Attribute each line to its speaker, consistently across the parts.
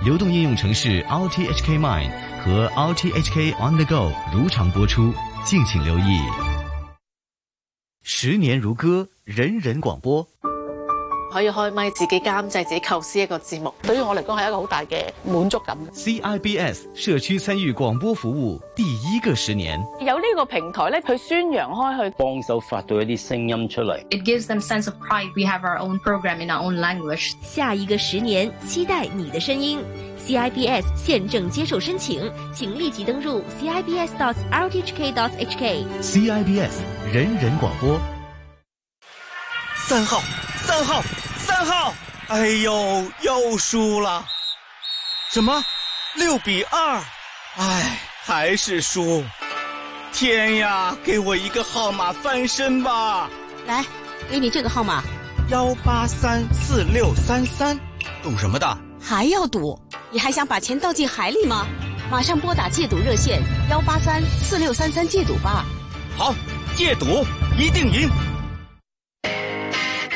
Speaker 1: 流动应用程式 RTHK Mind 和 RTHK On the Go 如常播出，敬请留意。十年如歌，人人廣播。
Speaker 2: 可以開咪自己監製、自己構思一個節目，對於我嚟講係一個好大嘅滿足感。
Speaker 1: CIBS 社區參與廣播服務第一個十年，
Speaker 2: 有呢個平台咧，佢宣揚開去，
Speaker 3: 幫手發到一啲聲音出嚟。
Speaker 4: It gives them sense of pride. We have our own program in our own language.
Speaker 5: 下一個十年，期待你的聲音。CIBS 現正接受申請，請立即登入 cibs.rthk.hk。
Speaker 1: CIBS 人人廣播。
Speaker 6: 三號，三號，三號！哎呦，又輸了。什麼？六比二？哎，還是輸。天呀，給我一個號碼翻身吧！
Speaker 7: 來，給你這個號碼，
Speaker 6: 幺八三四六三三。賭什麼的？
Speaker 7: 還要賭？你還想把錢倒進海裡嗎？馬上撥打戒賭熱線幺八三四六三三戒賭吧。
Speaker 6: 好，戒賭一定贏。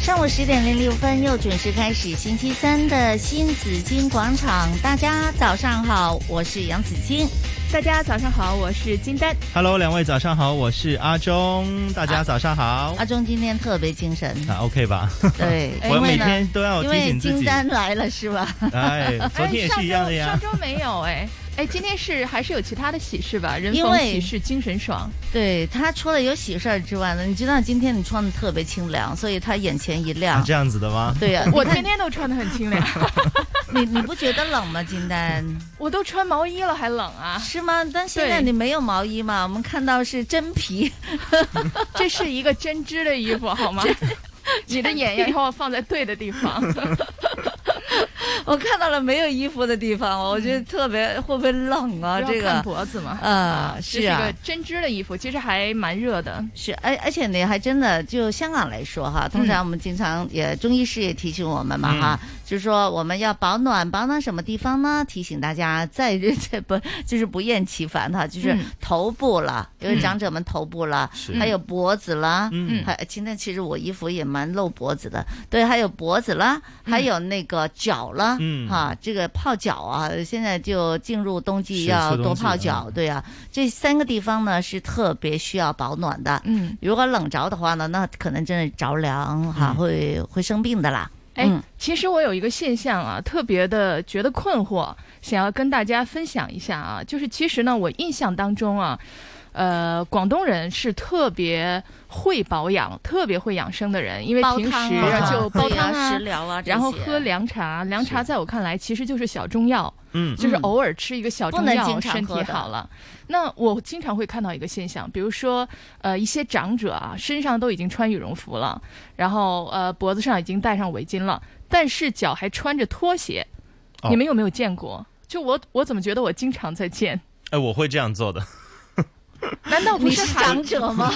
Speaker 8: 上午十點零六分又準時開始星期三的新紫金廣場，大家早上好，我是楊子金。
Speaker 9: 大家早上好，我是金丹。
Speaker 10: Hello，兩位早上好，我是阿中。大家早上好。啊、
Speaker 8: 阿中今天特別精神。
Speaker 10: 啊，OK 吧？
Speaker 8: 對，
Speaker 10: 我每天都
Speaker 8: 哎
Speaker 10: 要
Speaker 8: 因
Speaker 10: 提
Speaker 8: 為
Speaker 10: 醒自己。
Speaker 8: 金丹來了是吧？
Speaker 10: 哎，昨天也是一樣的呀。
Speaker 9: 上周沒有哎。哎，今天是還是有其他的喜事吧？人逢喜事精神爽。
Speaker 8: 對他除了有喜事兒之外呢，你知道今天你穿的特別清涼，所以他眼前一亮。
Speaker 10: 這啊樣子的嗎？
Speaker 8: 對啊 呀、啊，
Speaker 9: 我天天都穿得很清涼。
Speaker 8: 你你不覺得冷嗎，金丹？
Speaker 9: 我都穿毛衣了，還冷啊？
Speaker 8: 是嗎？但現在你沒有毛衣嘛？我們看到是真 皮，
Speaker 9: 這是一個針織的衣服，好嗎？你的眼要要放在對的地方。
Speaker 8: 我看到了沒有衣服的地方，我覺得特別會不會 冷啊？這個
Speaker 9: 脖子嘛，
Speaker 8: 啊，
Speaker 9: 啊，這
Speaker 8: 是
Speaker 9: 是一個針織的衣服，其實還蠻熱的。嗯
Speaker 8: 是，哎而而且你還真的就香港來說哈，通常我們經常也中醫師也提醒我們嘛哈，就是說我們要保暖，保暖什麼地方呢？提醒大家在在不 就是不厭其煩哈，就是
Speaker 9: 嗯
Speaker 8: 頭部了，因為長者們頭部了，還有脖子啦，
Speaker 9: 嗯
Speaker 8: 還今天其實我衣服也蠻露脖子的，對，還有脖子啦，
Speaker 9: 嗯
Speaker 8: 還有那個腳了。嗯，哈、啊，這個泡腳啊，現在就進入冬季，要多泡腳，對啊，這三個地方呢是特別需要保暖的。嗯，如果冷着的話呢，那可能真的着涼哈、啊，會會生病的啦。
Speaker 9: 哎，嗯、其實我有一個現象啊，特別的覺得困惑，想要跟大家分享一下啊，就是其實呢，我印象當中啊。呃，廣東人是特別會保養、特別會養生的人，因為平時就啊煲湯啊、
Speaker 8: 食療啊，
Speaker 9: 然後喝涼茶。涼茶在我看來其實就是小中藥，
Speaker 10: 嗯，
Speaker 9: 就是偶爾吃一個小中藥，
Speaker 8: 嗯、
Speaker 9: 身體好了。那我經常會看到一個現象，比如說，呃，一些長者啊，身上都已經穿羽絨服了，然後呃，脖子上已經戴上圍巾了，但是腳還穿着拖鞋。哦、你們有沒有見過？就我，我怎麼覺得我經常在見？
Speaker 10: 哎，我會這樣做的。
Speaker 9: 難道不
Speaker 8: 是
Speaker 9: 長
Speaker 8: 者嗎？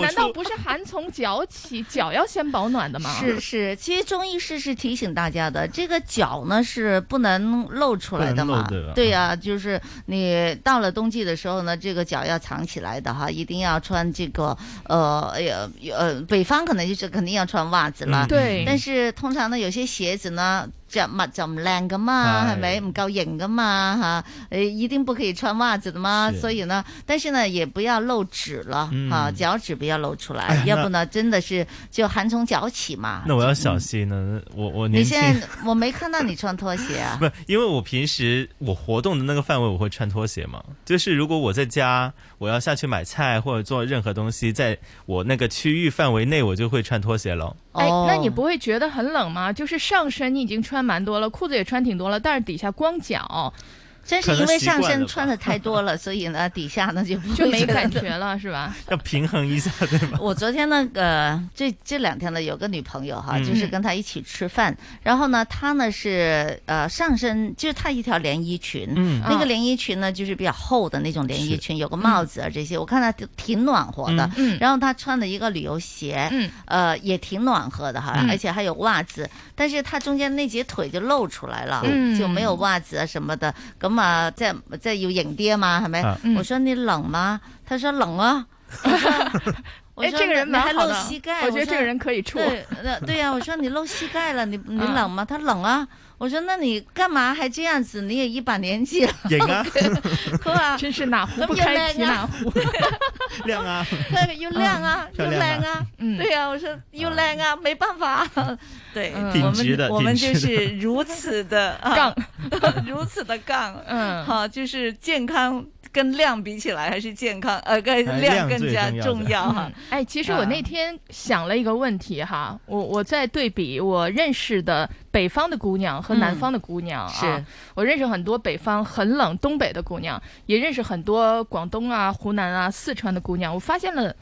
Speaker 9: 難道不是寒從腳起，腳要先保暖的嗎？
Speaker 8: 是是，其實中醫師是提醒大家的，這個腳呢是不能露出來的嘛。對呀、啊，就是你到了冬季的時候呢，這個腳要藏起來的哈，一定要穿這個呃哎呀呃，北方可能就是肯定要穿襪子了。
Speaker 9: 對、嗯，
Speaker 8: 但是通常呢，有些鞋子呢。着襪就唔靚噶嘛，係咪唔夠型噶嘛嚇？誒，一定不可以穿襪子的嘛。所以呢，但是呢，也不要露趾了啊，腳趾不要露出來，要不呢，真的是就寒從腳起嘛。
Speaker 10: 那我要小心呢，我我
Speaker 8: 你現在我沒看到你穿拖鞋啊？
Speaker 10: 不，因為我平時我活動的那個範圍我會穿拖鞋嘛。就是如果我在家，我要下去買菜或者做任何東西，在我那個區域範圍內，我就會穿拖鞋咯。
Speaker 8: 哦
Speaker 9: 哎，那你不會覺得很冷嗎？就是上身你已經穿蠻多了，褲子也穿挺多了，但是底下光腳。
Speaker 8: 真是因为上身穿的太多了，所以呢，底下呢就
Speaker 9: 就没感觉了，是吧？
Speaker 10: 要平衡一下，对 吧？
Speaker 8: 我昨天那个这这两天呢，有个女朋友哈，
Speaker 10: 嗯
Speaker 8: 就是跟她一起吃饭，然后呢，她呢是呃上身就是她一条连衣裙，
Speaker 11: 嗯
Speaker 8: 那个连衣裙呢就是比较厚的那种连衣裙，有个帽子啊这些，我看她挺暖和的，
Speaker 11: 嗯嗯
Speaker 8: 然后她穿了一个旅游鞋，
Speaker 11: 嗯
Speaker 8: 呃也挺暖和的哈，
Speaker 11: 嗯
Speaker 8: 而且还有袜子，但是她中间那截腿就露出来了，
Speaker 11: 嗯
Speaker 8: 就没有袜子啊什么的，咁啊即係即係要型啲啊嘛，係咪？
Speaker 11: 啊嗯
Speaker 8: 我說你冷嗎？她說冷啊。我
Speaker 9: 哎
Speaker 8: 说
Speaker 9: 这个人
Speaker 8: 你
Speaker 9: 蛮
Speaker 8: 还
Speaker 9: 好
Speaker 8: 露
Speaker 9: 的
Speaker 8: 膝盖，
Speaker 9: 我觉得
Speaker 8: 说
Speaker 9: 这个人可以处
Speaker 8: 对，那对呀、我说你露膝盖了，你你
Speaker 9: 啊
Speaker 8: 冷吗？他冷啊。我说那你干嘛还这样子？你也一把年纪了。啊
Speaker 10: 型 啊，
Speaker 8: 佢話
Speaker 9: 真是哪壶
Speaker 8: 咁
Speaker 9: 不
Speaker 8: 要
Speaker 9: 开提
Speaker 8: 靚
Speaker 9: 哪
Speaker 8: 啊，
Speaker 9: 壶，嗯
Speaker 10: 亮啊，
Speaker 8: 佢話要靚啊，要
Speaker 10: 漂亮啊
Speaker 8: 靚啊，对呀、我说要靚啊，没办法， 对，
Speaker 11: 嗯
Speaker 8: 我
Speaker 11: 挺直
Speaker 8: 们
Speaker 11: 的
Speaker 8: 我们
Speaker 11: 挺
Speaker 8: 就
Speaker 11: 直的
Speaker 8: 是如此的杠， 如此的杠，
Speaker 9: 嗯
Speaker 8: 好，就是健康跟量比起来，还是健康呃跟
Speaker 9: 哎
Speaker 8: 量
Speaker 9: 量
Speaker 8: 更
Speaker 9: 最
Speaker 8: 加
Speaker 9: 重要
Speaker 8: 重
Speaker 9: 的
Speaker 8: 要哈啊
Speaker 9: 嗯。哎，其实我那天想了一个问题哈，我我在对比我认识的北方的姑娘和南方的姑娘啊，
Speaker 8: 嗯是
Speaker 9: 我认识很多北方很冷东北的姑娘，也认识很多广东啊、湖南啊、四川的姑娘，我发现了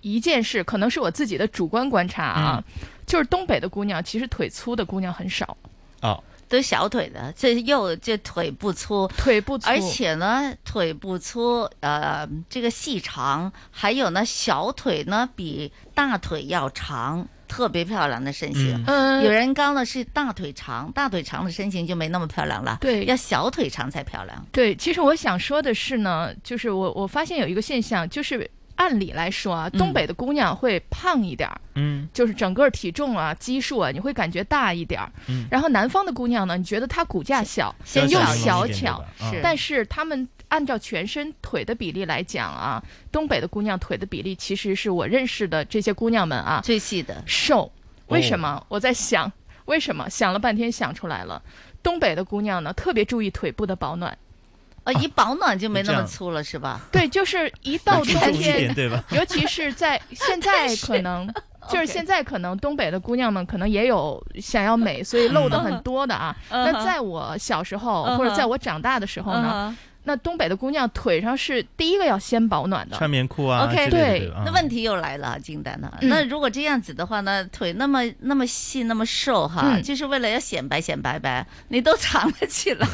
Speaker 9: 一件事，可能是我自己的主观观察啊，
Speaker 8: 嗯
Speaker 9: 就是东北的姑娘其实腿粗的姑娘很少。
Speaker 10: 哦，
Speaker 8: 都是小腿的，这又这腿不粗，
Speaker 9: 腿不粗
Speaker 8: 而且呢腿不粗，呃，这个细长，还有呢小腿呢比大腿要长。特别漂亮的身形，
Speaker 9: 嗯呃
Speaker 8: 有人高呢是大腿长，大腿长的身形就没那么漂亮了，
Speaker 9: 对
Speaker 8: 要小腿长才漂亮。
Speaker 9: 对，其实我想说的是呢，就是我我发现有一个现象，就是按理来说啊，东北的姑娘会胖一点儿，
Speaker 10: 嗯
Speaker 9: 就是整个体重啊、基数啊，你会感觉大一点儿。
Speaker 10: 嗯
Speaker 9: 然后南方的姑娘呢，你觉得她骨架小，
Speaker 10: 先
Speaker 9: 又
Speaker 10: 小一
Speaker 9: 小
Speaker 10: 点
Speaker 9: 巧
Speaker 10: 对吧
Speaker 8: 嗯
Speaker 10: 是，
Speaker 9: 但是她们按照全身腿的比例来讲啊，东北的姑娘腿的比例其实是我认识的这些姑娘们啊
Speaker 8: 最细的哦
Speaker 9: 瘦。为什么？我在想，为什么？想了半天想出来了，东北的姑娘呢特别注意腿部的保暖。
Speaker 8: 呃，一保暖就没那
Speaker 9: 哦这
Speaker 8: 么
Speaker 9: 样
Speaker 8: 粗了，是吧？
Speaker 9: 对，就是一到
Speaker 8: 注
Speaker 9: 冬
Speaker 8: 重一
Speaker 9: 天
Speaker 8: 点，对吧
Speaker 9: 尤其是 在现在可能。就是现在，可能东北的姑娘们可能也有想要美，所以露的很多的啊。
Speaker 11: 嗯
Speaker 9: 那在我小时候
Speaker 11: 嗯哼
Speaker 9: 或者在我长大的时候
Speaker 8: 嗯
Speaker 9: 呢，那东北的姑娘腿上是第一个要先保暖的，
Speaker 10: 穿棉裤啊
Speaker 8: OK，
Speaker 10: 之类的，吧
Speaker 8: 那问题又来了，金丹呢？
Speaker 9: 嗯
Speaker 8: 那如果这样子的话呢，腿那么那么细，那么瘦哈，
Speaker 9: 嗯
Speaker 8: 就是为了要显摆显摆呗，你都藏了起来，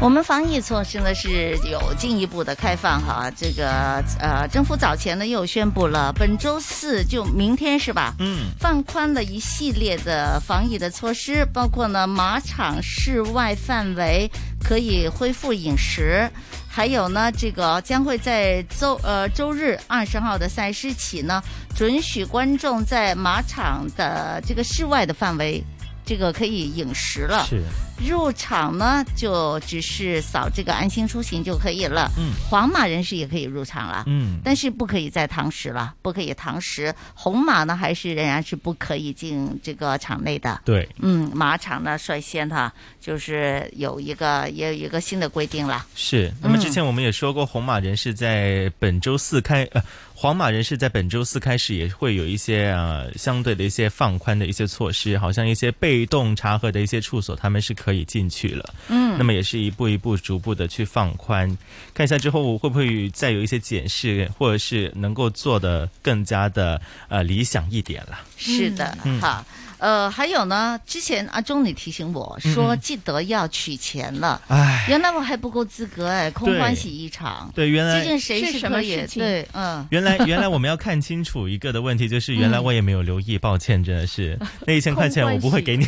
Speaker 8: 我们防疫措施呢是有进一步的开放哈，这个呃，政府早前呢又宣布了，本周四就明天是吧？
Speaker 10: 嗯，
Speaker 8: 放宽了一系列的防疫的措施，包括呢马场室外范围可以恢复饮食，还有呢这个将会在周呃周日二十号的赛事起呢，准许观众在马场的这个室外的范围，这个可以饮食了。
Speaker 10: 是。
Speaker 8: 入场呢，就只是扫这个安心出行就可以了。
Speaker 10: 嗯，
Speaker 8: 黄码人士也可以入场了。
Speaker 10: 嗯
Speaker 8: 但是不可以再堂食了，不可以堂食。红码呢，还是仍然是不可以进这个场内的。
Speaker 10: 对，
Speaker 8: 嗯，马场呢率先哈，就是有一个也有一个新的规定了。
Speaker 10: 是，那么
Speaker 8: 嗯
Speaker 10: 之前我们也说过，红马人士在本周四开，呃，黄马人士在本周四开始也会有一些呃相对的一些放宽的一些措施，好像一些被动查核的一些处所，他们是可以进去了。
Speaker 12: 嗯
Speaker 10: 那么也是一步一步逐步的去放宽，看一下之后会不会再有一些解释，或者是能够做的更加的呃理想一点了。
Speaker 8: 是的，
Speaker 10: 嗯
Speaker 8: 哈，呃，还有呢，之前阿忠你提醒我说，
Speaker 10: 嗯嗯
Speaker 8: 记得要取钱了。
Speaker 10: 唉，
Speaker 8: 原来我还不够资格哎，空
Speaker 10: 对
Speaker 8: 欢喜一场。
Speaker 10: 对原来
Speaker 8: 究竟谁
Speaker 9: 是什么
Speaker 8: 可以
Speaker 9: 事情
Speaker 8: 对，嗯，
Speaker 10: 原来原来我们要看清楚一个的问题，就是原来我也没有留意，抱歉，真的是那一千块钱我不会给你，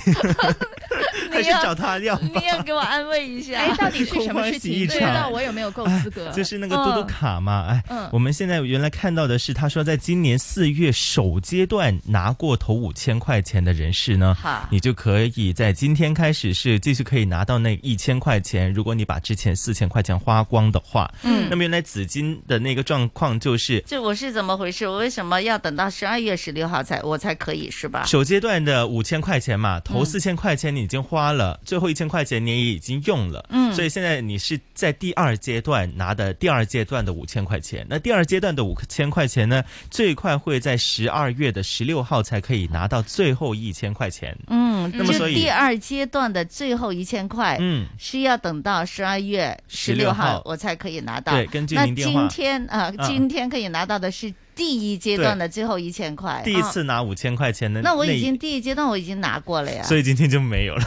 Speaker 10: 还是找他要吧。
Speaker 8: 你要给我安慰一下。
Speaker 9: 哎，到底是什么事情？
Speaker 10: 恐慌是一
Speaker 9: 对，
Speaker 10: 场哎
Speaker 9: 那我有没有够资格？
Speaker 10: 就是那个嘟嘟卡嘛，哎，
Speaker 9: 嗯
Speaker 10: 我们现在原来看到的是，他说在今年四月首阶段拿过头五千块钱的人士呢
Speaker 8: 好，
Speaker 10: 你就可以在今天开始是继续可以拿到那一千块钱。如果你把之前四千块钱花光的话，
Speaker 8: 嗯
Speaker 10: 那么原来紫金的那个状况就是
Speaker 8: 这我是怎么回事？我为什么要等到十二月十六号才我才可以是吧？
Speaker 10: 首阶段的五千块钱嘛，头
Speaker 8: 嗯
Speaker 10: 四千块钱你已经花了，最后一千块钱你也已经用了，
Speaker 8: 嗯
Speaker 10: 所以现在你是在第二阶段拿的第二阶段的五千块钱。那第二阶段的五千块钱呢，最快会在十二月的十六号才可以拿到最后一千块钱。
Speaker 8: 嗯，
Speaker 10: 那么
Speaker 8: 这
Speaker 10: 所以
Speaker 8: 第二阶段的最后一千块，
Speaker 10: 嗯
Speaker 8: 是要等到十二月十
Speaker 10: 16
Speaker 8: 六
Speaker 10: 号
Speaker 8: 我才可以拿到。
Speaker 10: 对根据
Speaker 8: 那
Speaker 10: 您电
Speaker 8: 今
Speaker 10: 话
Speaker 8: 天啊，
Speaker 10: 嗯
Speaker 8: 今天可以拿到的是第一阶段的最后一千块，
Speaker 10: 第一次拿五千块钱的
Speaker 8: 啊。
Speaker 10: 那
Speaker 8: 那
Speaker 10: 一，
Speaker 8: 我已经第一阶段我已经拿过了呀，啊
Speaker 10: 所以今天就没有了。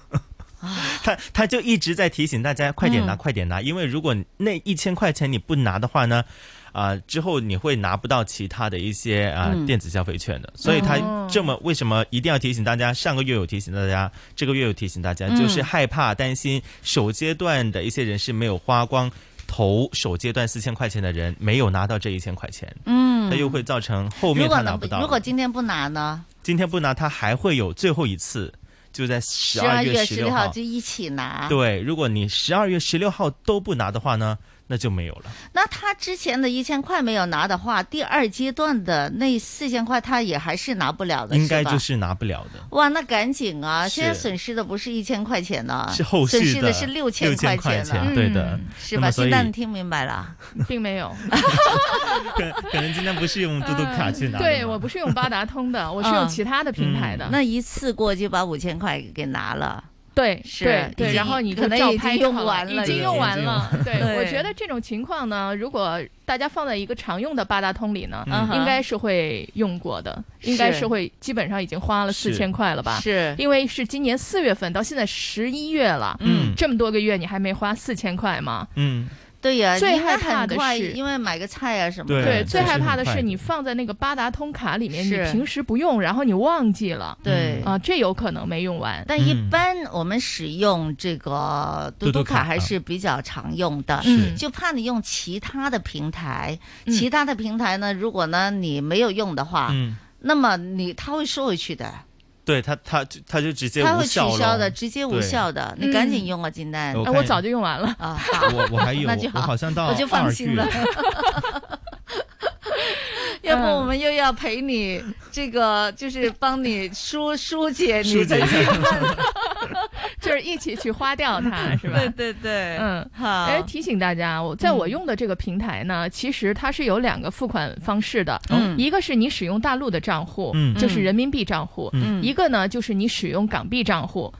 Speaker 10: 他他就一直在提醒大家快点拿，
Speaker 8: 嗯
Speaker 10: 快点拿，因为如果那一千块钱你不拿的话呢，啊、之后你会拿不到其他的一些啊、
Speaker 8: 嗯
Speaker 10: 电子消费券的。所以他
Speaker 8: 哦
Speaker 10: 这么为什么一定要提醒大家？上个月有提醒大家，这个月有提醒大家，
Speaker 8: 嗯
Speaker 10: 就是害怕担心首阶段的一些人是没有花光。投首阶段四千块钱的人没有拿到这一千块钱，
Speaker 8: 嗯
Speaker 10: 他又会造成后面
Speaker 8: 如果
Speaker 10: 他拿
Speaker 8: 能
Speaker 10: 不到。
Speaker 8: 如果今天不拿呢？
Speaker 10: 今天不拿，他还会有最后一次，就在
Speaker 8: 十
Speaker 10: 十二
Speaker 8: 月
Speaker 10: 十
Speaker 8: 六
Speaker 10: 六
Speaker 8: 号就一起拿。。
Speaker 10: 对，如果你十二月十六号都不拿的话呢，那就没有了。
Speaker 8: 那他之前的一千块没有拿的话，第二阶段的那四千块他也还是拿不了的，
Speaker 10: 应该
Speaker 8: 吧
Speaker 10: 就是拿不了的。
Speaker 8: 哇，那赶紧啊！
Speaker 10: 是
Speaker 8: 现在损失的不是一千块钱呢、
Speaker 10: 是后续
Speaker 8: 啊损
Speaker 10: 的
Speaker 8: 失的是六千
Speaker 10: 6000
Speaker 8: 钱呢、嗯
Speaker 10: 块钱对的
Speaker 8: 是
Speaker 10: 那
Speaker 8: 吧？
Speaker 10: 么所
Speaker 8: 现
Speaker 10: 以
Speaker 8: 在你听明白 了？
Speaker 9: 并没有。
Speaker 10: 可 可能今天不是用嘟嘟卡去
Speaker 8: 嗯
Speaker 10: 拿的
Speaker 9: 对，我不是用八达通的，我是用其他的平台的。
Speaker 8: 那一次过就把五千块给拿了。
Speaker 9: 对
Speaker 8: 是
Speaker 9: 对
Speaker 8: 已
Speaker 9: 对，
Speaker 8: 经
Speaker 9: 然后你
Speaker 8: 可能
Speaker 9: 照
Speaker 8: 已
Speaker 9: 拍
Speaker 8: 经用
Speaker 9: 就好
Speaker 8: 完了
Speaker 9: 已经
Speaker 8: 已
Speaker 9: 用
Speaker 8: 经
Speaker 9: 完 了。对，
Speaker 8: 对
Speaker 9: 我觉得这种情况呢，如果大家放在一个常用的八达通里呢
Speaker 8: 嗯，
Speaker 9: 应该是会用过的，
Speaker 8: 是
Speaker 9: 应该是会基本上已经花了四
Speaker 8: 是
Speaker 9: 千块了吧？
Speaker 8: 是
Speaker 9: 因为是今年四月份到现在十一月了，
Speaker 8: 嗯
Speaker 9: 这么多个月你还没花四千块吗？
Speaker 10: 嗯，
Speaker 8: 对呀、
Speaker 9: 最
Speaker 8: 应
Speaker 9: 害
Speaker 8: 该
Speaker 9: 怕
Speaker 8: 很
Speaker 9: 的
Speaker 8: 快，
Speaker 9: 是
Speaker 8: 因为买个菜啊什么的。
Speaker 9: 对，最害怕的是你放在那个八达通卡里面，你
Speaker 8: 是
Speaker 9: 平时不用，然后你忘记了，
Speaker 8: 对
Speaker 9: 啊，这有可能没用完。
Speaker 10: 嗯
Speaker 8: 但一般我们使用这个嘟嘟卡还是比较常用的，
Speaker 9: 嗯
Speaker 8: 就怕你用其他的平台，
Speaker 9: 嗯
Speaker 8: 其他的平台呢，如果呢你没有用的话，
Speaker 10: 嗯
Speaker 8: 那么你他会收回去的，
Speaker 10: 对他，他就他就直接
Speaker 8: 他
Speaker 10: 无
Speaker 8: 会取
Speaker 10: 效了，
Speaker 8: 消的，直接无效的，
Speaker 9: 对
Speaker 8: 你赶紧用啊，金丹。
Speaker 10: 我哎我早
Speaker 9: 就用完了
Speaker 8: 啊，
Speaker 10: 对。我我还 有，
Speaker 8: 那就
Speaker 10: 我好像到
Speaker 8: 我就放
Speaker 10: 2
Speaker 8: 心
Speaker 10: 月
Speaker 8: 了。 要
Speaker 9: 嗯
Speaker 8: 不我们又要陪你，这个就是帮你疏疏解你
Speaker 9: 疏解
Speaker 8: 的
Speaker 9: 一下
Speaker 8: 这个
Speaker 9: 就是一起去花掉它，是吧？
Speaker 8: 对对对，
Speaker 9: 嗯，
Speaker 8: 好，
Speaker 9: 哎，提醒大家，我在我用的这个平台呢，其实它是有两个付款方式的，
Speaker 8: 嗯
Speaker 9: 一个是你使用大陆的账户，
Speaker 8: 嗯
Speaker 9: 就是人民币账户，
Speaker 8: 嗯
Speaker 9: 一个呢就是你使用港币账户。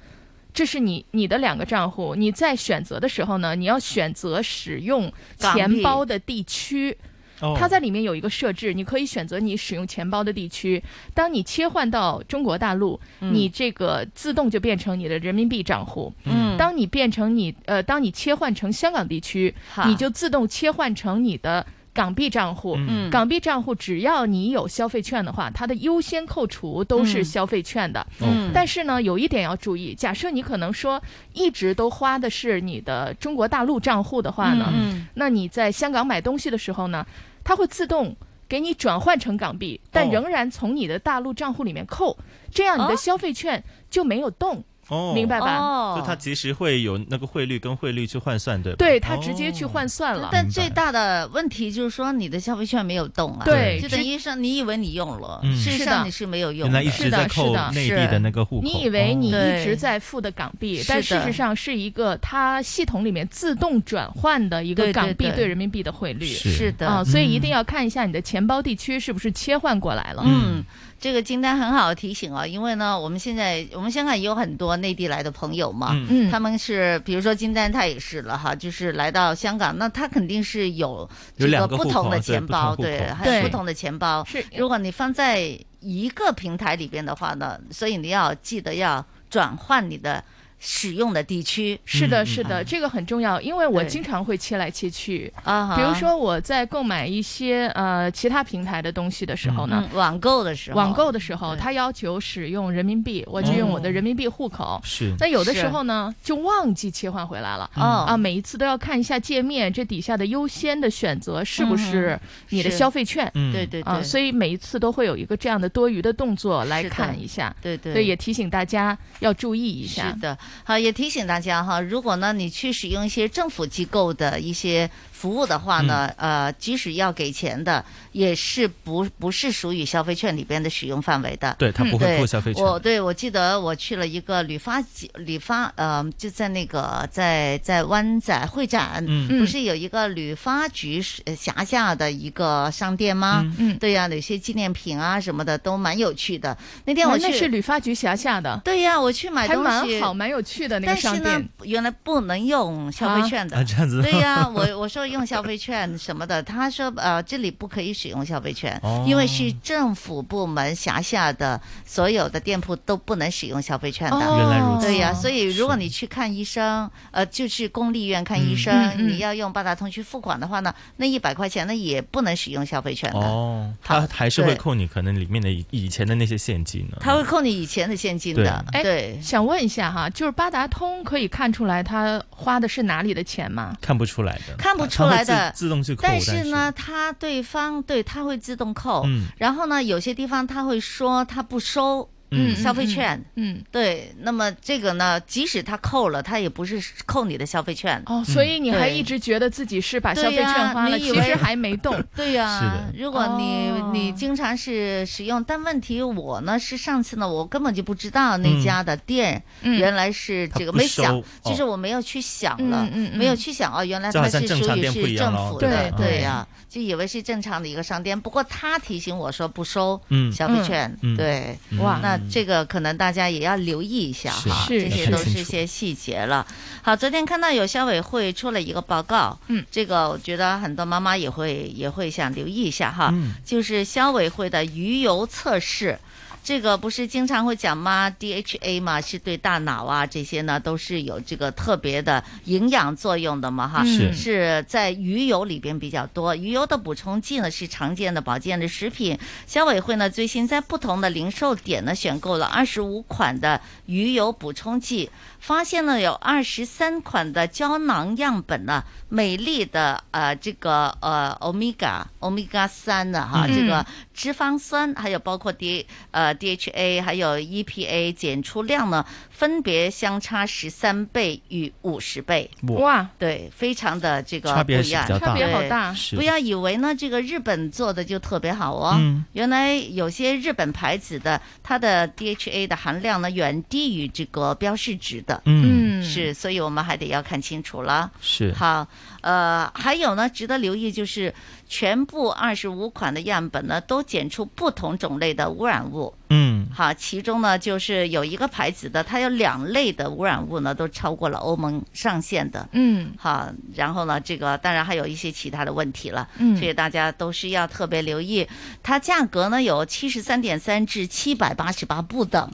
Speaker 9: 这是你你的两个账户，你在选择的时候呢，你要选择使用钱包的地区
Speaker 12: 港币。
Speaker 9: 它在里面有一个设置，你可以选择你使用钱包的地区。当你切换到中国大陆，
Speaker 12: 嗯
Speaker 9: 你这个自动就变成你的人民币账户。
Speaker 12: 嗯
Speaker 9: 当你变成你呃，当你切换成香港地区，
Speaker 12: 好
Speaker 9: 你就自动切换成你的港币账户。
Speaker 12: 嗯
Speaker 9: 港币账户只要你有消费券的话，它的优先扣除都是
Speaker 12: 嗯
Speaker 9: 消费券的。
Speaker 12: 嗯
Speaker 9: 但是呢，有一点要注意，假设你可能说一直都花的是你的中国大陆账户的话呢，
Speaker 12: 嗯嗯
Speaker 9: 那你在香港买东西的时候呢，它会自动。给你转换成港币，但
Speaker 12: 哦
Speaker 9: 仍然从你的大陆账户里面扣，这样你的
Speaker 12: 哦
Speaker 9: 消费券就没有动，
Speaker 10: 哦，
Speaker 9: 明白吧？
Speaker 10: 就它其实会有那个汇率跟汇率去换算，对吧？
Speaker 9: 对他直接去换算了。
Speaker 8: 但最大的问题就是说，你的消费券没有动啊，
Speaker 9: 对
Speaker 8: 就等于说你以为你用了，
Speaker 10: 嗯
Speaker 8: 事实
Speaker 9: 是的
Speaker 8: 上你是没有用
Speaker 10: 原
Speaker 8: 的，
Speaker 10: 来一直在扣内地的那个户口，
Speaker 9: 你以为你一直
Speaker 8: 对
Speaker 9: 在付的港币
Speaker 8: 是，
Speaker 9: 但
Speaker 8: 的
Speaker 9: 事实上是一个它系统里面自动转换的一个
Speaker 8: 对对
Speaker 9: 港币
Speaker 8: 对
Speaker 9: 对人民币的汇率。
Speaker 8: 是是的
Speaker 9: 啊，所以一定
Speaker 8: 嗯
Speaker 9: 要看一下你的钱包地区是不是切换过来了。
Speaker 8: 嗯，这个金丹很好的提醒哦，因为呢，我们现在我们香港也有很多内地来的朋友嘛，
Speaker 12: 嗯
Speaker 8: 他们是比如说金丹他也是了哈，就是来到香港，那他肯定是有这
Speaker 12: 有两个
Speaker 8: 不
Speaker 12: 户
Speaker 8: 同
Speaker 12: 口
Speaker 8: 的
Speaker 12: 对
Speaker 8: 钱
Speaker 12: 不同
Speaker 8: 包，
Speaker 12: 户
Speaker 8: 对，
Speaker 12: 口
Speaker 8: 还有
Speaker 12: 对
Speaker 8: 不同的钱包。
Speaker 9: 是，
Speaker 8: 如果你放在一个平台里边的话呢，所以你要记得要转换你的使用的地区。嗯
Speaker 9: 是
Speaker 12: 嗯
Speaker 9: 的，是的，这个很重要，因为我经常会切来切去啊比如说我在购买一些呃其他平台的东西的时候呢，
Speaker 8: 嗯网购的时候
Speaker 9: 网购的时候，它要求使用人民币，我就用我的人民币户口。
Speaker 12: 是
Speaker 9: 那有的时候呢，就忘记切换回来了。
Speaker 12: 嗯
Speaker 9: 啊，每一次都要看一下界面，这底下的优先的选择是不是你的
Speaker 8: 嗯是
Speaker 9: 消费券？
Speaker 8: 嗯对对对
Speaker 9: 啊，所以每一次都会有一个这样的多余的动作来
Speaker 8: 是的
Speaker 9: 看一下。
Speaker 8: 对对
Speaker 9: 对，也提醒大家要注意一下。
Speaker 8: 是的，好，也提醒大家哈，如果呢你去使用一些政府机构的一些服务的话呢，
Speaker 10: 嗯
Speaker 8: 呃，即使要给钱的，也是不不是属于消费券里边的使用范围的。嗯
Speaker 10: 对它不会
Speaker 8: 对
Speaker 10: 扣消费券
Speaker 8: 我对我记得我去了一个旅发局，旅发呃就在那个在在湾仔会展，
Speaker 12: 嗯
Speaker 8: 不是有一个旅发局呃辖下的一个商店吗？
Speaker 9: 嗯，
Speaker 8: 对呀、有些纪念品啊什么的都蛮有趣的。那天
Speaker 9: 啊
Speaker 8: 我去
Speaker 9: 那是旅发局辖下的。
Speaker 8: 对呀、我去买
Speaker 9: 还
Speaker 8: 东
Speaker 9: 蛮
Speaker 8: 西
Speaker 9: 好，蛮有趣的那个
Speaker 8: 但
Speaker 9: 商
Speaker 8: 是呢
Speaker 9: 店。，
Speaker 8: 原来不能用消费券的，
Speaker 10: 啊啊这样子
Speaker 8: 对呀、 我我说用消费券什么的，他说呃这里不可以使用消费券，
Speaker 12: 哦
Speaker 8: 因为是政府部门辖下的所有的店铺都不能使用消费券的。
Speaker 12: 哦原来如此
Speaker 8: 对呀、所以如果你去看医生，呃，就去公立医院看医生，
Speaker 12: 嗯嗯嗯
Speaker 8: 你要用八达通去付款的话呢，那一百块钱呢也不能使用消费券的。
Speaker 10: 哦，它还是会扣你可能里面的以以前的那些现金呢。
Speaker 8: 他会扣你以前的现金的，
Speaker 9: 哎
Speaker 8: 对，
Speaker 9: 想问一下哈，就是八达通可以看出来他花的是哪里的钱吗？
Speaker 10: 看不出来的，
Speaker 8: 看不
Speaker 10: 它
Speaker 8: 出来
Speaker 10: 它
Speaker 8: 的
Speaker 10: 会自自动去扣，
Speaker 8: 但
Speaker 10: 是
Speaker 8: 是呢，他对方对他会自动扣，
Speaker 10: 嗯
Speaker 8: 然后呢，有些地方他会说他不收。
Speaker 10: 嗯
Speaker 8: 消费券，
Speaker 9: 嗯，
Speaker 8: 对，那么这个呢，即使他扣了，他也不是扣你的消费券
Speaker 9: 哦所以你还一直觉得自己是把消费券花了，其实还没动。 哦
Speaker 8: 对呀、
Speaker 9: 是的
Speaker 8: 如果你、你经常是使用，但问题我呢是上次呢，我根本就不知道那家的店
Speaker 12: 嗯
Speaker 8: 原来是这个、
Speaker 12: 他不
Speaker 8: 没想
Speaker 12: 收，
Speaker 8: 就是
Speaker 12: 哦
Speaker 8: 我没有去想
Speaker 12: 嗯
Speaker 8: 了，
Speaker 12: 嗯嗯
Speaker 8: 没有去想哦，原来
Speaker 12: 就好
Speaker 8: 它
Speaker 12: 像
Speaker 8: 是
Speaker 12: 正
Speaker 8: 属
Speaker 12: 常
Speaker 8: 于
Speaker 12: 店铺
Speaker 8: 是
Speaker 12: 一样
Speaker 8: 政
Speaker 12: 咯
Speaker 8: 府
Speaker 12: 对
Speaker 8: 的，
Speaker 12: 吧
Speaker 8: 对
Speaker 12: 嗯
Speaker 8: 呀、就以为是正常的一个商店。不过他提醒我说不收
Speaker 12: 嗯
Speaker 8: 消费券，
Speaker 12: 嗯嗯
Speaker 8: 对，
Speaker 12: 哇
Speaker 8: 那这个可能大家也要留意一下哈，
Speaker 12: 是
Speaker 8: 这些都
Speaker 12: 是
Speaker 8: 是一些细节了。好，昨天看到有消委会出了一个报告，
Speaker 9: 嗯，
Speaker 8: 这个我觉得很多妈妈也会也会想留意一下哈，
Speaker 12: 嗯
Speaker 8: 就是消委会的鱼油测试。这个不是经常会讲吗？DHA 嘛，是对大脑啊这些呢都是有这个特别的营养作用的嘛哈，
Speaker 12: 是
Speaker 8: 是在鱼油里边比较多。鱼油的补充剂呢是常见的保健的食品。消委会呢最新在不同的零售点呢选购了二十五款的鱼油补充剂，发现呢有二十三款的胶囊样本呢，美丽的呃这个呃 omega omega 三呢哈、
Speaker 12: 嗯
Speaker 8: 这个脂肪酸，还有包括 D 呃 DHA 还有 E EPA 检出量呢，分别相差十三倍与五十倍。
Speaker 9: 哇，
Speaker 8: 对，非常的这个
Speaker 12: 差别
Speaker 8: 不一样，
Speaker 12: 是比较大差别
Speaker 8: 对
Speaker 12: 好大是
Speaker 8: 不要以为呢这个日本做的就特别好哦，
Speaker 12: 嗯
Speaker 8: 原来有些日本牌子的它的 DHA 的含量呢远低于这个标示值的。
Speaker 12: 嗯嗯
Speaker 8: 是，所以我们还得要看清楚了。
Speaker 12: 是
Speaker 8: 好，呃，还有呢，值得留意就是全部二十五款的样本呢都检出不同种类的污染物。
Speaker 10: 嗯，
Speaker 8: 好，其中呢就是有一个牌子的，它有两类的污染物呢都超过了欧盟上限的，
Speaker 11: 嗯，
Speaker 8: 好，然后呢这个当然还有一些其他的问题了，
Speaker 11: 嗯
Speaker 8: 所以大家都是要特别留意。它价格呢有七十三点三至七百八十八不 等，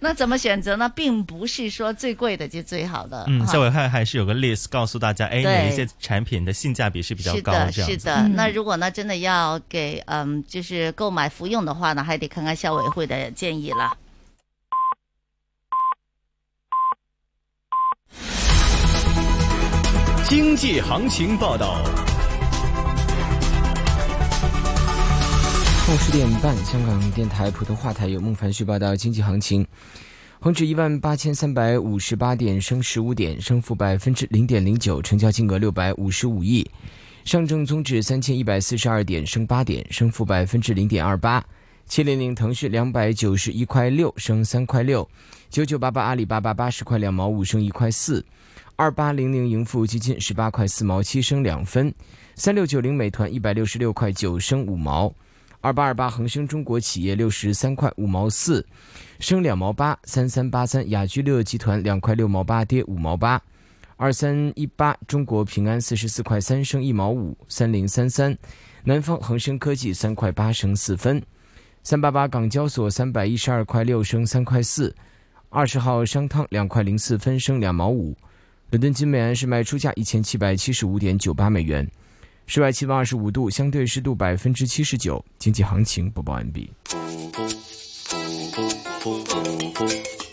Speaker 8: 那怎么选择呢？并不是说最贵的就最好的，
Speaker 10: 嗯，
Speaker 8: 哈
Speaker 10: 校委会还是有个 list 告诉大家，哎，
Speaker 8: 啊对
Speaker 10: 哪一些产品的性价比是比较
Speaker 8: 是
Speaker 10: 高，
Speaker 8: 的，
Speaker 10: 这样
Speaker 8: 是
Speaker 10: 子嗯
Speaker 8: 的。那如果呢，真的要给嗯，就是购买服用的话呢，还得看看校委会的建议了。
Speaker 6: 经济行情报道。
Speaker 13: 上午十点半，香港电台普通话台有孟凡旭报道经济行情。恒指一万八千三百五十八点，升十五点，升幅百分之零点零九，成交金额六百五十五亿。上证综指三千一百四十二点，升八点，升幅百分之零点二八。七零零腾讯两百九十一块六，升三块六。九九八八阿里巴巴八十块两毛五，升一块四。二八零零盈富基金十八块四毛七，升两分。三六九零美团一百六十六块九，升五毛。二八二八恒生中国企业六十三块五毛四，升两毛八；三三八三雅居乐集团两块六毛八，跌五毛八；二三一八中国平安四十四块三，升一毛五；三零三三南方恒生科技三块八，升四分；三八八港交所三百一十二块六，升三块四；二十号商汤两块零四分，升两毛五；伦敦金美元是卖出价一千七百七十五点九八美元。室外气温二十五度，相对湿度百分之七十九。经济行情播报完毕。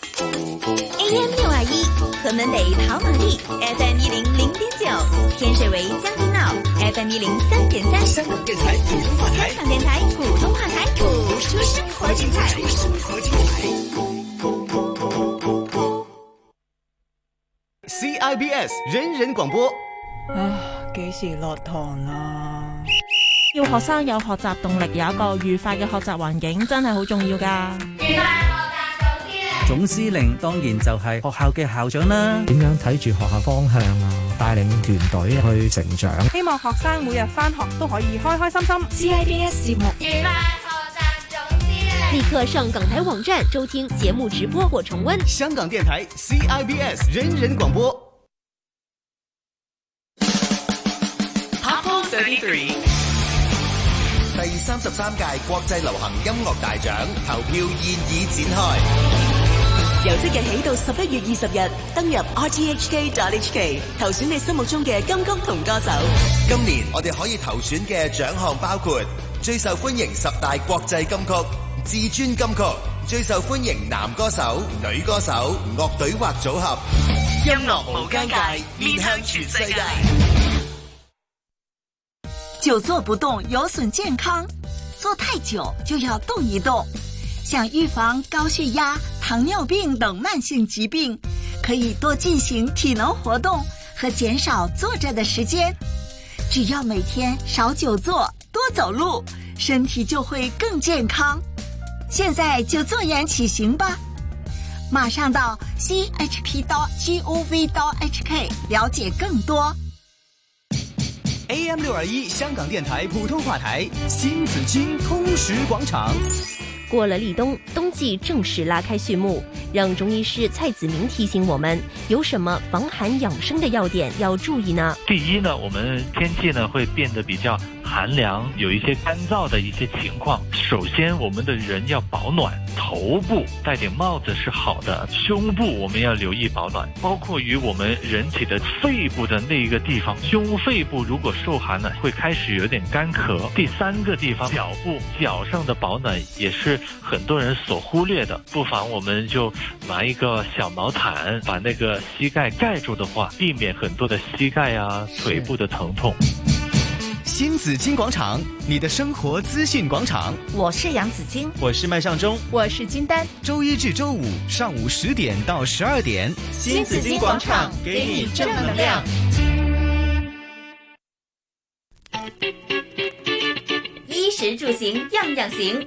Speaker 14: AM 六二一，河门北跑马地，FM 一零零点九，天水围将军澳，FM 一零三点三。香港电台普通话台，香港电台普通话台，播出生活精彩。生活精彩。
Speaker 6: CIBS 人人广播。
Speaker 15: 啊，幾時落堂啊？
Speaker 16: 要學生有學習動力，有一個愉快嘅學習環境，真係好重要㗎。
Speaker 2: 總司令當然就係學校嘅校長啦。
Speaker 17: 點樣睇住學校方向啊？帶領團隊啊去成長。
Speaker 18: 希望學生每日翻學都可以開開心心。CIBS 節目。
Speaker 5: 立刻上港台网站收听节目直播或重温。
Speaker 6: 香港电台 CIBS 人人广播。
Speaker 19: Apple Thirty Three。
Speaker 20: 第三十三屆國際流行音樂大獎投票現已展開，
Speaker 21: 由即日起到十一月二十日，登入 rthk.hk 投選你心目中嘅金曲同歌手。
Speaker 20: 今年我哋可以投選嘅獎項包括最受歡迎十大國際金曲、至尊金曲、最受歡迎男歌手、女歌手、樂隊或組合。
Speaker 19: 音樂無疆界，面向全世界。
Speaker 22: 久坐不动有损健康，坐太久就要动一动。想预防高血压、糖尿病等慢性疾病，可以多进行体能活动和减少坐着的时间。只要每天少久坐，多走路，身体就会更健康。现在就坐言起行吧，马上到 c h p 刀 g o v 刀 h k 了解更多。
Speaker 6: AM 六二一香港电台普通话台新紫金通识广场。
Speaker 5: 过了立冬，冬季正式拉开序幕，让中医师蔡子明提醒我们有什么防寒养生的要点要注意呢？
Speaker 23: 第一呢，我们天气呢会变得比较寒凉，有一些干燥的一些情况。首先，我们的人要保暖，头部戴顶帽子是好的，胸部我们要留意保暖，包括于我们人体的肺部的那一个地方，胸肺部如果受寒呢，会开始有点干咳。第三个地方，脚部脚上的保暖也是很多人所忽略的，不妨我们就拿一个小毛毯把那个膝盖盖住的话，避免很多的膝盖啊、腿部的疼痛。
Speaker 6: 新紫金广场，你的生活资讯广场。
Speaker 8: 我是杨子晶，
Speaker 6: 我是麦尚中，
Speaker 11: 我是金丹。
Speaker 6: 周一至周五上午十点到十二点，
Speaker 7: 新紫荆广场给你正能量。
Speaker 14: 衣食住行样样行，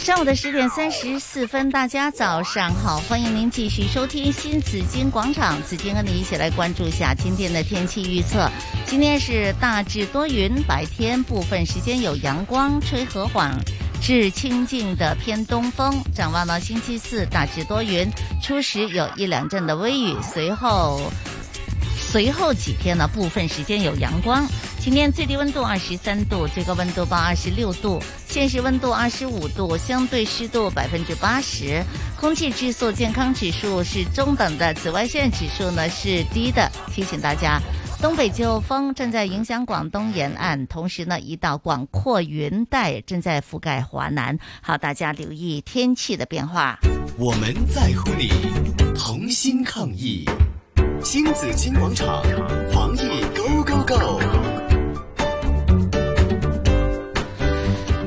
Speaker 8: 上午的十点三十四分，大家早上好，欢迎您继续收听新紫金广场，紫金和你一起来关注一下今天的天气预测。今天是大致多云，白天部分时间有阳光，吹和缓。至清劲的偏东风，展望呢星期四大致多云，初时有一两阵的微雨，随后随后几天呢，部分时间有阳光。今天最低温度二十三度，最高温度报二十六度，现实温度二十五度，相对湿度百分之八十，空气质素健康指数是中等的，紫外线指数呢是低的。提醒大家，东北季候风正在影响广东沿岸，同时呢，一道广阔云带正在覆盖华南。好，大家留意天气的变化。
Speaker 1: 我们在乎你，同心抗疫。新紫金广场，防疫 Go Go Go。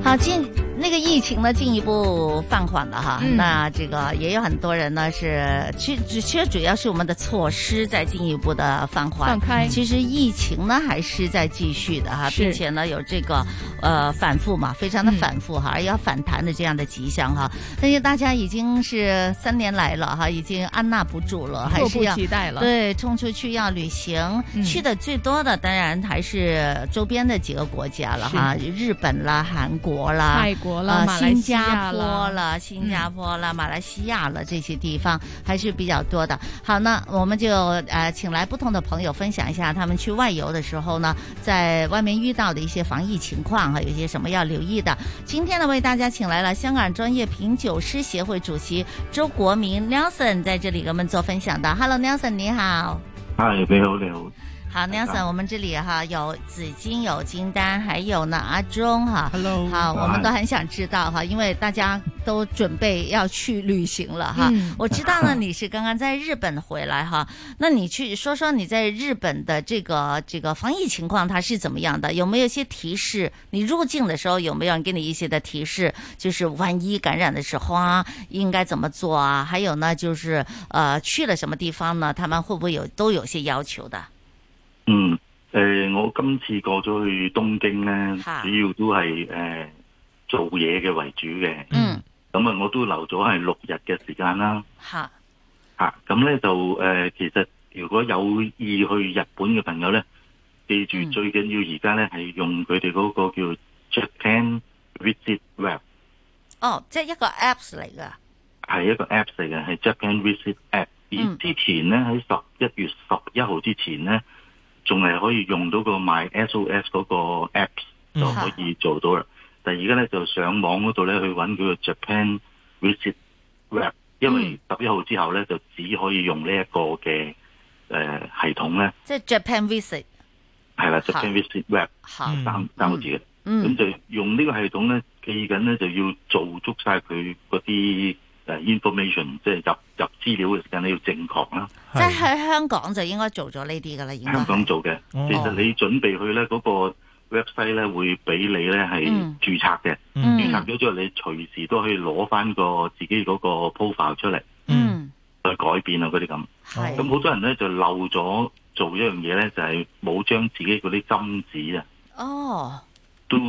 Speaker 8: 好，进那个疫情呢进一步放缓了哈，
Speaker 2: 嗯
Speaker 8: 那这个也有很多人呢是，其其其实主要是我们的措施在进一步的放缓，
Speaker 2: 放开
Speaker 8: 其实疫情呢还是在继续的哈，
Speaker 2: 是
Speaker 8: 并且呢有这个呃反复嘛，
Speaker 9: 嗯
Speaker 8: 非常的反复哈，而要反弹的这样的迹象哈，但是大家已经是三年来了哈，已经按捺不住了，还
Speaker 9: 迫
Speaker 8: 是
Speaker 9: 不
Speaker 8: 要
Speaker 9: 及待了
Speaker 8: 对，冲出去要旅行，去的最多的当然还是周边的几个国家了哈，
Speaker 2: 是
Speaker 8: 日本啦、韩国啦。啦、
Speaker 2: 泰国啦
Speaker 8: 呃
Speaker 2: 马来
Speaker 8: 新
Speaker 2: 西亚嗯啦
Speaker 8: 加坡了、新加坡啦、马来西亚了这些地方还是比较多的。好，那我们就呃请来不同的朋友分享一下他们去外游的时候呢，在外面遇到的一些防疫情况哈，有些什么要留意的。今天呢，为大家请来了香港专业品酒师协会主席周国民 Nelson 在这里给我们做分享的。Hello Nelson，你好。
Speaker 3: 嗨，你好，你好。
Speaker 8: 好，Nelson，我们这里哈有紫金、有金丹，还有呢阿忠哈。
Speaker 3: Hello，
Speaker 8: 好，我们都很想知道哈，因为大家都准备要去旅行了哈。
Speaker 2: 嗯
Speaker 8: 我知道呢，你是刚刚在日本回来哈，那你去说说你在日本的这个这个防疫情况它是怎么样的？有没有一些提示？你入境的时候有没有人给你一些的提示？就是万一感染的时候啊，应该怎么做啊？还有呢，就是呃去了什么地方呢？他们会不会有都有些要求的？
Speaker 3: 嗯，诶、我今次過咗去東京咧，
Speaker 8: 嚇
Speaker 3: 主要都係诶、誒做嘢嘅為主嘅。
Speaker 8: 嗯。
Speaker 3: 咁啊，我都留咗係六日嘅時間啦。
Speaker 8: 好，
Speaker 3: 吓，咁咧就诶、呃其實如果有意去日本嘅朋友咧，記住最緊要而家咧係用佢哋嗰個叫 Japan Visit Web
Speaker 8: 哦，即係一個 Apps 嚟噶。
Speaker 3: 係一個 app 嚟嘅，係 Japan Visit App。而
Speaker 8: 嗯
Speaker 3: 之前咧喺十一月十一號之前咧，仲係可以用到個 My SOS 嗰個 app 就可以做到啦。但係而家咧就上網嗰度咧去揾佢個 Japan Visit Web，因為十一號之後咧就只可以用呢一個嘅誒、呃系統咧，
Speaker 8: 即係 Japan Visit。
Speaker 3: 係啦
Speaker 8: 嚇
Speaker 3: ，Japan Visit Web
Speaker 8: 嚇
Speaker 3: 三三個字嘅。
Speaker 8: 嗯
Speaker 3: 咁就用呢個系統咧，記緊咧就要做足晒佢嗰啲誒 information，即係入入資料嘅時間你要正確啦。
Speaker 8: 即係喺香港就應該做咗呢啲噶啦，應該
Speaker 3: 香港做嘅，
Speaker 8: 哦
Speaker 3: 其實你準備去咧嗰、個 website 咧會俾你咧係
Speaker 8: 嗯
Speaker 3: 註冊嘅，
Speaker 8: 嗯
Speaker 3: 註冊咗之後你隨時都可以攞翻個自己嗰個 profile 出嚟，
Speaker 8: 嗯，
Speaker 3: 去改變啊嗰啲咁。
Speaker 8: 係
Speaker 3: 咁好多人咧就漏咗做一樣嘢咧，就係冇將自己嗰啲針紙啊
Speaker 8: 哦
Speaker 3: 都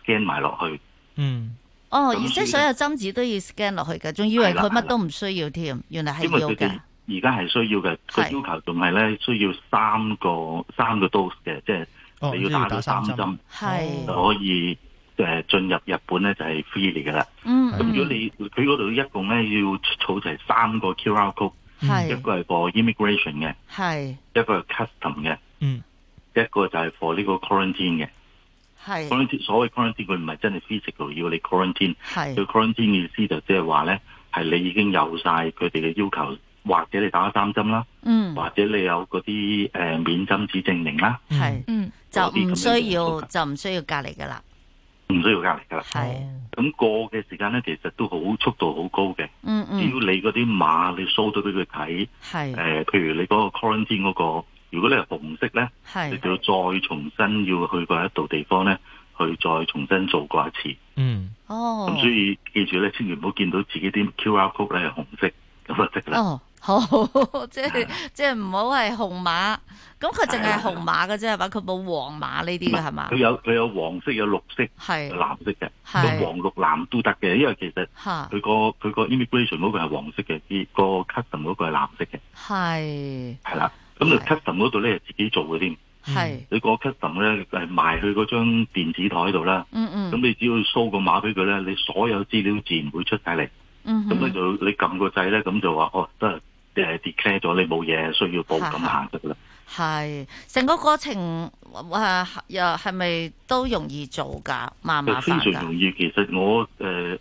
Speaker 3: scan 埋落去。
Speaker 10: 嗯，
Speaker 8: 哦，
Speaker 3: 咁
Speaker 8: 而即係所有針紙都要 scan 落去嘅，仲以為佢乜都唔需要添，原來係
Speaker 3: 因為
Speaker 8: 要
Speaker 3: 佢哋
Speaker 8: 嘅。
Speaker 3: 而家係需要嘅，個
Speaker 8: 係
Speaker 3: 要求仲係咧需要三個三個 dose 嘅，哦即係你要打到三針，
Speaker 8: 係
Speaker 3: 就可以誒進入日本咧就係 free 嚟㗎啦。
Speaker 8: 嗯
Speaker 3: 咁如果你佢嗰度一共咧要儲齊三個 QR code，
Speaker 8: 係
Speaker 3: 一個係 for immigration 嘅，
Speaker 8: 係
Speaker 3: 一個係 custom 嘅，
Speaker 10: 嗯，
Speaker 3: 一個就係 for 呢個 quarantine 嘅。
Speaker 8: 係
Speaker 3: quarantine 所謂 quarantine 佢唔係真係 physical 要你 quarantine，
Speaker 8: 係
Speaker 3: 佢 quarantine 嘅意思就即係話咧係你已經有晒佢哋嘅要求，或者你打咗三針啦，
Speaker 8: 嗯
Speaker 3: 或者你有嗰啲誒免針紙證明啦，
Speaker 8: 係嗯就唔需要就唔需要隔離噶啦，
Speaker 3: 唔需要隔離㗎啦。
Speaker 8: 係啊
Speaker 3: 咁過嘅時間咧，其實都好速度好高嘅。
Speaker 8: 嗯
Speaker 3: 只要
Speaker 8: 嗯
Speaker 3: 你嗰啲碼你 show 到俾佢睇，
Speaker 8: 係
Speaker 3: 誒、譬如你嗰個 quarantine 嗰、個，如果你係紅色咧，你
Speaker 8: 係
Speaker 3: 就要再重新要去過一度地方咧，去再重新做過一次。
Speaker 10: 嗯
Speaker 3: 咁、
Speaker 8: 哦
Speaker 3: 所以記住咧，千祈唔好見到自己啲 QR code 咧係紅色，咁啊即啦。
Speaker 8: 哦。好， 即係
Speaker 3: 啊
Speaker 8: 即係唔好係紅馬。咁佢淨係紅馬嘅啫，係嘛？佢冇黃馬呢啲嘅係嘛
Speaker 3: 佢？有佢有黃色、有綠色、
Speaker 8: 係
Speaker 3: 有藍色嘅，
Speaker 8: 係
Speaker 3: 咁黃綠藍都得嘅，因為其實
Speaker 8: 嚇
Speaker 3: 佢個佢個 immigration 嗰個係黃色嘅，而個 custom 嗰個係藍色嘅，
Speaker 8: 係
Speaker 3: 係啦。咁你 custom 嗰度咧自己做嘅添，
Speaker 8: 係
Speaker 3: 你個 custom 咧係賣去嗰張電子台度啦。
Speaker 8: 嗯嗯
Speaker 3: 咁你只要 show 個碼俾佢咧，你所有資料自然會出晒嚟。
Speaker 8: 嗯
Speaker 3: 咁咧就你撳個掣咧，咁就話哦得誒 declare 咗你冇嘢需要報
Speaker 8: 嚇
Speaker 3: 咁行得㗎啦。
Speaker 8: 係成個過程誒又係咪都容易做㗎？麻唔麻煩
Speaker 3: 非常容
Speaker 8: 㗎？
Speaker 3: 易，其實我誒、呃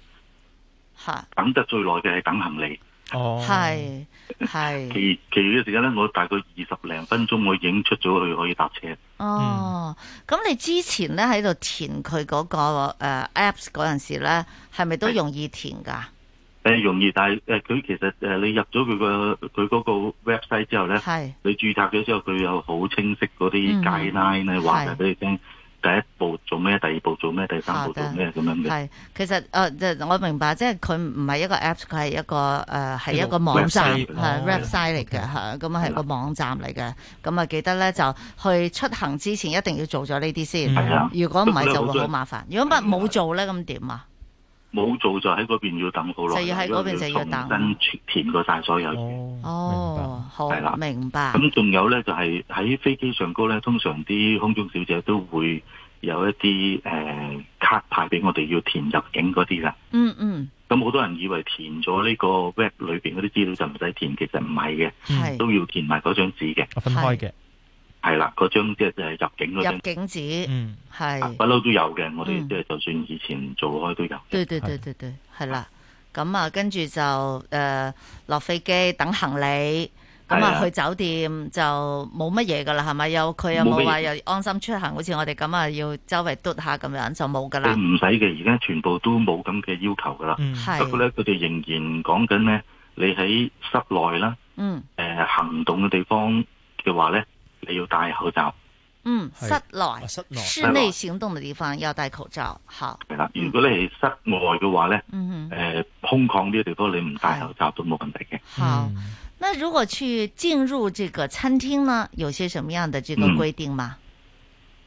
Speaker 8: 嚇
Speaker 3: 等得最耐嘅係等行李。
Speaker 10: 哦
Speaker 8: 係係
Speaker 3: 其其餘嘅時間咧，我大概二十零分鐘，我已經出咗去可以搭車。
Speaker 8: 哦。咁你之前咧喺度填佢嗰個誒 apps 嗰陣時咧，係咪都容易填㗎？
Speaker 3: 誒、容易，但係誒佢其實誒、呃你入咗佢個佢嗰個 website 之後咧，
Speaker 8: 係
Speaker 3: 你註冊咗之後，佢有好清晰嗰啲
Speaker 8: 嗯
Speaker 3: guideline 咧，話
Speaker 8: 係
Speaker 3: 俾你聽第一步做咩，第二步做咩，第三步做咩咁樣嘅。
Speaker 8: 係，其實誒，即係我明白，即係佢唔係一個 Apps，佢係一個誒係一個網站，
Speaker 2: 一個 website，
Speaker 8: 係
Speaker 2: 哦
Speaker 8: website 嚟嘅嚇，咁啊係個網站嚟嘅，咁啊記得咧就去出行之前一定要做咗呢啲先
Speaker 3: 嗯係啊，
Speaker 8: 如果唔係就
Speaker 3: 不
Speaker 8: 會
Speaker 3: 過呢好多
Speaker 8: 好
Speaker 3: 人
Speaker 8: 麻煩。如果唔冇做咧，咁點啊？
Speaker 3: 冇做就喺嗰邊要等好耐，
Speaker 8: 就要喺嗰邊就要等
Speaker 3: 重新填過晒所有嘢。
Speaker 8: 哦，好
Speaker 3: 係啦，
Speaker 8: 明白，
Speaker 3: 咁仲有咧，就係、喺飛機上高咧，通常啲空中小姐都會有一啲誒、呃卡牌俾我哋要填入境嗰啲啦。
Speaker 8: 嗯嗯，
Speaker 3: 咁好多人以為填咗呢個 web 裏邊嗰啲資料就唔使填，其實唔係
Speaker 8: 係
Speaker 3: 嘅，都要填埋嗰張紙嘅，
Speaker 10: 分開嘅，
Speaker 3: 係啦，嗰張即係就係入境嗰
Speaker 8: 入
Speaker 3: 張，
Speaker 8: 境紙，
Speaker 10: 嗯，
Speaker 8: 係
Speaker 3: 啊不。嬲都有嘅。我哋
Speaker 8: 嗯
Speaker 3: 即係就算以前做開都有。
Speaker 8: 對對對對對，係啦。咁啊，跟住就誒、呃落飛機等行李，咁
Speaker 3: 係
Speaker 8: 啊
Speaker 3: 啊
Speaker 8: 去酒店就冇乜嘢噶啦，係咪？有佢有
Speaker 3: 冇
Speaker 8: 冇
Speaker 3: 乜
Speaker 8: 話
Speaker 3: 嘢
Speaker 8: 又安心出行？好似我哋咁啊，要周圍嘟下咁樣就冇噶啦
Speaker 3: 佢。唔使嘅，而家全部都冇咁嘅要求噶啦。
Speaker 8: 係
Speaker 3: 不過咧，佢哋仍然講緊咧，你喺室內啦。
Speaker 8: 嗯
Speaker 3: 誒、呃行動嘅地方嘅話咧，你要戴口罩
Speaker 8: 嗯，
Speaker 3: 係
Speaker 8: 室內
Speaker 10: 室
Speaker 3: 內
Speaker 8: 室內行動嘅地方要戴口罩。好，
Speaker 3: 係啦。如果你係室外嘅話咧，誒、
Speaker 8: 嗯哼，
Speaker 3: 空曠啲嘅地方你唔戴口罩都冇問題嘅。
Speaker 8: 好。那如果去進入這個餐廳呢，有些什麼樣的這個
Speaker 3: 嗯
Speaker 8: 規定嗎？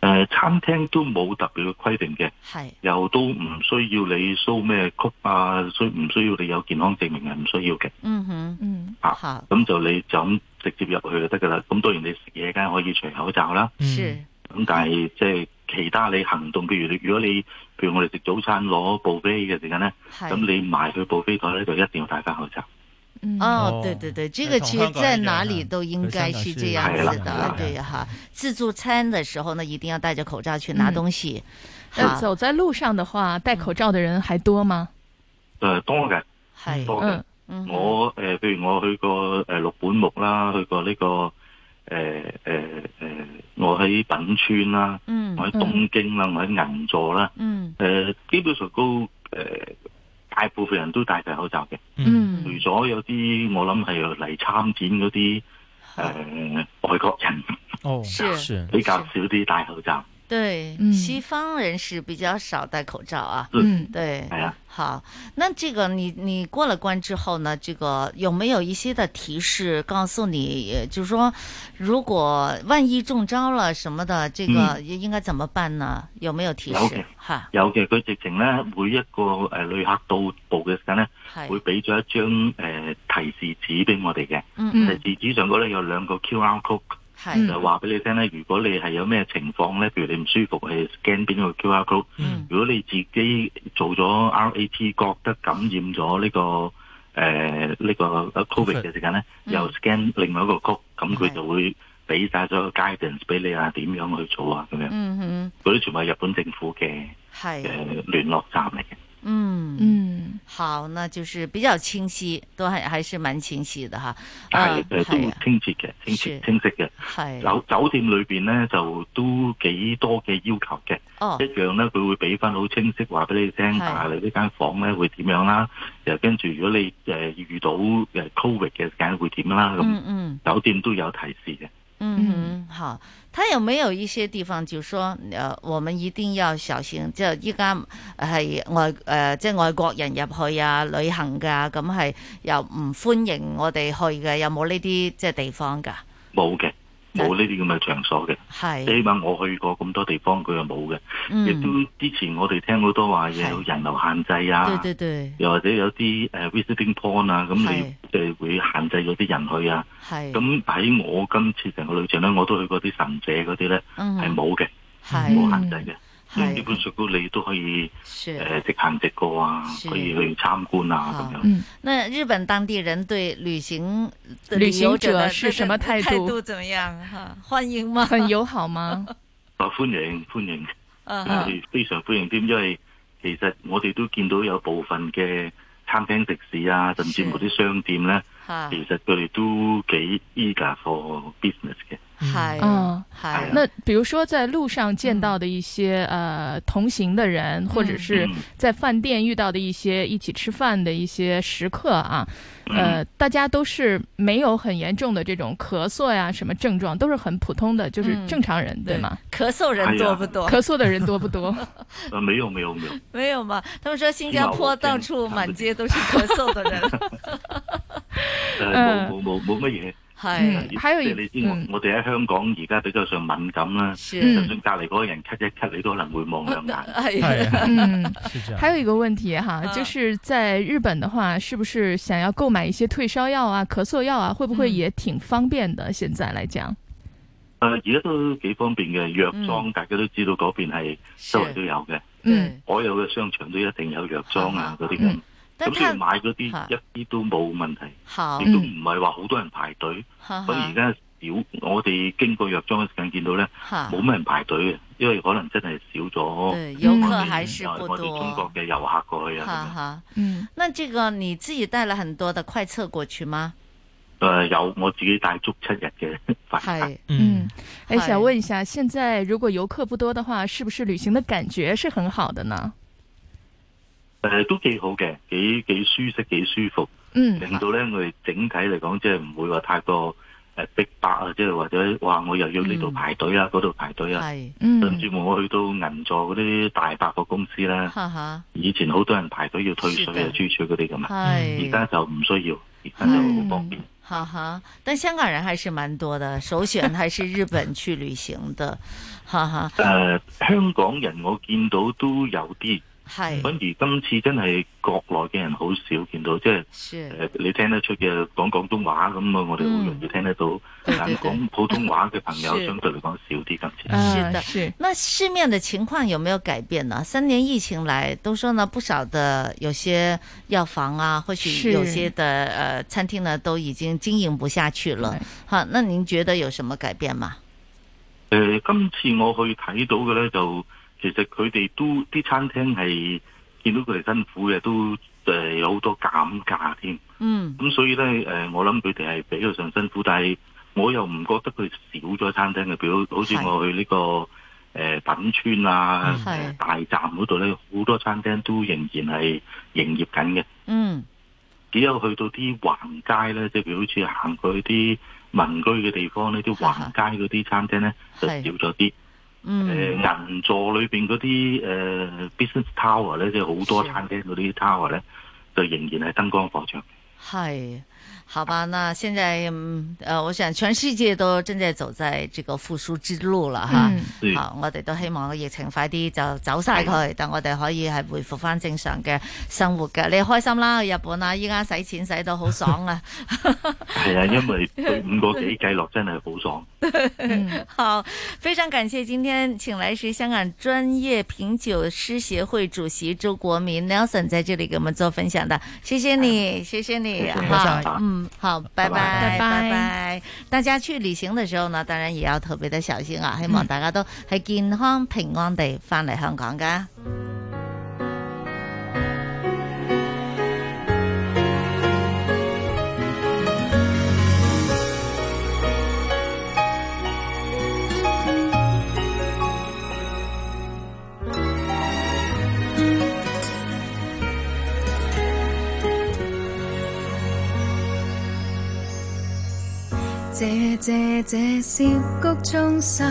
Speaker 3: 誒、呃餐廳都冇特別嘅規定嘅，
Speaker 8: 係
Speaker 3: 又都唔需要你 show 咩曲啊，需唔需要你有健康證明係唔需要嘅。
Speaker 8: 嗯哼，嗯，
Speaker 3: 啊
Speaker 8: 好，
Speaker 3: 咁就你就咁直接入去就得噶啦。咁當然你食嘢梗係可以除口罩啦。
Speaker 8: 是，
Speaker 3: 咁但係即係其他你行動，譬如你如果你譬如我哋食早餐攞布飛嘅時間咧，
Speaker 8: 係
Speaker 3: 咁你埋去布飛台咧就一定要戴翻口罩。嗯
Speaker 8: 哦，对对对，这个其实在哪里都应该是这样
Speaker 3: 和
Speaker 8: 子
Speaker 3: 香港是一
Speaker 8: 的
Speaker 3: 样，的
Speaker 8: 对呀哈。自助餐的时候呢，一定要戴着口罩去
Speaker 3: 嗯
Speaker 8: 拿东西。
Speaker 9: 呃，
Speaker 8: 好，
Speaker 9: 走在路上的话，戴口罩的人还多吗？
Speaker 3: 誒多嘅，
Speaker 8: 係
Speaker 3: 多嘅
Speaker 9: 嗯。嗯
Speaker 3: 我誒、呃譬如我去過誒六本木啦，去過呢、個誒誒誒，我喺品川啦，
Speaker 8: 嗯
Speaker 3: 我喺東京啦，我喺銀座啦，誒、
Speaker 8: 嗯
Speaker 3: 基本上都誒、呃大部分人都戴晒口罩嘅，
Speaker 8: 嗯
Speaker 3: 除咗有啲我諗係嚟參展嗰啲誒外國人
Speaker 10: 哦
Speaker 8: 是是
Speaker 3: 比較少啲戴口罩，
Speaker 8: 对，西方人士比较少戴口罩啊。
Speaker 3: 嗯
Speaker 8: 对，
Speaker 3: 係啊。
Speaker 8: 好，那这个你你过了关之后呢，这个有没有一些的提示告诉你，呃就是说，如果万一中招了什么的，这个
Speaker 3: 嗯
Speaker 8: 应该怎么办呢？有没有提
Speaker 3: 有嘅
Speaker 8: 示？哈，
Speaker 3: 有嘅，佢直情咧每一個誒、呃旅客到步嘅時間咧，
Speaker 8: 係
Speaker 3: 會俾咗一張誒、呃提示紙俾我哋嘅。
Speaker 8: 嗯嗯
Speaker 3: 提示紙上嗰咧有兩個 QR code，
Speaker 8: 係
Speaker 3: 就話俾你聽咧，如果你係有咩情況咧，譬如你唔舒服，係 scan 邊個 QR code。如
Speaker 8: 嗯
Speaker 3: 果你自己做咗 RAT，覺得感染咗呢、個誒呢、個呃 COVID 嘅時間咧，
Speaker 8: 嗯
Speaker 3: 又 scan 另外一個 code，咁佢就會俾晒所有 guidance 俾你啊，點樣去做啊咁樣。
Speaker 8: 嗯
Speaker 3: 嗰啲全部係日本政府嘅。
Speaker 8: 哼，系。
Speaker 3: 誒聯絡站嚟嘅。
Speaker 8: 嗯嗯，好，那就是比较清晰，都还还是蛮清晰的哈。啊
Speaker 3: 係誒都
Speaker 8: 係啊
Speaker 3: 清晰嘅，清晰
Speaker 8: 是
Speaker 3: 清晰嘅。
Speaker 8: 係
Speaker 3: 酒酒店裏邊咧就都幾多嘅要求嘅，
Speaker 8: 哦
Speaker 3: 一樣咧佢會俾翻好清晰話俾你聽，
Speaker 8: 係
Speaker 3: 啊你呢間房咧會點樣啦，又跟住如果呃你誒、遇到誒 covid 嘅時間會點啦，咁、
Speaker 8: 嗯嗯
Speaker 3: 酒店都有提示嘅。
Speaker 8: 嗯哼，好。它有沒有一些地方就說，呃，我們一定要小心，即係依家係外誒、呃，即係外國人入去啊，旅行㗎，咁係又唔歡迎我哋去嘅，有冇呢啲即係地方㗎？
Speaker 3: 冇嘅，冇呢啲咁嘅場所嘅。
Speaker 8: 係
Speaker 3: 起碼我去過咁多地方，佢又冇嘅。
Speaker 8: 嗯
Speaker 3: 亦都之前我哋聽好多話有人流限制
Speaker 8: 對
Speaker 3: 啊，
Speaker 8: 對對，
Speaker 3: 又或者有啲誒 visiting point 啊，咁
Speaker 8: 係
Speaker 3: 你即係會限制咗啲人去啊。
Speaker 8: 係
Speaker 3: 咁喺我今次成個旅程咧，我都去過啲神社嗰啲咧，
Speaker 8: 嗯
Speaker 3: 係冇嘅，
Speaker 8: 係
Speaker 3: 冇限制嘅。所以
Speaker 8: 係
Speaker 3: 基本上都你都可以
Speaker 8: 是。
Speaker 3: 誒直行直過啊，
Speaker 8: 是
Speaker 3: 可以去參觀啊咁樣。
Speaker 8: 嗯那日本當地人對旅行
Speaker 9: 旅行
Speaker 8: 游的
Speaker 9: 者是什么
Speaker 8: 态
Speaker 9: 态度
Speaker 8: 度怎么样？哈，歡啊迎嗎？
Speaker 9: 很友好 嗎？
Speaker 3: 啊，歡迎歡迎，
Speaker 8: 啊
Speaker 3: 佢哋非常歡迎添，因為其實我哋都見到有部分嘅餐廳食肆啊，甚至乎啲商店咧，
Speaker 8: 嚇
Speaker 3: 其實佢哋都幾 eager for business 嘅。
Speaker 8: 係
Speaker 9: 嗯，
Speaker 8: 係
Speaker 9: 那比如说在路上见到的一些
Speaker 8: 嗯
Speaker 9: 呃同行的人，或者是在饭店遇到的一些一起吃饭的一些食客啊，呃，大家都是没有很严重的这种咳嗽呀什么症状，都是很普通的，就是
Speaker 8: 嗯
Speaker 9: 正常人，对吗？
Speaker 8: 咳嗽人多不多？
Speaker 9: 咳嗽的人多不多？
Speaker 3: 啊，沒有沒有沒有，
Speaker 8: 没有嘛？他们说新加坡到处满街都是咳嗽的人，
Speaker 3: 誒
Speaker 9: 嗯
Speaker 3: 呃冇冇冇冇乜嘢。呃
Speaker 8: 係
Speaker 3: 即
Speaker 9: 還有
Speaker 3: 係你知我
Speaker 9: 嗯
Speaker 3: 我哋喺香港而家比較上敏感啦，
Speaker 8: 是
Speaker 3: 就算隔離嗰個人咳一咳，你都可能會望
Speaker 9: 哦
Speaker 3: 兩眼。
Speaker 8: 係
Speaker 3: 啊
Speaker 9: 哎嗯
Speaker 3: 是這，樣
Speaker 9: 还有一个问题哈，
Speaker 8: 嗯
Speaker 9: 就是在日本的话，是不是想要购买一些退烧药啊、咳嗽药啊，会不
Speaker 8: 嗯
Speaker 9: 会也挺方便的？现在来讲，
Speaker 3: 誒呃而家都幾方便嘅，藥妝大家都知道嗰邊係周圍都有嘅，
Speaker 9: 嗯，
Speaker 3: 所有嘅商場都一定有藥妝啊嗰啲咁。
Speaker 8: 但
Speaker 3: 咁所以
Speaker 8: 看
Speaker 3: 買嗰啲一啲都冇問題，
Speaker 9: 哦
Speaker 8: 好
Speaker 3: 亦都唔係話好多人排隊。
Speaker 9: 嗯
Speaker 8: 哈
Speaker 3: 咁
Speaker 8: 哈
Speaker 3: 而，家少，我哋經過藥妝嘅時間見到咧，
Speaker 8: 嚇
Speaker 3: 冇乜人排隊嘅，因為可能真係少
Speaker 8: 啊對
Speaker 3: 咗嗯
Speaker 8: 遊
Speaker 9: 嗯
Speaker 8: 客
Speaker 3: 我哋
Speaker 8: 還是不多
Speaker 3: 我哋中國嘅遊客過去
Speaker 8: 哈
Speaker 3: 啊。
Speaker 8: 哈，
Speaker 9: 嗯，
Speaker 8: 那这个你自己帶了很多的快測過去嗎？
Speaker 3: 誒、有我自己帶足七日嘅快測，
Speaker 9: 嗯，哎，
Speaker 8: 嗨
Speaker 9: 想问一下，现在如果游客不多的话，是不是旅行的感觉是很好的呢？
Speaker 3: 誒都幾好嘅，幾幾舒適，幾舒服。
Speaker 9: 嗯
Speaker 3: 令到咧我哋整體嚟講，即係唔會話太過誒逼迫啊，即係或者話我又要呢度排隊啊，嗰度排隊啊。
Speaker 8: 嗯係
Speaker 9: 嗯
Speaker 3: 甚至乎我去到銀座嗰啲大百貨公司咧，
Speaker 8: 哈哈，
Speaker 3: 以前好多人排隊要退
Speaker 8: 是
Speaker 3: 税
Speaker 8: 的
Speaker 3: 啊、注水嗰啲咁啊，
Speaker 8: 係
Speaker 3: 而家就唔需要，而家就好方便。
Speaker 8: 哈哈，但香港人還是蠻多的，首選還是日本去旅行的，哈哈，
Speaker 3: 誒、呃香港人我見到都有啲，
Speaker 8: 係
Speaker 3: 反而今次真係國內嘅人好少見到，即係
Speaker 8: 是，嗯
Speaker 3: 誒你聽得出嘅講廣東話咁啊，我哋好容易聽得到，但講普通話嘅朋友
Speaker 8: 是嗯
Speaker 3: 相對嚟講少啲今次。
Speaker 8: 是的，是。那市面的情況有沒有改變呢？三年疫情來，都说呢不少的有些药房啊，或许
Speaker 9: 是
Speaker 8: 有些的呃餐厅呢都已经经营不下去了。好，那您觉得有什么改变吗？
Speaker 3: 誒、呃今次我去睇到嘅咧，就其實佢哋都啲餐廳係見到佢哋辛苦嘅，都誒、呃有好多減價添。
Speaker 8: 嗯
Speaker 3: 咁所以咧，誒、我諗佢哋係比較上辛苦，但係我又唔覺得佢少咗餐廳嘅，比如好似
Speaker 8: 係
Speaker 3: 我去呢、個誒、品川啊、
Speaker 8: 係
Speaker 3: 誒大站嗰度咧，好多餐廳都仍然係營業緊嘅。
Speaker 8: 嗯
Speaker 3: 只有去到啲橫街咧，即係譬如好似行過去啲民居嘅地方呢啲橫街嗰啲餐廳咧就
Speaker 8: 係
Speaker 3: 少咗啲。誒、
Speaker 8: 嗯，
Speaker 3: 銀座裏邊嗰啲誒 business tower 咧，即係好多餐廳嗰啲 tower 咧，就仍然係燈光火著。
Speaker 8: 嗨，好吧，那现在嗯呃，我想全世界都正在走在这个复苏之路啦吓。
Speaker 2: 嗯是
Speaker 8: 好，我哋都希望個疫情快啲就走晒佢，但我哋可以係回復翻正常嘅生活嘅。你開心啦，去日本啊，依家使錢使到好爽啊！
Speaker 3: 係啊，因為對五個幾計落真係好爽。
Speaker 8: 好，非常感谢今天请来是香港专业品酒师协会主席周国民 Nelson 在这里给我们做分享的，谢谢你，谢谢你，
Speaker 2: 谢谢
Speaker 8: 好
Speaker 2: 校长，
Speaker 8: 嗯，好，
Speaker 2: 拜
Speaker 8: 拜拜，
Speaker 2: 拜
Speaker 8: 拜拜。大家去旅行的时候呢，当然也要特别的小心
Speaker 9: 嗯
Speaker 8: 啊，希望大家都系健康平安地翻嚟香港噶。
Speaker 2: 謝謝這小谷中心，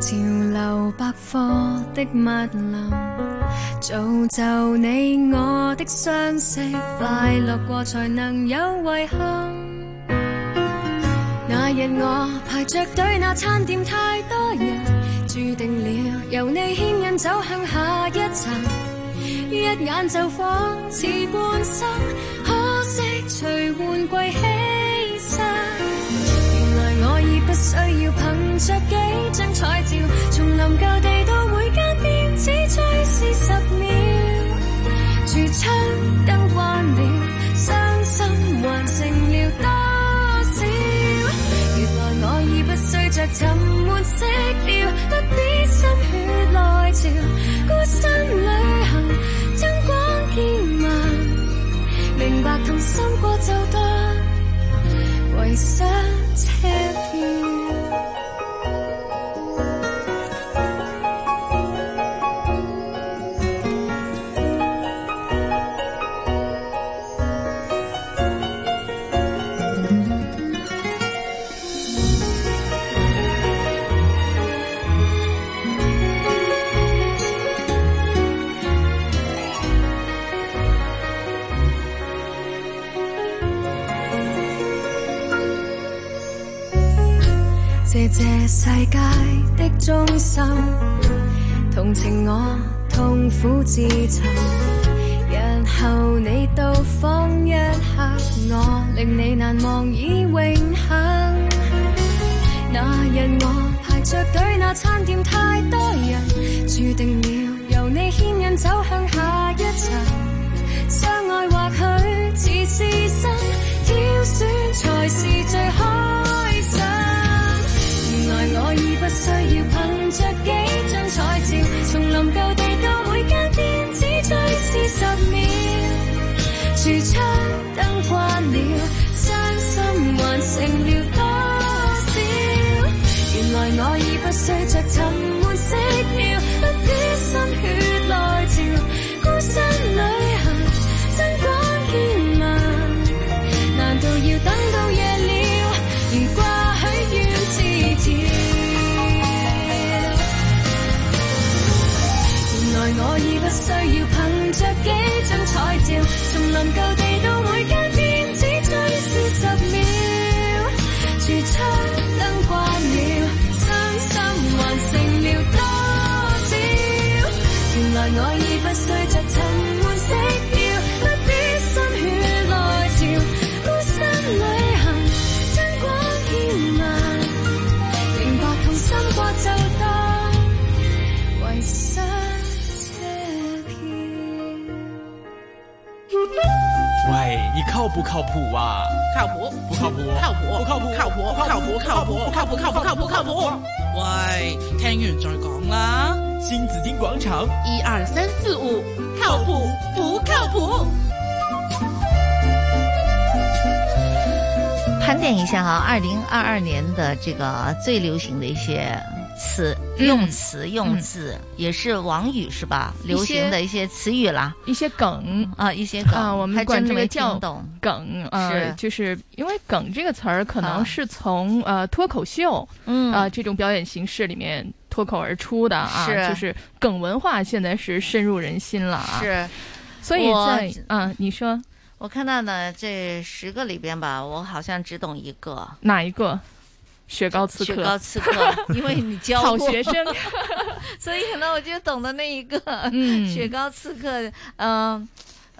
Speaker 2: 潮流百科的密林，造就你我的相識，快樂過才能有遺憾。那日我排着隊，那餐店太多人，注定了由你牽引走向下一層，一眼就仿似半生，可惜隨換季犧牲。我已不需要憑着幾張彩照，從臨舊地到每間店，只追四十秒。櫥窗燈關了，傷心還剩了多少？原來我已不需着沉悶色調，不必心血來潮，孤身旅行，增光見聞，明白痛心過就當為上車票。謝謝世界的中心，同情我痛苦自尋。日後你到訪一刻，我令你難忘已永恆。那日我排着隊，那餐店太多人，注定了由你牽引走向下一層。相愛或許似是生，挑選才是最開心。原來我已不需要憑着幾張彩照，從臨舊地到每間店，只追四十秒。櫥窗燈關了，傷心還剩了多少？原來我已不需着沉悶色調，不必心血來潮，孤身旅行。真光見聞，難道要等到夜了，而掛許願字條？原來我已不需要憑着幾張彩照，從臨舊地到每間店，只追四十秒。櫥窗燈關了，傷心還剩了多少？原來我已不需着襯。色調，不必心血來潮，孤身旅行，真光顯明，明白同心過就當為上車票。
Speaker 4: 喂，你靠不靠譜啊？
Speaker 6: 靠譜，
Speaker 4: 不靠譜，
Speaker 6: 靠譜，
Speaker 4: 不靠譜，
Speaker 6: 靠譜，靠譜，靠譜，靠譜，靠譜，靠譜，靠譜。喂，聽完再講啦。
Speaker 4: 新紫荊廣場，
Speaker 6: 一二三四五，靠譜不靠譜？
Speaker 8: 盤點一下哈，二零二二年的這個最流行的一些詞、用詞、用字，
Speaker 9: 嗯
Speaker 8: 也是網語是吧？流行的一些詞語啦，
Speaker 9: 一些梗
Speaker 8: 啊，一些梗
Speaker 9: 啊，我們管這個叫
Speaker 8: 懂
Speaker 9: 梗啊，就是因為梗這個詞兒可
Speaker 8: 啊
Speaker 9: 能是從呃脫口秀
Speaker 8: 嗯
Speaker 9: 啊這種表演形式裡面。脫口而出的啊，
Speaker 8: 是
Speaker 9: 就是梗文化，現在是深入人心了啊。
Speaker 8: 是，
Speaker 9: 所以在啊，你說，
Speaker 8: 我看到呢這十個裡邊吧，我好像只懂一個。
Speaker 9: 哪一個？雪糕刺客。
Speaker 8: 雪糕刺客，因為你教
Speaker 9: 好學生，
Speaker 8: 所以呢我就懂得那一個。嗯，雪糕刺客，嗯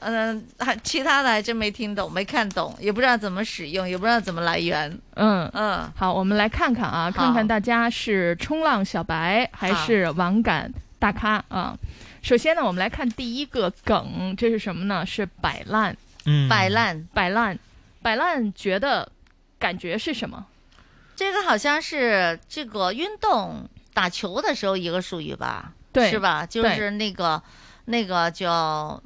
Speaker 8: 嗯，還其他的還真沒聽懂，沒看懂，也不知道怎麼使用，也不知道怎麼來源。
Speaker 9: 嗯嗯，好，我們來看看啊，看看大家是衝浪小白還是網感大咖啊？首先呢，我們來看第一個梗，這是什麼呢？是擺爛，
Speaker 10: 嗯，
Speaker 8: 擺爛，
Speaker 9: 擺爛，擺爛，覺得感覺是什麼？
Speaker 8: 這個好像是這個運動打球的時候一個術語吧？
Speaker 9: 對，
Speaker 8: 是吧？就是那個那個叫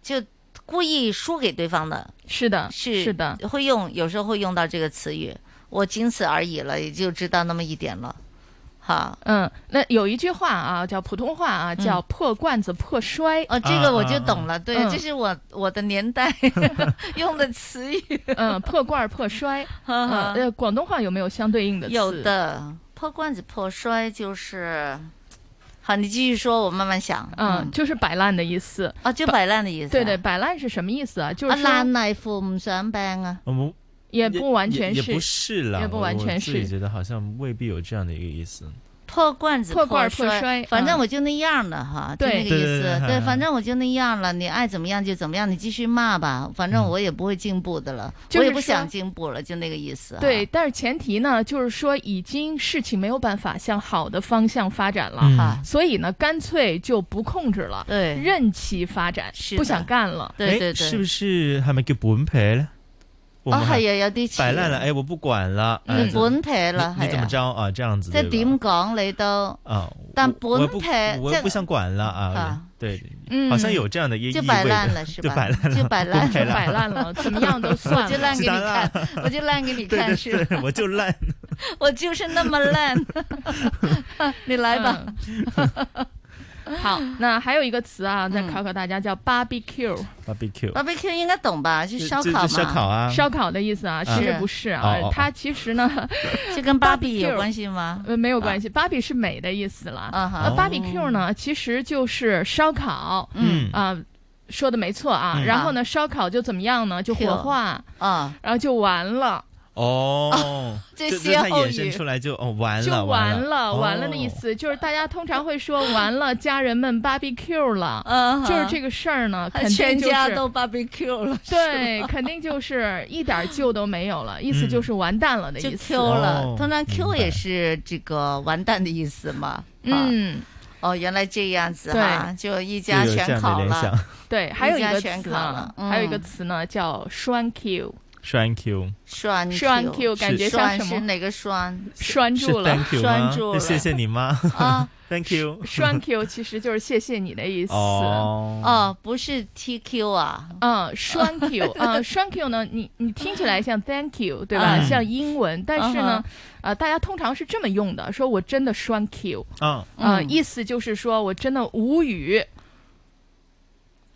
Speaker 8: 就。故意輸給對方的，
Speaker 9: 是的，
Speaker 8: 是
Speaker 9: 是的，
Speaker 8: 會用有時候會用到這個詞語，我僅此而已了，也就知道那麼一點了。好，
Speaker 9: 嗯，那有一句话啊，叫普通话啊，叫破罐子破摔。
Speaker 8: 嗯
Speaker 9: 嗯
Speaker 8: 哦，这个我就懂了，对，这是我我的 年代用的词语。
Speaker 9: 嗯，破罐儿破摔。嗯呃，广东话有没有相对应的词？
Speaker 8: 有的，破罐子破摔就是。好，你继续说，我慢慢想。
Speaker 9: 嗯，就是摆烂的意思
Speaker 8: 啊，就摆烂的意思。
Speaker 9: 对对，摆烂是什么意思啊？就是
Speaker 8: 啊，
Speaker 9: 说
Speaker 8: 烂泥扶唔上壁啊。
Speaker 10: 我们
Speaker 9: 也不完全
Speaker 10: 也
Speaker 9: 是
Speaker 10: 也不是啦，
Speaker 9: 也不完全
Speaker 10: 我我自己
Speaker 9: 是
Speaker 10: 觉得好像未必有这样的一个意思。
Speaker 8: 破罐子
Speaker 9: 破罐儿
Speaker 8: 破
Speaker 9: 破摔
Speaker 8: 反正
Speaker 9: 嗯
Speaker 8: 我就那样了哈，就
Speaker 9: 对
Speaker 8: 那个意
Speaker 10: 对对
Speaker 8: 思。
Speaker 10: 对
Speaker 8: 对，
Speaker 10: 嗯
Speaker 8: 反正我就那样了，你爱怎么样就怎么样，你继续骂吧，反正我也不会进步的了，
Speaker 9: 就是
Speaker 8: 我也不
Speaker 9: 说
Speaker 8: 想进步了，就那个意思。，
Speaker 9: 对，但是前提呢，就是说已经事情没有办法向好的方向发展了，
Speaker 10: 嗯
Speaker 9: 所以呢，干脆就不控制了，
Speaker 8: 对，
Speaker 9: 任其发展，不想干了，
Speaker 10: 哎是不是还没叫本皮呢？我
Speaker 8: 啊
Speaker 10: 们还
Speaker 8: 係啊有啲似
Speaker 10: 摆烂了，哎，我不管了，哎
Speaker 8: 嗯
Speaker 10: 怎
Speaker 8: 本皮了
Speaker 10: 你你
Speaker 8: 係
Speaker 10: 怎
Speaker 8: 啊
Speaker 10: 么着啊？这样子
Speaker 8: 即系
Speaker 10: 对吧
Speaker 8: 点讲你都，
Speaker 10: 啊？
Speaker 8: 但
Speaker 10: 我
Speaker 8: 本
Speaker 10: 不
Speaker 8: 皮
Speaker 10: 我
Speaker 8: 即
Speaker 10: 不想管了啊
Speaker 8: 啊，
Speaker 10: 对
Speaker 8: 嗯，
Speaker 10: 好像有这样的一
Speaker 8: 就
Speaker 10: 意
Speaker 8: 摆
Speaker 10: 味
Speaker 8: 烂
Speaker 10: 的
Speaker 8: 了是
Speaker 10: 就
Speaker 8: 吧
Speaker 10: 摆烂了，
Speaker 8: 就摆烂
Speaker 10: 就
Speaker 8: 就摆烂
Speaker 9: 了怎么样都算
Speaker 8: 我就
Speaker 9: 了
Speaker 8: 烂给你
Speaker 9: 是的啦
Speaker 8: 看，我就烂给你
Speaker 10: 对
Speaker 8: 看，
Speaker 10: 对
Speaker 8: 是
Speaker 10: 对，
Speaker 8: 吧？
Speaker 10: 我 就烂。
Speaker 8: 我就是那 么烂，你来吧。
Speaker 9: 嗯 好，那还有一个词啊，
Speaker 8: 嗯
Speaker 9: 再考考大家叫 barbecue。
Speaker 10: barbecue
Speaker 8: barbecue 应该懂吧？是
Speaker 9: 就
Speaker 8: 烧
Speaker 9: 就
Speaker 8: 烤嘛？
Speaker 10: 就烧烤啊
Speaker 9: 烧烤的意思啊，
Speaker 8: 啊
Speaker 9: 是不是啊
Speaker 10: 哦哦哦？
Speaker 9: 它其实呢，
Speaker 8: 这跟芭比
Speaker 9: barbecue
Speaker 8: 有关系吗？
Speaker 9: 呃，没有关系，芭比是美的意思啦。
Speaker 8: 啊哈
Speaker 9: 呃，barbecue
Speaker 10: 哦
Speaker 9: 呢，其实就是烧烤。
Speaker 8: 嗯
Speaker 9: 啊，说的没错啊。
Speaker 10: 嗯
Speaker 9: 然后呢，烧烤就怎么样呢？就火化
Speaker 8: 啊，
Speaker 9: 然后就完了，
Speaker 10: 哦，
Speaker 9: 这
Speaker 10: 就就
Speaker 9: 歇
Speaker 10: 它
Speaker 9: 后
Speaker 10: 衍生
Speaker 9: 语
Speaker 10: 出来就哦完
Speaker 9: 就
Speaker 10: 了
Speaker 9: 完
Speaker 10: 了
Speaker 9: 完了的意。
Speaker 10: 哦
Speaker 9: 思就是大家通常会说完了，家人们 barbecue 了
Speaker 8: 嗯，哈
Speaker 9: 就是这个事儿呢，肯定
Speaker 8: 全
Speaker 9: 就
Speaker 8: 家
Speaker 9: 是
Speaker 8: 都 barbecue 了，是
Speaker 9: 对，
Speaker 8: 吧
Speaker 9: 肯定就是一点救都没 有了，意思就是完蛋了的
Speaker 8: 嗯就
Speaker 9: 意思。
Speaker 8: Q
Speaker 10: 哦
Speaker 8: 了。通常 Q 也是这个完蛋的意思嘛。
Speaker 9: 嗯
Speaker 8: 啊。哦，原来这样子哈，
Speaker 9: 对
Speaker 8: 就一家
Speaker 10: 就有这
Speaker 8: 全
Speaker 10: 样的
Speaker 8: 烤
Speaker 10: 联想
Speaker 8: 了。
Speaker 9: 对，还有一
Speaker 8: 家
Speaker 9: 个
Speaker 8: 全
Speaker 9: 词
Speaker 8: 烤
Speaker 9: 啊
Speaker 8: 了，嗯
Speaker 9: 还有一个词呢叫栓 Q，
Speaker 10: 栓 Q
Speaker 8: 栓
Speaker 9: 栓 Q，感觉像
Speaker 8: 栓
Speaker 9: 什么
Speaker 8: 是哪个栓？
Speaker 9: 栓
Speaker 10: 是
Speaker 9: 住了，
Speaker 10: thank you
Speaker 8: 拴
Speaker 10: 吗？
Speaker 8: 住
Speaker 10: 是
Speaker 8: 了
Speaker 10: 谢谢你妈
Speaker 8: 啊
Speaker 10: ，thank you
Speaker 9: 栓 Q 其实就是谢谢你的意思。
Speaker 10: 哦
Speaker 8: 哦，不是 TQ 啊。
Speaker 9: 嗯，栓 Q，嗯，栓 Q 呢，你你听起来像 Thank you，对吧？
Speaker 8: 嗯
Speaker 9: 像英文，但是
Speaker 8: 嗯
Speaker 9: 呢
Speaker 8: 哼，
Speaker 9: 呃，大家通常是这么用的，说我真的栓 Q，
Speaker 8: 嗯
Speaker 10: 啊
Speaker 9: 呃，意思就是说我真的无语，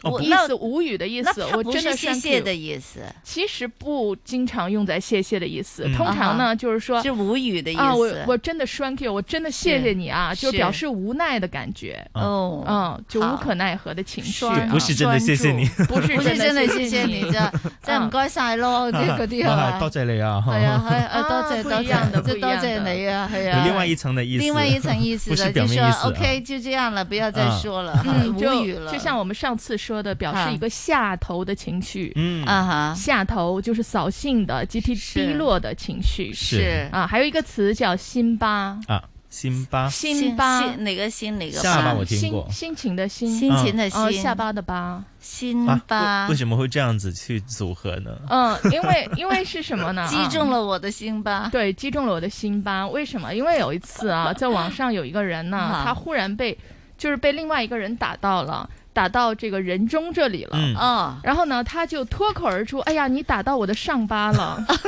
Speaker 8: 我
Speaker 9: 意
Speaker 8: 那
Speaker 9: 思无语的意
Speaker 8: 那
Speaker 9: 思，
Speaker 8: 它
Speaker 9: 我
Speaker 8: 不
Speaker 9: 真的
Speaker 8: 是谢
Speaker 9: 栓 Q
Speaker 8: 谢的意思，
Speaker 9: 其实不经常用在谢谢的意思，
Speaker 8: 嗯
Speaker 9: 通常
Speaker 8: 啊
Speaker 9: 呢
Speaker 8: 哈
Speaker 9: 就是说
Speaker 8: 是无语的意思
Speaker 9: 啊，我我真的 thank you，我真的谢谢你啊，
Speaker 8: 是
Speaker 9: 就表示无奈的感觉。
Speaker 8: 哦
Speaker 9: 嗯，就
Speaker 8: 好
Speaker 9: 无可奈何的情绪啊，
Speaker 8: 栓
Speaker 10: 不是真的谢谢你栓
Speaker 9: 不是
Speaker 8: 不是真
Speaker 9: 的
Speaker 8: 係謝謝你 啫，即係唔該晒咯，即係嗰啲係
Speaker 10: 哇
Speaker 8: 嘛
Speaker 10: 多？谢你啊，
Speaker 8: 係啊，係啊，多
Speaker 9: 啊
Speaker 8: 謝
Speaker 9: 不
Speaker 8: 多
Speaker 9: 一樣的
Speaker 8: 謝，即
Speaker 9: 不
Speaker 8: 係
Speaker 9: 一
Speaker 8: 多
Speaker 9: 樣
Speaker 8: 謝你啊，係
Speaker 10: 有
Speaker 8: 啊。
Speaker 10: 另外一层的意思，
Speaker 8: 另外一层意思
Speaker 10: 不是
Speaker 8: 了，
Speaker 10: 表
Speaker 8: 就
Speaker 10: 面
Speaker 8: 说
Speaker 10: 意思啊
Speaker 8: OK，就这样了，不要再
Speaker 10: 啊
Speaker 8: 说了，
Speaker 9: 嗯，
Speaker 8: 无
Speaker 9: 就
Speaker 8: 语了。
Speaker 9: 就像我们上次说的，表
Speaker 8: 啊
Speaker 9: 示一个下头的情绪。
Speaker 10: 嗯
Speaker 8: 啊哈
Speaker 9: 下头就是扫兴的、极其低落的情绪。
Speaker 10: 是是
Speaker 9: 啊，还有一个词叫辛巴。
Speaker 10: 啊，辛巴
Speaker 9: 辛巴
Speaker 8: 心哪个心哪个
Speaker 10: 下巴
Speaker 8: 巴？
Speaker 10: 我听过嗯
Speaker 9: 心心情的心，
Speaker 8: 心情的
Speaker 9: 哦
Speaker 8: 心
Speaker 9: 下巴的巴，
Speaker 8: 心
Speaker 10: 啊
Speaker 8: 巴
Speaker 10: 为为。什么会这样子去组合呢？
Speaker 9: 嗯，因为因为是什么呢？ 啊
Speaker 8: 击中了我的心吧。
Speaker 9: 对，击中了我的心吧。为什么？因为有一次啊，在网上有一个人呢、
Speaker 8: 啊
Speaker 9: 他忽然被就是被另外一个人打到了，打到这个人中这里了。
Speaker 10: 嗯
Speaker 8: 啊
Speaker 9: 然后呢，他就脱口而出：“哎呀，你打到我的上巴了。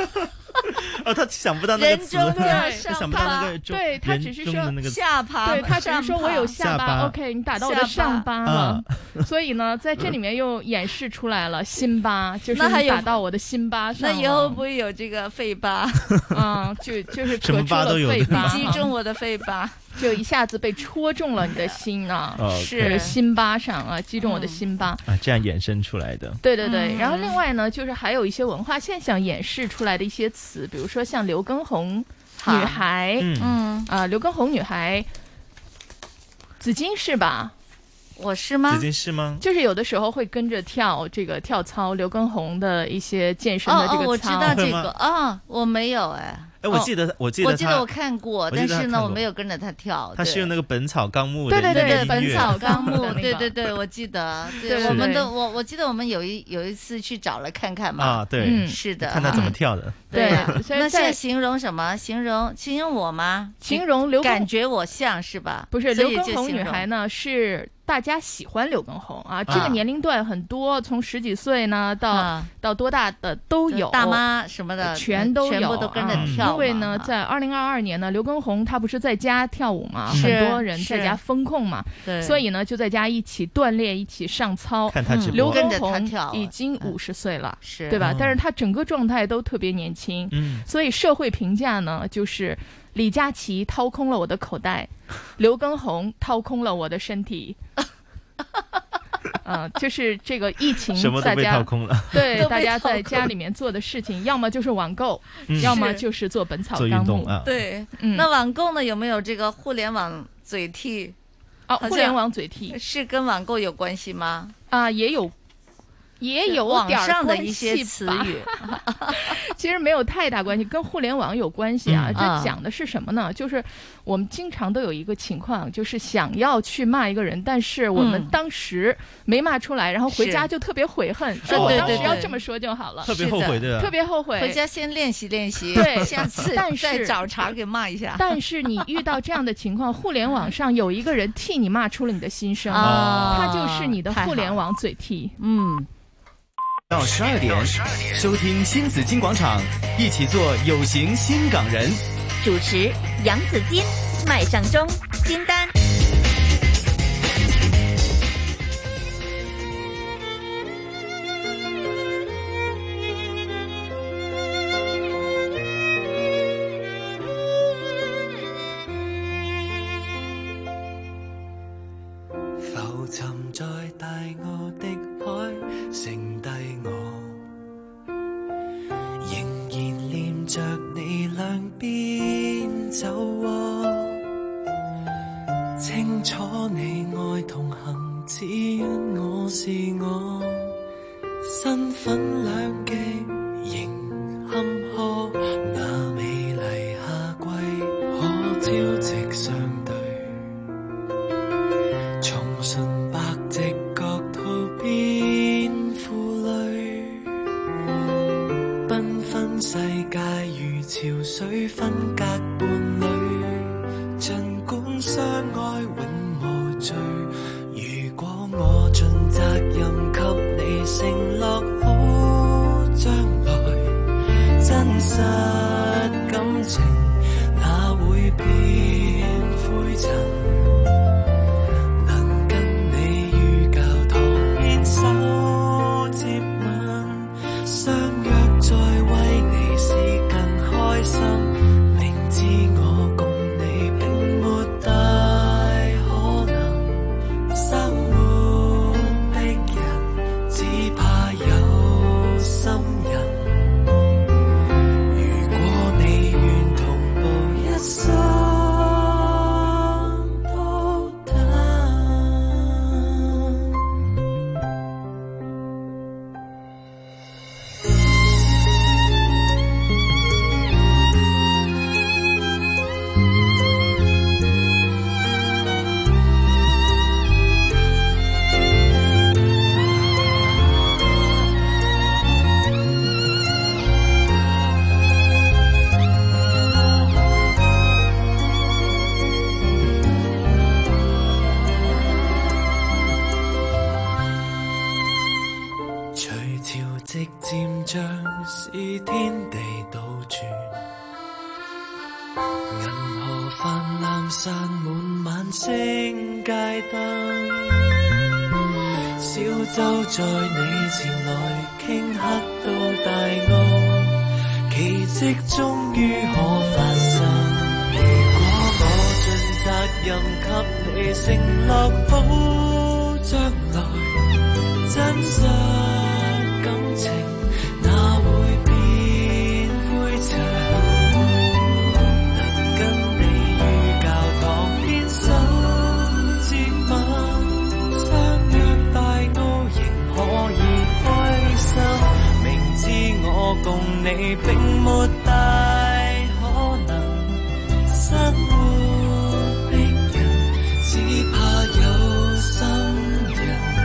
Speaker 10: 哦，他想不到那个词，
Speaker 9: 人中的
Speaker 10: 他想不到那
Speaker 9: 上
Speaker 10: 个
Speaker 9: 巴
Speaker 10: 中
Speaker 9: 对他
Speaker 10: 人
Speaker 9: 只是
Speaker 10: 中
Speaker 9: 说
Speaker 10: 的那个词
Speaker 8: 下巴，
Speaker 9: 对他只是说我有
Speaker 10: 下
Speaker 9: 巴
Speaker 10: 巴啊
Speaker 9: o k 你打到我的
Speaker 8: 下巴
Speaker 9: 上巴了。所以呢，在这里面又演示出来了心巴，就是
Speaker 8: 那还
Speaker 9: 你
Speaker 8: 有
Speaker 9: 打到我的心巴上
Speaker 8: 那
Speaker 9: 了。
Speaker 8: 以后不会有这个肺巴，
Speaker 9: 嗯，就就是
Speaker 10: 什么
Speaker 9: 戳出
Speaker 10: 巴
Speaker 9: 了
Speaker 10: 都有
Speaker 9: 肺
Speaker 10: 的
Speaker 9: 巴，
Speaker 8: 击中我的肺巴。
Speaker 9: 就一下子被戳中了你的心啊，
Speaker 10: 哦 OK
Speaker 9: 是心巴上啊，击
Speaker 8: 嗯
Speaker 9: 中我的心巴。
Speaker 10: 啊，这样衍生出来的。
Speaker 9: 对对
Speaker 12: 嗯
Speaker 9: 对，然后另外呢，就是还有一些文化现象演示出来的一些词，比如说像刘畊宏女孩，
Speaker 10: 嗯
Speaker 8: 嗯
Speaker 9: 啊，刘畊宏女孩，紫金是吧？
Speaker 8: 我是吗
Speaker 10: 紫金是吗？
Speaker 9: 就是有的时候会跟着跳这个跳操，刘畊宏的一些健身
Speaker 8: 哦
Speaker 9: 的这
Speaker 8: 哦，我
Speaker 9: 个
Speaker 8: 知
Speaker 9: 操，
Speaker 8: 道这
Speaker 10: 会吗
Speaker 8: 个啊，我没有哎。
Speaker 10: 哎，
Speaker 9: 哦
Speaker 10: 我记得，我记
Speaker 8: 我
Speaker 10: 得，
Speaker 8: 记得我看过，
Speaker 10: 我记
Speaker 8: 但
Speaker 10: 得他
Speaker 8: 是呢，
Speaker 10: 看
Speaker 8: 我
Speaker 10: 过
Speaker 8: 没有跟着他跳。
Speaker 10: 他是用那个《本草纲目》
Speaker 9: 对
Speaker 10: 的
Speaker 9: 对对
Speaker 10: 那个
Speaker 9: 对
Speaker 10: 音
Speaker 9: 本
Speaker 10: 乐
Speaker 9: 草
Speaker 8: 《纲目
Speaker 9: 的那》个
Speaker 8: 对对对，我记得，
Speaker 9: 对
Speaker 8: 对，
Speaker 9: 对
Speaker 8: 我们
Speaker 9: 对
Speaker 8: 都我我记得我们有一有一次去找来看看嘛，
Speaker 10: 啊，
Speaker 9: 嗯
Speaker 10: 对，
Speaker 8: 是的，
Speaker 10: 看他怎么
Speaker 8: 啊，
Speaker 10: 跳 的。
Speaker 8: 对 啊，
Speaker 9: 所以
Speaker 8: 那
Speaker 9: 在
Speaker 8: 现在形容什么？形容形容我吗？
Speaker 9: 形容刘畊
Speaker 8: 感觉我像是吧？
Speaker 9: 不是
Speaker 8: 所
Speaker 9: 刘
Speaker 8: 以就
Speaker 9: 畊宏
Speaker 8: 形
Speaker 9: 女
Speaker 8: 容
Speaker 9: 孩呢，是大家喜欢刘畊宏啊，这
Speaker 8: 啊
Speaker 9: 个年龄段很多，从十几岁呢到、到多大的都有，
Speaker 8: 大妈什么的
Speaker 9: 全都有啊，
Speaker 8: 全部都跟着跳
Speaker 9: 因为呢，在二零二二年呢，刘畊宏他不是在家跳舞嘛，
Speaker 8: 是
Speaker 9: 很多人在
Speaker 8: 是
Speaker 9: 家风控嘛
Speaker 8: 对，
Speaker 9: 所以呢就在家一起锻炼，一起上操。
Speaker 8: 看他直播
Speaker 9: 刘
Speaker 8: 跟
Speaker 9: 畊
Speaker 8: 着他
Speaker 9: 宏
Speaker 8: 跳啊嗯
Speaker 9: 已经五十岁了，
Speaker 8: 是
Speaker 9: 对吧
Speaker 8: 嗯？
Speaker 9: 但是他整个状态都特别年轻，
Speaker 8: 嗯
Speaker 9: 所以社会评价呢就是。李佳琦掏空了我的口袋，刘畊宏掏空了我的身体。嗯，就是这个疫情，
Speaker 10: 什么都
Speaker 9: 大
Speaker 10: 被
Speaker 9: 家
Speaker 10: 掏空了
Speaker 9: 对，
Speaker 10: 都被
Speaker 9: 大家
Speaker 10: 掏
Speaker 9: 在
Speaker 10: 空
Speaker 9: 家里面做的事情，要么就是网购
Speaker 10: 嗯，
Speaker 9: 要么
Speaker 10: 是
Speaker 9: 就是做《本草
Speaker 10: 做运
Speaker 9: 纲
Speaker 10: 动
Speaker 9: 目
Speaker 10: 啊》。
Speaker 8: 对，
Speaker 9: 嗯
Speaker 8: 那网购呢有没有这个互联网嘴替？
Speaker 9: 啊，
Speaker 8: 好像
Speaker 9: 互联网嘴替
Speaker 8: 是跟网购有关系吗？
Speaker 9: 啊，也有。也有
Speaker 8: 网
Speaker 9: 点儿
Speaker 8: 上的
Speaker 9: 关
Speaker 8: 一些
Speaker 9: 系
Speaker 8: 词
Speaker 9: 吧
Speaker 8: 语，
Speaker 9: 其实没有太大关系，跟互联网有关系啊。
Speaker 8: 嗯啊
Speaker 9: 这讲的是什么呢？就是我们经常都有一个情况，就是想要去骂一个人，但是我们
Speaker 8: 嗯
Speaker 9: 当时没骂出来，然后回
Speaker 8: 是
Speaker 9: 家就特别悔恨，
Speaker 8: 哦
Speaker 9: 说我
Speaker 8: 对
Speaker 9: 当
Speaker 8: 对
Speaker 9: 时要
Speaker 8: 对
Speaker 9: 这么说就好了，
Speaker 10: 特别后悔对吧
Speaker 9: 特别后悔，
Speaker 8: 回家先练习练习，
Speaker 9: 对
Speaker 8: 下次
Speaker 9: 但是
Speaker 8: 再找茬给骂一下。
Speaker 9: 但是你遇到这样的情况，互联网上有一个人替你骂出了你的心声，
Speaker 1: 啊
Speaker 9: 他就是你的
Speaker 1: 太好
Speaker 9: 互联网嘴替。
Speaker 8: 嗯，
Speaker 1: 到十二点，收听新紫金广场，一起做有型新港人。
Speaker 14: 主持杨紫金，麦上中，金丹。
Speaker 7: 浮沉在大澳的海，剩低我，仍然念着你兩邊走窩，清楚你愛同行，只因我是我，身份兩極仍坎坷，那美麗夏季可朝夕相對。從純白直覺套變負累，繽紛世界如潮水分隔伴侶，儘管相愛永無罪。如果我盡責任給你承諾好將來，真實感情哪會變灰塵？能跟你於教堂邊手接吻，相約再為你是更開心。明知我共你並沒大可能，生活逼人，只怕有心人。如果你願同步一生都得。隨潮汐漸漲，是天地倒轉。銀河泛濫散滿晚星街燈，小舟載你前來，頃刻到大澳，奇蹟終於可發生。如果我盡責任給你承諾好將來。真實感情哪會變灰塵？能跟你於教堂邊手接吻，相約大澳仍可以開心。明知我共你並沒大可能，生活逼人，只怕有心人。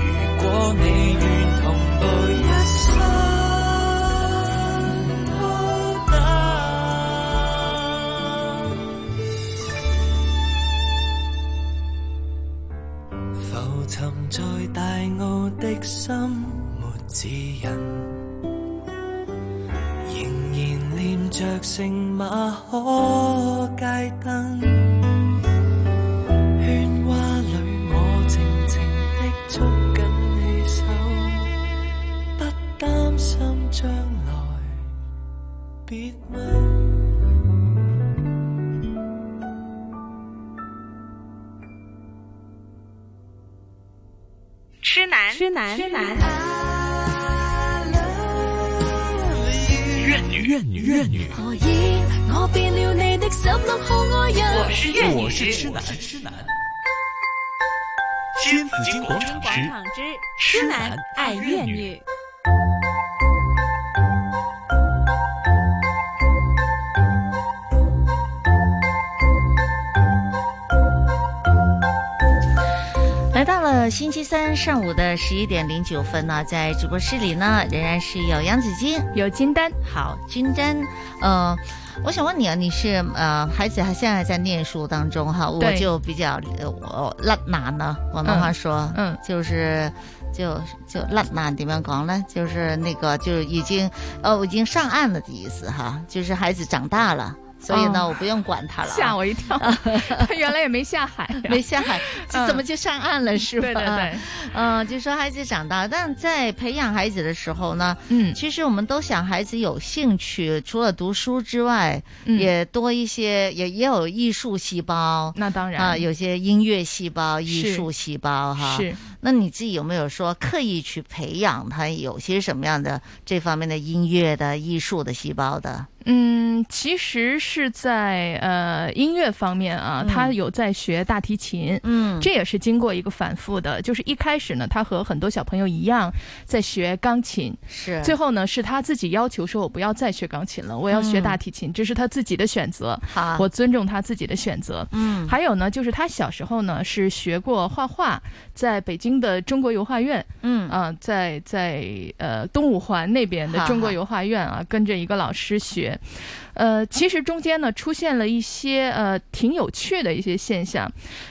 Speaker 7: 如果你願同步一生都得，没指引，仍然念着圣马可街灯。喧哗里，我静静的捉紧你手，不担心将来，别问。
Speaker 24: 痴男，痴男，痴男。
Speaker 2: 怨女，怨女，怨女。何以我变了你的十六號愛人？
Speaker 24: 我是怨女，
Speaker 4: 我是痴男，
Speaker 24: 痴男。
Speaker 4: 新紫金广场之
Speaker 24: 广场之痴男爱怨女。
Speaker 8: 来到了星期三上午的十一点零九分呢、啊在直播室里呢，仍然是有杨子金，有金丹。好，金丹，呃，我想问你啊，你是呃，孩子还现在还在念书当中哈，我
Speaker 9: 对
Speaker 8: 就比较呃我烂男呢，广东话说，嗯，就是。就就烂男怎么样讲呢？就是那个就是已经呃我已经上岸了的意思哈，就是孩子长大了，所以呢、
Speaker 9: 哦
Speaker 8: 我不用管他了啊。
Speaker 9: 吓我一 跳，他原来也没下海啊呀，
Speaker 8: 没下海，这怎么就上岸了、是吧？
Speaker 9: 嗯对对对，
Speaker 8: 嗯、就说孩子长大，但在培养孩子的时候呢，
Speaker 9: 嗯，
Speaker 8: 其实我们都想孩子有兴趣，除了读书之外，
Speaker 9: 嗯
Speaker 8: 也多一些，也也有艺术细胞，
Speaker 9: 那当然
Speaker 8: 啊、有些音乐细胞、艺
Speaker 9: 是
Speaker 8: 术细胞哈。
Speaker 9: 是，
Speaker 8: 那你自己有没有说刻意去培养他有些什么样的这方面的音乐的、艺术的细胞的？
Speaker 9: 嗯，其实是在呃音乐方面啊，他有在学大提琴，
Speaker 8: 嗯
Speaker 9: 这也是经过一个反复的，就是一开始呢，他和很多小朋友一样在学钢琴，
Speaker 8: 是
Speaker 9: 最后呢是他自己要求说，我不要再学钢琴了，我要学大提琴，这是他自己的选择，
Speaker 8: 嗯好啊
Speaker 9: 我尊重他自己的选择，
Speaker 8: 嗯
Speaker 9: 还有呢，就是他小时候呢是学过画画，在北京的中国油画院，
Speaker 8: 嗯
Speaker 9: 啊、在在呃东五环那边的
Speaker 8: 哈
Speaker 9: 中国
Speaker 8: 哈
Speaker 9: 油画院啊，跟着一个老师学，呃，其实中间呢出现了一些呃挺有趣的一些现象，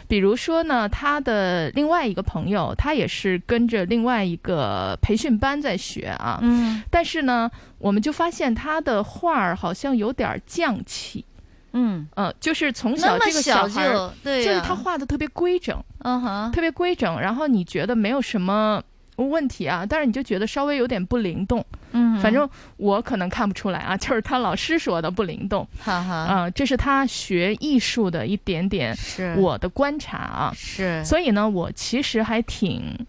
Speaker 9: 比如说呢，他的另外一个朋友，他也是跟着另外一个培训班在学啊，
Speaker 8: 嗯，
Speaker 9: 但是呢，我们就发现他的画儿好像有点儿降气。
Speaker 8: 嗯
Speaker 9: 呃，就是从
Speaker 8: 那
Speaker 9: 小
Speaker 8: 么
Speaker 9: 这个
Speaker 8: 小
Speaker 9: 孩儿
Speaker 8: 就对啊
Speaker 9: 就是
Speaker 8: 呀
Speaker 9: 他画的特别规整，
Speaker 8: 嗯哼，
Speaker 9: 特别规整，然后你觉得没有什么问题啊，但是你就觉得稍微有点不灵动，
Speaker 8: 嗯
Speaker 9: 反正我可能看不出来啊，就是他老师说的不灵动，
Speaker 8: 哈哈
Speaker 9: 啊、这是他学艺术的一点点
Speaker 8: 是
Speaker 9: 我的观察啊，
Speaker 8: 是
Speaker 9: 所以呢，我其实还挺。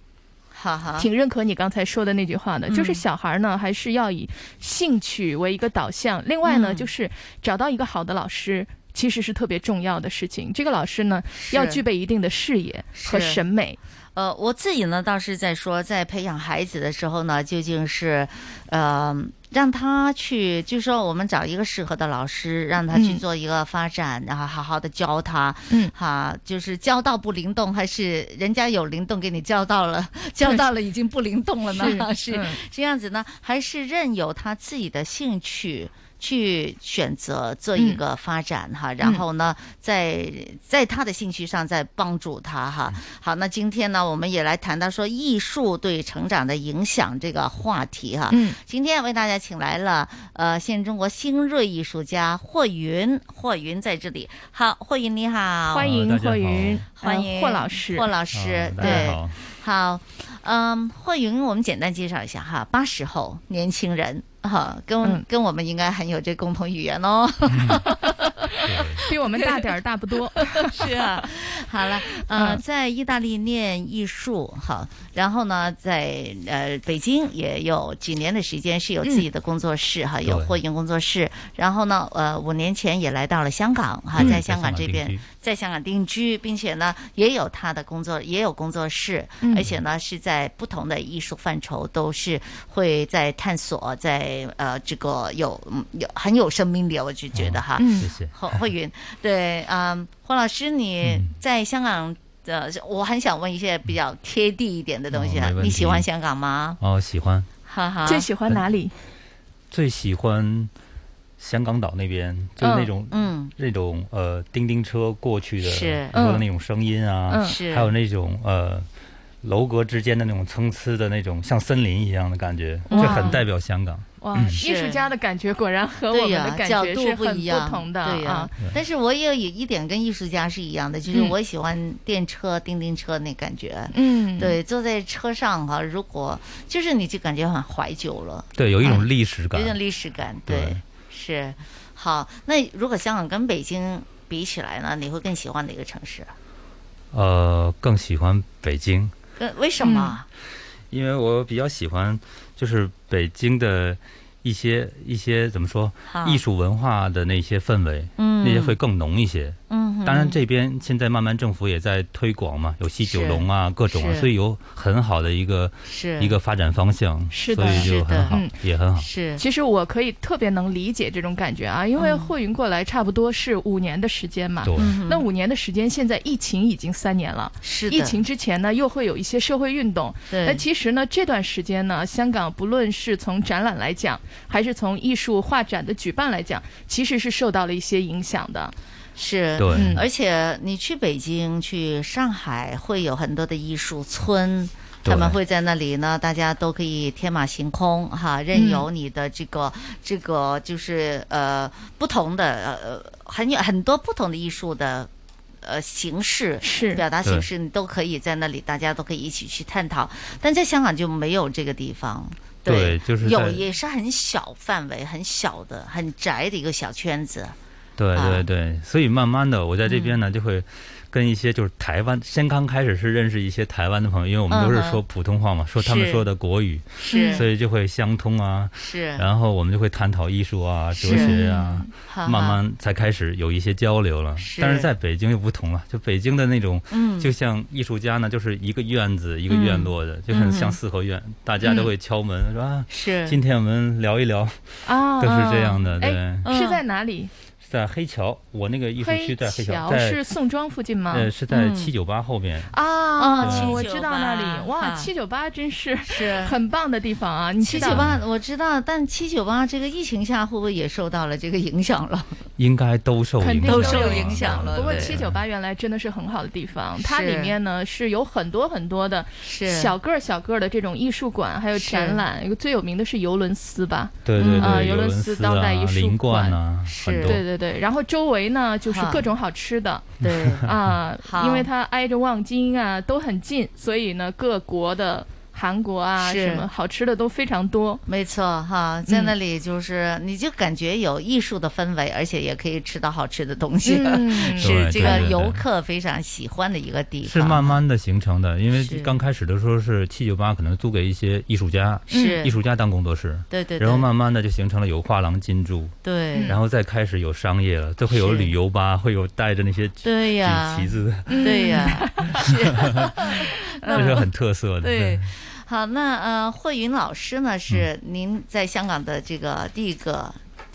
Speaker 8: 哈哈，
Speaker 9: 挺认可你刚才说的那句话的，
Speaker 8: 啊嗯
Speaker 9: 就是小孩呢还是要以兴趣为一个导向。另外呢，
Speaker 8: 嗯
Speaker 9: 就是找到一个好的老师。其实是特别重要的事情。这个老师呢，要具备一定的视野和
Speaker 8: 是
Speaker 9: 审美。
Speaker 8: 呃，我自己呢倒是在说，在培养孩子的时候呢，究竟是，呃，让他去，就说我们找一个适合的老师，让他去
Speaker 9: 嗯
Speaker 8: 做一个发展，然后好好的教他，
Speaker 9: 嗯
Speaker 8: 哈，就是教到不灵动，还是人家有灵动给你教到了， 教到了已经不灵动了呢？
Speaker 9: 是
Speaker 8: 是
Speaker 9: 嗯
Speaker 8: 这样子呢，还是任由他自己的兴趣？去选择做一
Speaker 9: 嗯
Speaker 8: 个发展哈，然后呢，在在他的兴趣上再帮助他哈。
Speaker 9: 嗯
Speaker 8: 好，那今天呢，我们也来谈到说艺术对成长的影响这个话题哈。
Speaker 9: 嗯
Speaker 8: 今天为大家请来了呃，现中国新锐艺术家霍云，霍云在这里。好，霍云你好，
Speaker 9: 欢迎霍云，
Speaker 8: 欢迎
Speaker 9: 呃霍老师，
Speaker 8: 霍老师，
Speaker 9: 啊大家
Speaker 8: 对
Speaker 9: 好，
Speaker 8: 好，嗯，霍云，我们简单介绍一下哈，八十后年轻人。哈，跟、
Speaker 9: 嗯
Speaker 8: 跟我们应该很有这共同语言 哦。
Speaker 9: 比我们大点儿大不多。
Speaker 8: 是啊，好了，呃，
Speaker 9: 嗯
Speaker 8: 在意大利念艺术，好，然后呢，在呃北京也有几年的时间是有自
Speaker 9: 嗯
Speaker 8: 己的工作室哈，有
Speaker 12: 对
Speaker 8: 霍云工作室。然后呢，呃，五年前也来到了香港哈，
Speaker 12: 嗯
Speaker 8: 在
Speaker 12: 在
Speaker 8: 香
Speaker 12: 香
Speaker 8: 港
Speaker 12: 港
Speaker 8: 这
Speaker 12: 定
Speaker 8: 边
Speaker 12: 居，
Speaker 8: 在香港定居，并且呢，也有他的工作，也有工作室，
Speaker 12: 嗯
Speaker 8: 而且呢是在不同的艺术范畴都是会在探索，在呃这个有嗯有很有生命力，我就觉得哈，
Speaker 12: 嗯谢谢
Speaker 8: 霍霍云，对，嗯，霍老师，你在香港的，呃我很想问一些比较贴地一点的东西啊
Speaker 12: 哦没，问
Speaker 8: 你
Speaker 12: 题
Speaker 8: 喜欢香港吗？
Speaker 12: 哦，喜欢，
Speaker 8: 哈哈，
Speaker 9: 最喜欢哪里？
Speaker 12: 最喜欢香港岛那边，就是那种
Speaker 8: 嗯
Speaker 12: 那种呃叮叮车过去的，
Speaker 8: 是嗯
Speaker 12: 然后那种声音啊，
Speaker 8: 嗯是
Speaker 12: 还有那种呃楼阁之间的那种参差的那种，像森林一样的感觉，就
Speaker 9: 哇
Speaker 12: 很代表香港。
Speaker 9: 哇，
Speaker 12: 嗯
Speaker 9: 艺术家的感觉果然和我
Speaker 8: 对
Speaker 9: 们
Speaker 8: 呀、
Speaker 9: 的感
Speaker 8: 角
Speaker 9: 觉
Speaker 8: 度
Speaker 9: 是很
Speaker 8: 一样，
Speaker 9: 同的
Speaker 8: 对呀、
Speaker 9: 啊。
Speaker 8: 但是我也有一点跟艺术家是一样的，就是
Speaker 9: 嗯
Speaker 8: 我喜欢电车、叮叮车那感觉。
Speaker 9: 嗯
Speaker 8: 对，坐在车上哈、如果就是你就感觉很怀旧了，
Speaker 12: 对，有一种历史
Speaker 8: 哎
Speaker 12: 感
Speaker 8: 有。点历史感。对，
Speaker 12: 对
Speaker 8: 是好。那如果香港跟北京比起来呢，你会更喜欢哪个城市？
Speaker 12: 呃，更喜欢北京，
Speaker 8: 呃，为什么？
Speaker 12: 因为我比较喜欢就是北京的一些一些怎么说
Speaker 8: 好
Speaker 12: 艺术文化的那些氛围，
Speaker 8: 嗯
Speaker 12: 那些会更浓一些。
Speaker 8: 嗯哼
Speaker 12: 当然这边现在慢慢政府也在推广嘛，有西九
Speaker 8: 是
Speaker 12: 龙啊，各种啊，
Speaker 8: 是
Speaker 12: 所以有很好的一个
Speaker 8: 是
Speaker 12: 一个发展方向，
Speaker 9: 是
Speaker 12: 所
Speaker 9: 的
Speaker 12: 以
Speaker 9: 是
Speaker 12: 就
Speaker 9: 的
Speaker 12: 很好
Speaker 9: 嗯，
Speaker 12: 也很好。
Speaker 8: 是嗯
Speaker 9: 其实我可以特别能理解这种感觉啊，因为货运过来差不多是五年的时间嘛。
Speaker 12: 对嗯
Speaker 9: 那五年的时间，现在疫情已经三年了。
Speaker 8: 是
Speaker 25: 的
Speaker 9: 疫情之前呢，又会有一些社会运动。
Speaker 25: 对
Speaker 9: 那其实呢，这段时间呢，香港不论是从展览来讲，还是从艺术画展的举办来讲，其实是受到了一些影响的。
Speaker 8: 是，
Speaker 9: 对
Speaker 8: 嗯而且你去北京、去上海，会有很多的艺术村。
Speaker 25: 对
Speaker 8: 他们会在那里呢，大家都可以天马行空哈，任由你的这个、这个就是呃不同的呃呃很有很多不同的艺术的呃形式
Speaker 9: 是
Speaker 8: 表达形
Speaker 25: 对
Speaker 8: 式，你都可以在那里，大家都可以一起去探讨。但在香港就没有这个地方，
Speaker 12: 对就是
Speaker 8: 有
Speaker 12: 在
Speaker 8: 也是很小范围、很小的、很窄的一个小圈子。
Speaker 12: 对
Speaker 8: 啊
Speaker 12: 对对，所以慢慢的，我在这边
Speaker 25: 嗯
Speaker 12: 呢，就会跟一些就是台湾，先刚开始是认识一些台湾的朋友，因为我们都
Speaker 25: 嗯
Speaker 12: 是
Speaker 25: 哼
Speaker 12: 说普通话嘛，说他们
Speaker 25: 是
Speaker 12: 说的国语，
Speaker 25: 是
Speaker 12: 所以就会相通啊，
Speaker 25: 是
Speaker 12: 然后我们就会探讨艺术啊、
Speaker 25: 是
Speaker 12: 哲学啊
Speaker 25: 嗯，好
Speaker 12: 慢慢才开始有一些交流了。
Speaker 25: 是
Speaker 12: 但是在北京又不同了，就北京的那种，
Speaker 25: 嗯
Speaker 12: 就像艺术家呢，就是一个院子一个
Speaker 25: 嗯
Speaker 12: 院落的，就很
Speaker 25: 嗯
Speaker 12: 像四合院，大家都
Speaker 25: 嗯
Speaker 12: 会敲门说啊，
Speaker 8: 是
Speaker 12: 今天我们聊一聊
Speaker 9: 啊，
Speaker 12: 都是这样的，
Speaker 9: 啊
Speaker 12: 对。
Speaker 9: 哎是在哪里？
Speaker 12: 在黑桥，我那个艺术区在黑桥，
Speaker 9: 桥
Speaker 12: 在
Speaker 9: 是宋庄附近吗？
Speaker 12: 呃，是在
Speaker 9: 嗯
Speaker 12: 七九八后面。呃
Speaker 9: 啊，
Speaker 8: 嗯
Speaker 12: 对
Speaker 9: 我知道那
Speaker 8: 798
Speaker 9: 里，哇，
Speaker 8: 啊
Speaker 9: 七九八真是 是很棒的地方啊！你
Speaker 8: 七
Speaker 9: 知
Speaker 8: 九
Speaker 9: 道
Speaker 8: 八我知道，但七九八这个疫情下会不会也受到了这个影响了？
Speaker 9: 嗯
Speaker 12: 应该都受
Speaker 8: 肯
Speaker 12: 影
Speaker 8: 定
Speaker 12: 响，
Speaker 8: 都受影响了
Speaker 9: 不过
Speaker 8: 对
Speaker 9: 七九八原来真的是很好的地方，它
Speaker 8: 是
Speaker 9: 里面呢是有很多很多的
Speaker 8: 是
Speaker 9: 小个儿小个儿的这种艺术馆，还有
Speaker 8: 是
Speaker 9: 展览。一个最有名的是尤伦斯吧？
Speaker 12: 对对
Speaker 9: 啊，
Speaker 12: 对，
Speaker 9: 尤
Speaker 12: 尤
Speaker 9: 伦
Speaker 12: 伦
Speaker 9: 斯
Speaker 12: 斯
Speaker 9: 当代艺
Speaker 12: 啊，
Speaker 9: 术
Speaker 12: 林
Speaker 9: 馆
Speaker 12: 冠啊，很多。
Speaker 9: 对对对，然后周围呢就是
Speaker 8: 哈
Speaker 9: 各种好吃 的，
Speaker 8: 对
Speaker 9: 啊
Speaker 8: 好，
Speaker 9: 因为它挨着望京啊，都很近，所以呢各国的韩国啊
Speaker 8: 是
Speaker 9: 什么好吃的都非常多。
Speaker 8: 没错哈，在那里就是、你就感觉有艺术的氛围，而且也可以吃到好吃的东西，
Speaker 9: 嗯
Speaker 8: 是
Speaker 12: 对
Speaker 8: 这个
Speaker 12: 对对
Speaker 8: 游客非常喜欢的一个地
Speaker 12: 是
Speaker 8: 方。
Speaker 12: 慢慢的形成的，因为
Speaker 8: 是
Speaker 12: 刚开始的时候是七九八，可能租给一些艺术家，
Speaker 8: 是
Speaker 12: 艺术家当工作室，
Speaker 8: 对对对
Speaker 12: 然后慢慢的就形成了有画廊进驻，
Speaker 8: 对
Speaker 12: 然后再开始有商业了，都会有
Speaker 8: 是
Speaker 12: 旅游吧，会有带着那些举
Speaker 8: 对呀
Speaker 12: 旗子的，
Speaker 8: 对呀、 那
Speaker 12: 这是
Speaker 8: 我
Speaker 12: 很特色的。
Speaker 8: 对，好，那呃，霍云老师呢是
Speaker 25: 嗯
Speaker 8: 您在香港的这个第一个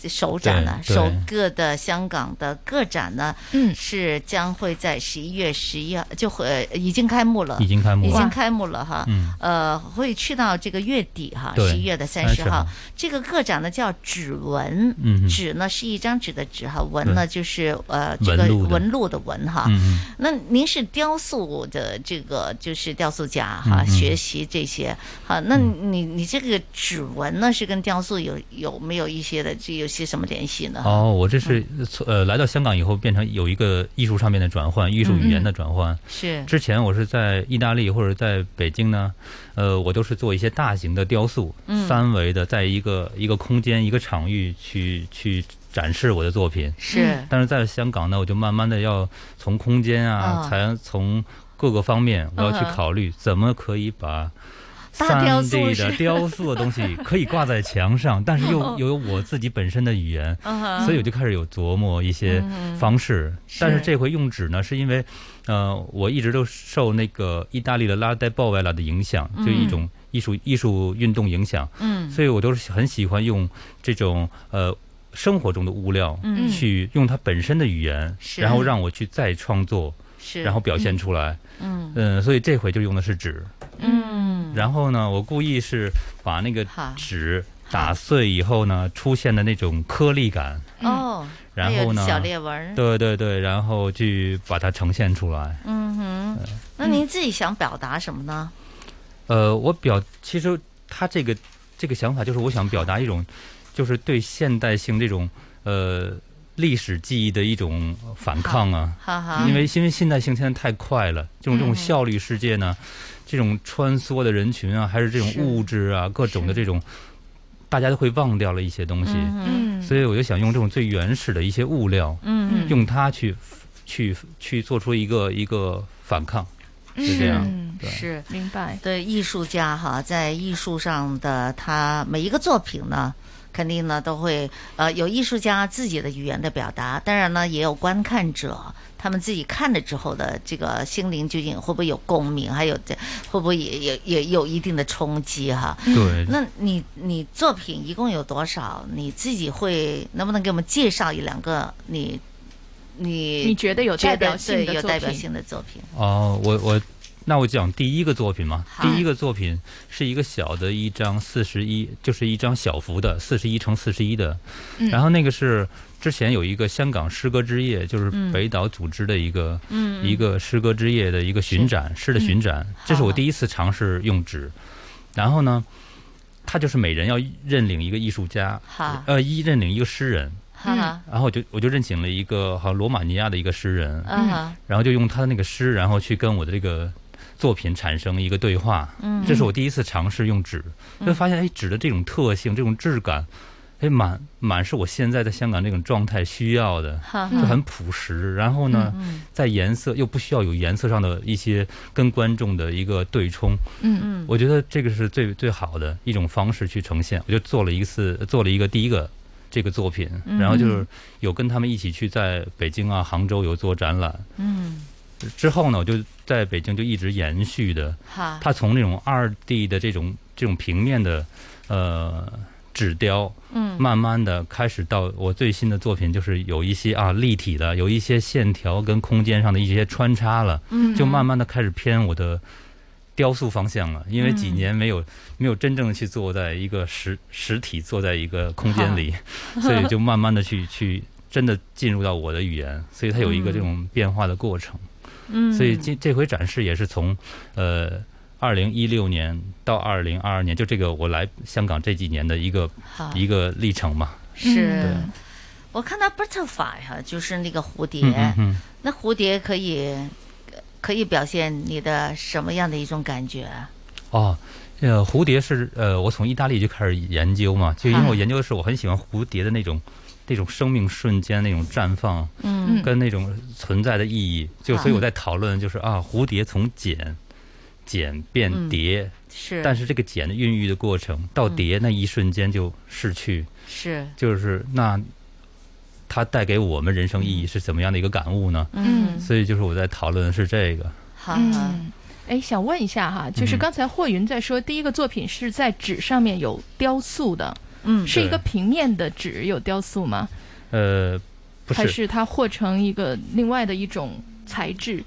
Speaker 8: 首展呢，
Speaker 25: 对对
Speaker 8: 首个的香港的个展呢，嗯，是将会在十一月十一号就会呃已经开幕了，
Speaker 25: 已经开幕了
Speaker 8: 已经开幕了哈，
Speaker 25: 嗯
Speaker 8: 呃，会去到这个月底哈，
Speaker 25: 对
Speaker 8: 十一月的三
Speaker 25: 30
Speaker 8: 号
Speaker 25: 号，
Speaker 8: 这个个展呢叫指纹，
Speaker 25: 嗯哼
Speaker 8: 指呢是一张纸的纸哈，纹呢
Speaker 25: 对
Speaker 8: 就是呃这个
Speaker 25: 纹路的
Speaker 8: 纹路的纹哈，
Speaker 25: 嗯嗯
Speaker 8: 那您是雕塑的这个就是雕塑家哈，
Speaker 25: 嗯嗯
Speaker 8: 学习这些哈。那
Speaker 12: 嗯
Speaker 8: 你你这个指纹呢，是跟雕塑有有没有一些的这有些什么联系呢？
Speaker 12: 哦，我这是从呃来到香港以后，变成有一个艺术上面的转换，艺术语言的转换。
Speaker 8: 是
Speaker 12: 之前我是在意大利或者在北京呢，呃，我都是做一些大型的雕塑，
Speaker 25: 嗯
Speaker 12: 三维的，在一个一个空间一个场域去去展示我的作品。
Speaker 25: 是
Speaker 12: 但是在香港呢，我就慢慢的要从空间啊，
Speaker 25: 啊
Speaker 12: 才从各个方面，我要去
Speaker 25: 嗯哼
Speaker 12: 考虑怎么可以把。
Speaker 25: 大雕
Speaker 12: 三
Speaker 25: 塑
Speaker 12: D
Speaker 25: 是
Speaker 12: 的雕塑的东西可以挂在墙上，但是
Speaker 25: 哦
Speaker 12: 又又有我自己本身的语言
Speaker 25: 嗯，哼
Speaker 12: 所以我就开始有琢磨一些
Speaker 25: 嗯
Speaker 12: 方式。但是
Speaker 25: 是
Speaker 12: 这回用纸呢，是因为，呃，我一直都受那个意大利的拉戴鲍维拉的影响，就一种艺术艺术运动影响，
Speaker 25: 嗯
Speaker 12: 所以我都是很喜欢用这种呃。生活中的物料，
Speaker 25: 嗯
Speaker 12: 去用它本身的语言，
Speaker 25: 是
Speaker 12: 然后让我去再创作，
Speaker 25: 是
Speaker 12: 然后表现出来，
Speaker 25: 嗯
Speaker 12: 嗯、所以这回就用的是纸，
Speaker 25: 嗯
Speaker 12: 然后呢，我故意是把那个
Speaker 25: 好
Speaker 12: 纸打碎以后呢，出现的那种颗粒感，
Speaker 8: 哦，
Speaker 12: 嗯然后呢，
Speaker 8: 还有小裂纹
Speaker 12: 对对对，然后去把它呈现出来。
Speaker 8: 嗯哼，那您自己想表达什么呢？
Speaker 12: 呃，我表其实他这个这个想法就是我想表达一种，就是对现代性这种呃历史记忆的一种反抗啊。
Speaker 8: 哈哈，嗯
Speaker 12: 因为因为现代性现在太快了，这种这种效率世界呢，这种穿梭的人群啊，还是这种
Speaker 8: 是
Speaker 12: 物质啊，各种的这种，大家都会忘掉了一些东西。
Speaker 8: 嗯
Speaker 12: 所以我就想用这种最原始的一些物料，
Speaker 8: 嗯
Speaker 12: 用它去去去做出一个一个反抗，是这样。对
Speaker 8: 是
Speaker 9: 明白。
Speaker 8: 嗯对艺术家哈，在艺术上的他每一个作品呢，肯定呢都会呃有艺术家自己的语言的表达，当然呢也有观看者。他们自己看了之后的这个心灵究竟会不会有共鸣，还有这会不会也也也有一定的冲击哈？
Speaker 12: 对
Speaker 8: 那你你作品一共有多少？你自己会能不能给我们介绍一两个你你
Speaker 9: 你觉得有代表性的
Speaker 8: 对有
Speaker 9: 作
Speaker 8: 代表
Speaker 9: 品
Speaker 8: 性的作品？
Speaker 12: 哦，我我那我讲第一个作品嘛，
Speaker 8: 好
Speaker 12: 第一个作品是一个小的一张四十一，就是一张小幅的四十一乘四十一的
Speaker 26: 嗯，
Speaker 12: 然后那个是之前有一个香港诗歌之夜，就是
Speaker 26: 嗯
Speaker 12: 北岛组织的一个、
Speaker 26: 嗯
Speaker 12: 一个诗歌之夜的一个巡展，诗的巡展，这是我第一次尝试用纸，然后呢，他就是每人要认领一个艺术家，
Speaker 14: 嗯
Speaker 8: 哈
Speaker 12: 呃，一认领一个诗人。
Speaker 8: 哈哈
Speaker 12: 然后我就我就认请了一个好像罗马尼亚的一个诗人，
Speaker 8: 嗯哼
Speaker 12: 然后就用他的那个诗，然后去跟我的这个作品产生一个对话。
Speaker 8: 嗯
Speaker 12: 这是我第一次尝试用纸，就发现哎，纸的这种特性、这种质感，哎，蛮蛮是我现在在香港这种状态需要的，
Speaker 8: 哈哈
Speaker 12: 就很朴实。然后呢
Speaker 8: 嗯嗯，
Speaker 12: 在颜色又不需要有颜色上的一些跟观众的一个对冲。
Speaker 8: 嗯嗯
Speaker 12: 我觉得这个是最最好的一种方式去呈现。我就做了一次，做了一个第一个这个作品，
Speaker 8: 嗯
Speaker 12: 然后就是有跟他们一起去在北京啊、杭州有做展览。
Speaker 8: 嗯，
Speaker 12: 之后呢，我就在北京就一直延续的
Speaker 8: 哈，
Speaker 12: 它从那种二 D 的这种这种平面的呃纸雕，
Speaker 8: 嗯
Speaker 12: 慢慢的开始到我最新的作品，就是有一些啊立体的，有一些线条跟空间上的一些穿插了，
Speaker 26: 嗯
Speaker 12: 就慢慢的开始偏我的。雕塑方向了，因为几
Speaker 26: 嗯
Speaker 12: 年没有、没有真正的去坐在一个实实体坐在一个空间里，
Speaker 26: 好
Speaker 12: 所以就慢慢的去去真的进入到我的语言，所以它有一个
Speaker 26: 嗯
Speaker 12: 这种变化的过程。
Speaker 26: 嗯
Speaker 12: 所以这这回展示也是从呃二零一六年到二零二二年，就这个我来香港这几年的一个
Speaker 8: 好
Speaker 12: 一个历程嘛。
Speaker 8: 是。我看到 butterfly 哈，就是那个蝴蝶，
Speaker 12: 嗯嗯嗯
Speaker 8: 那蝴蝶可以可以表现你的什么样的一种感觉？啊
Speaker 12: 哦，呃，蝴蝶是呃，我从意大利就开始研究嘛，就因为我研究的是我很喜欢蝴蝶的那种。那种生命瞬间那种绽放，
Speaker 26: 嗯
Speaker 12: 跟那种存在的意义，就
Speaker 26: 好
Speaker 12: 所以我在讨论就是啊，蝴蝶从茧茧变蝶，
Speaker 8: 是
Speaker 12: 但是这个茧的孕育的过程到
Speaker 8: 嗯
Speaker 12: 蝶那一瞬间就逝去，
Speaker 8: 是，
Speaker 12: 就是那它带给我们人生意义是怎么样的一个感悟呢？
Speaker 9: 嗯
Speaker 12: 所以就是我在讨论的是这个。
Speaker 8: 好
Speaker 9: 嗯，哎，想问一下哈，就是
Speaker 12: 嗯
Speaker 9: 刚才霍云在说，第一个作品是在纸上面有雕塑的，
Speaker 8: 嗯
Speaker 9: 是一个
Speaker 12: 对
Speaker 9: 平面的纸有雕塑吗？
Speaker 12: 呃，不
Speaker 9: 还
Speaker 12: 是，
Speaker 9: 是它和成一个另外的一种材质？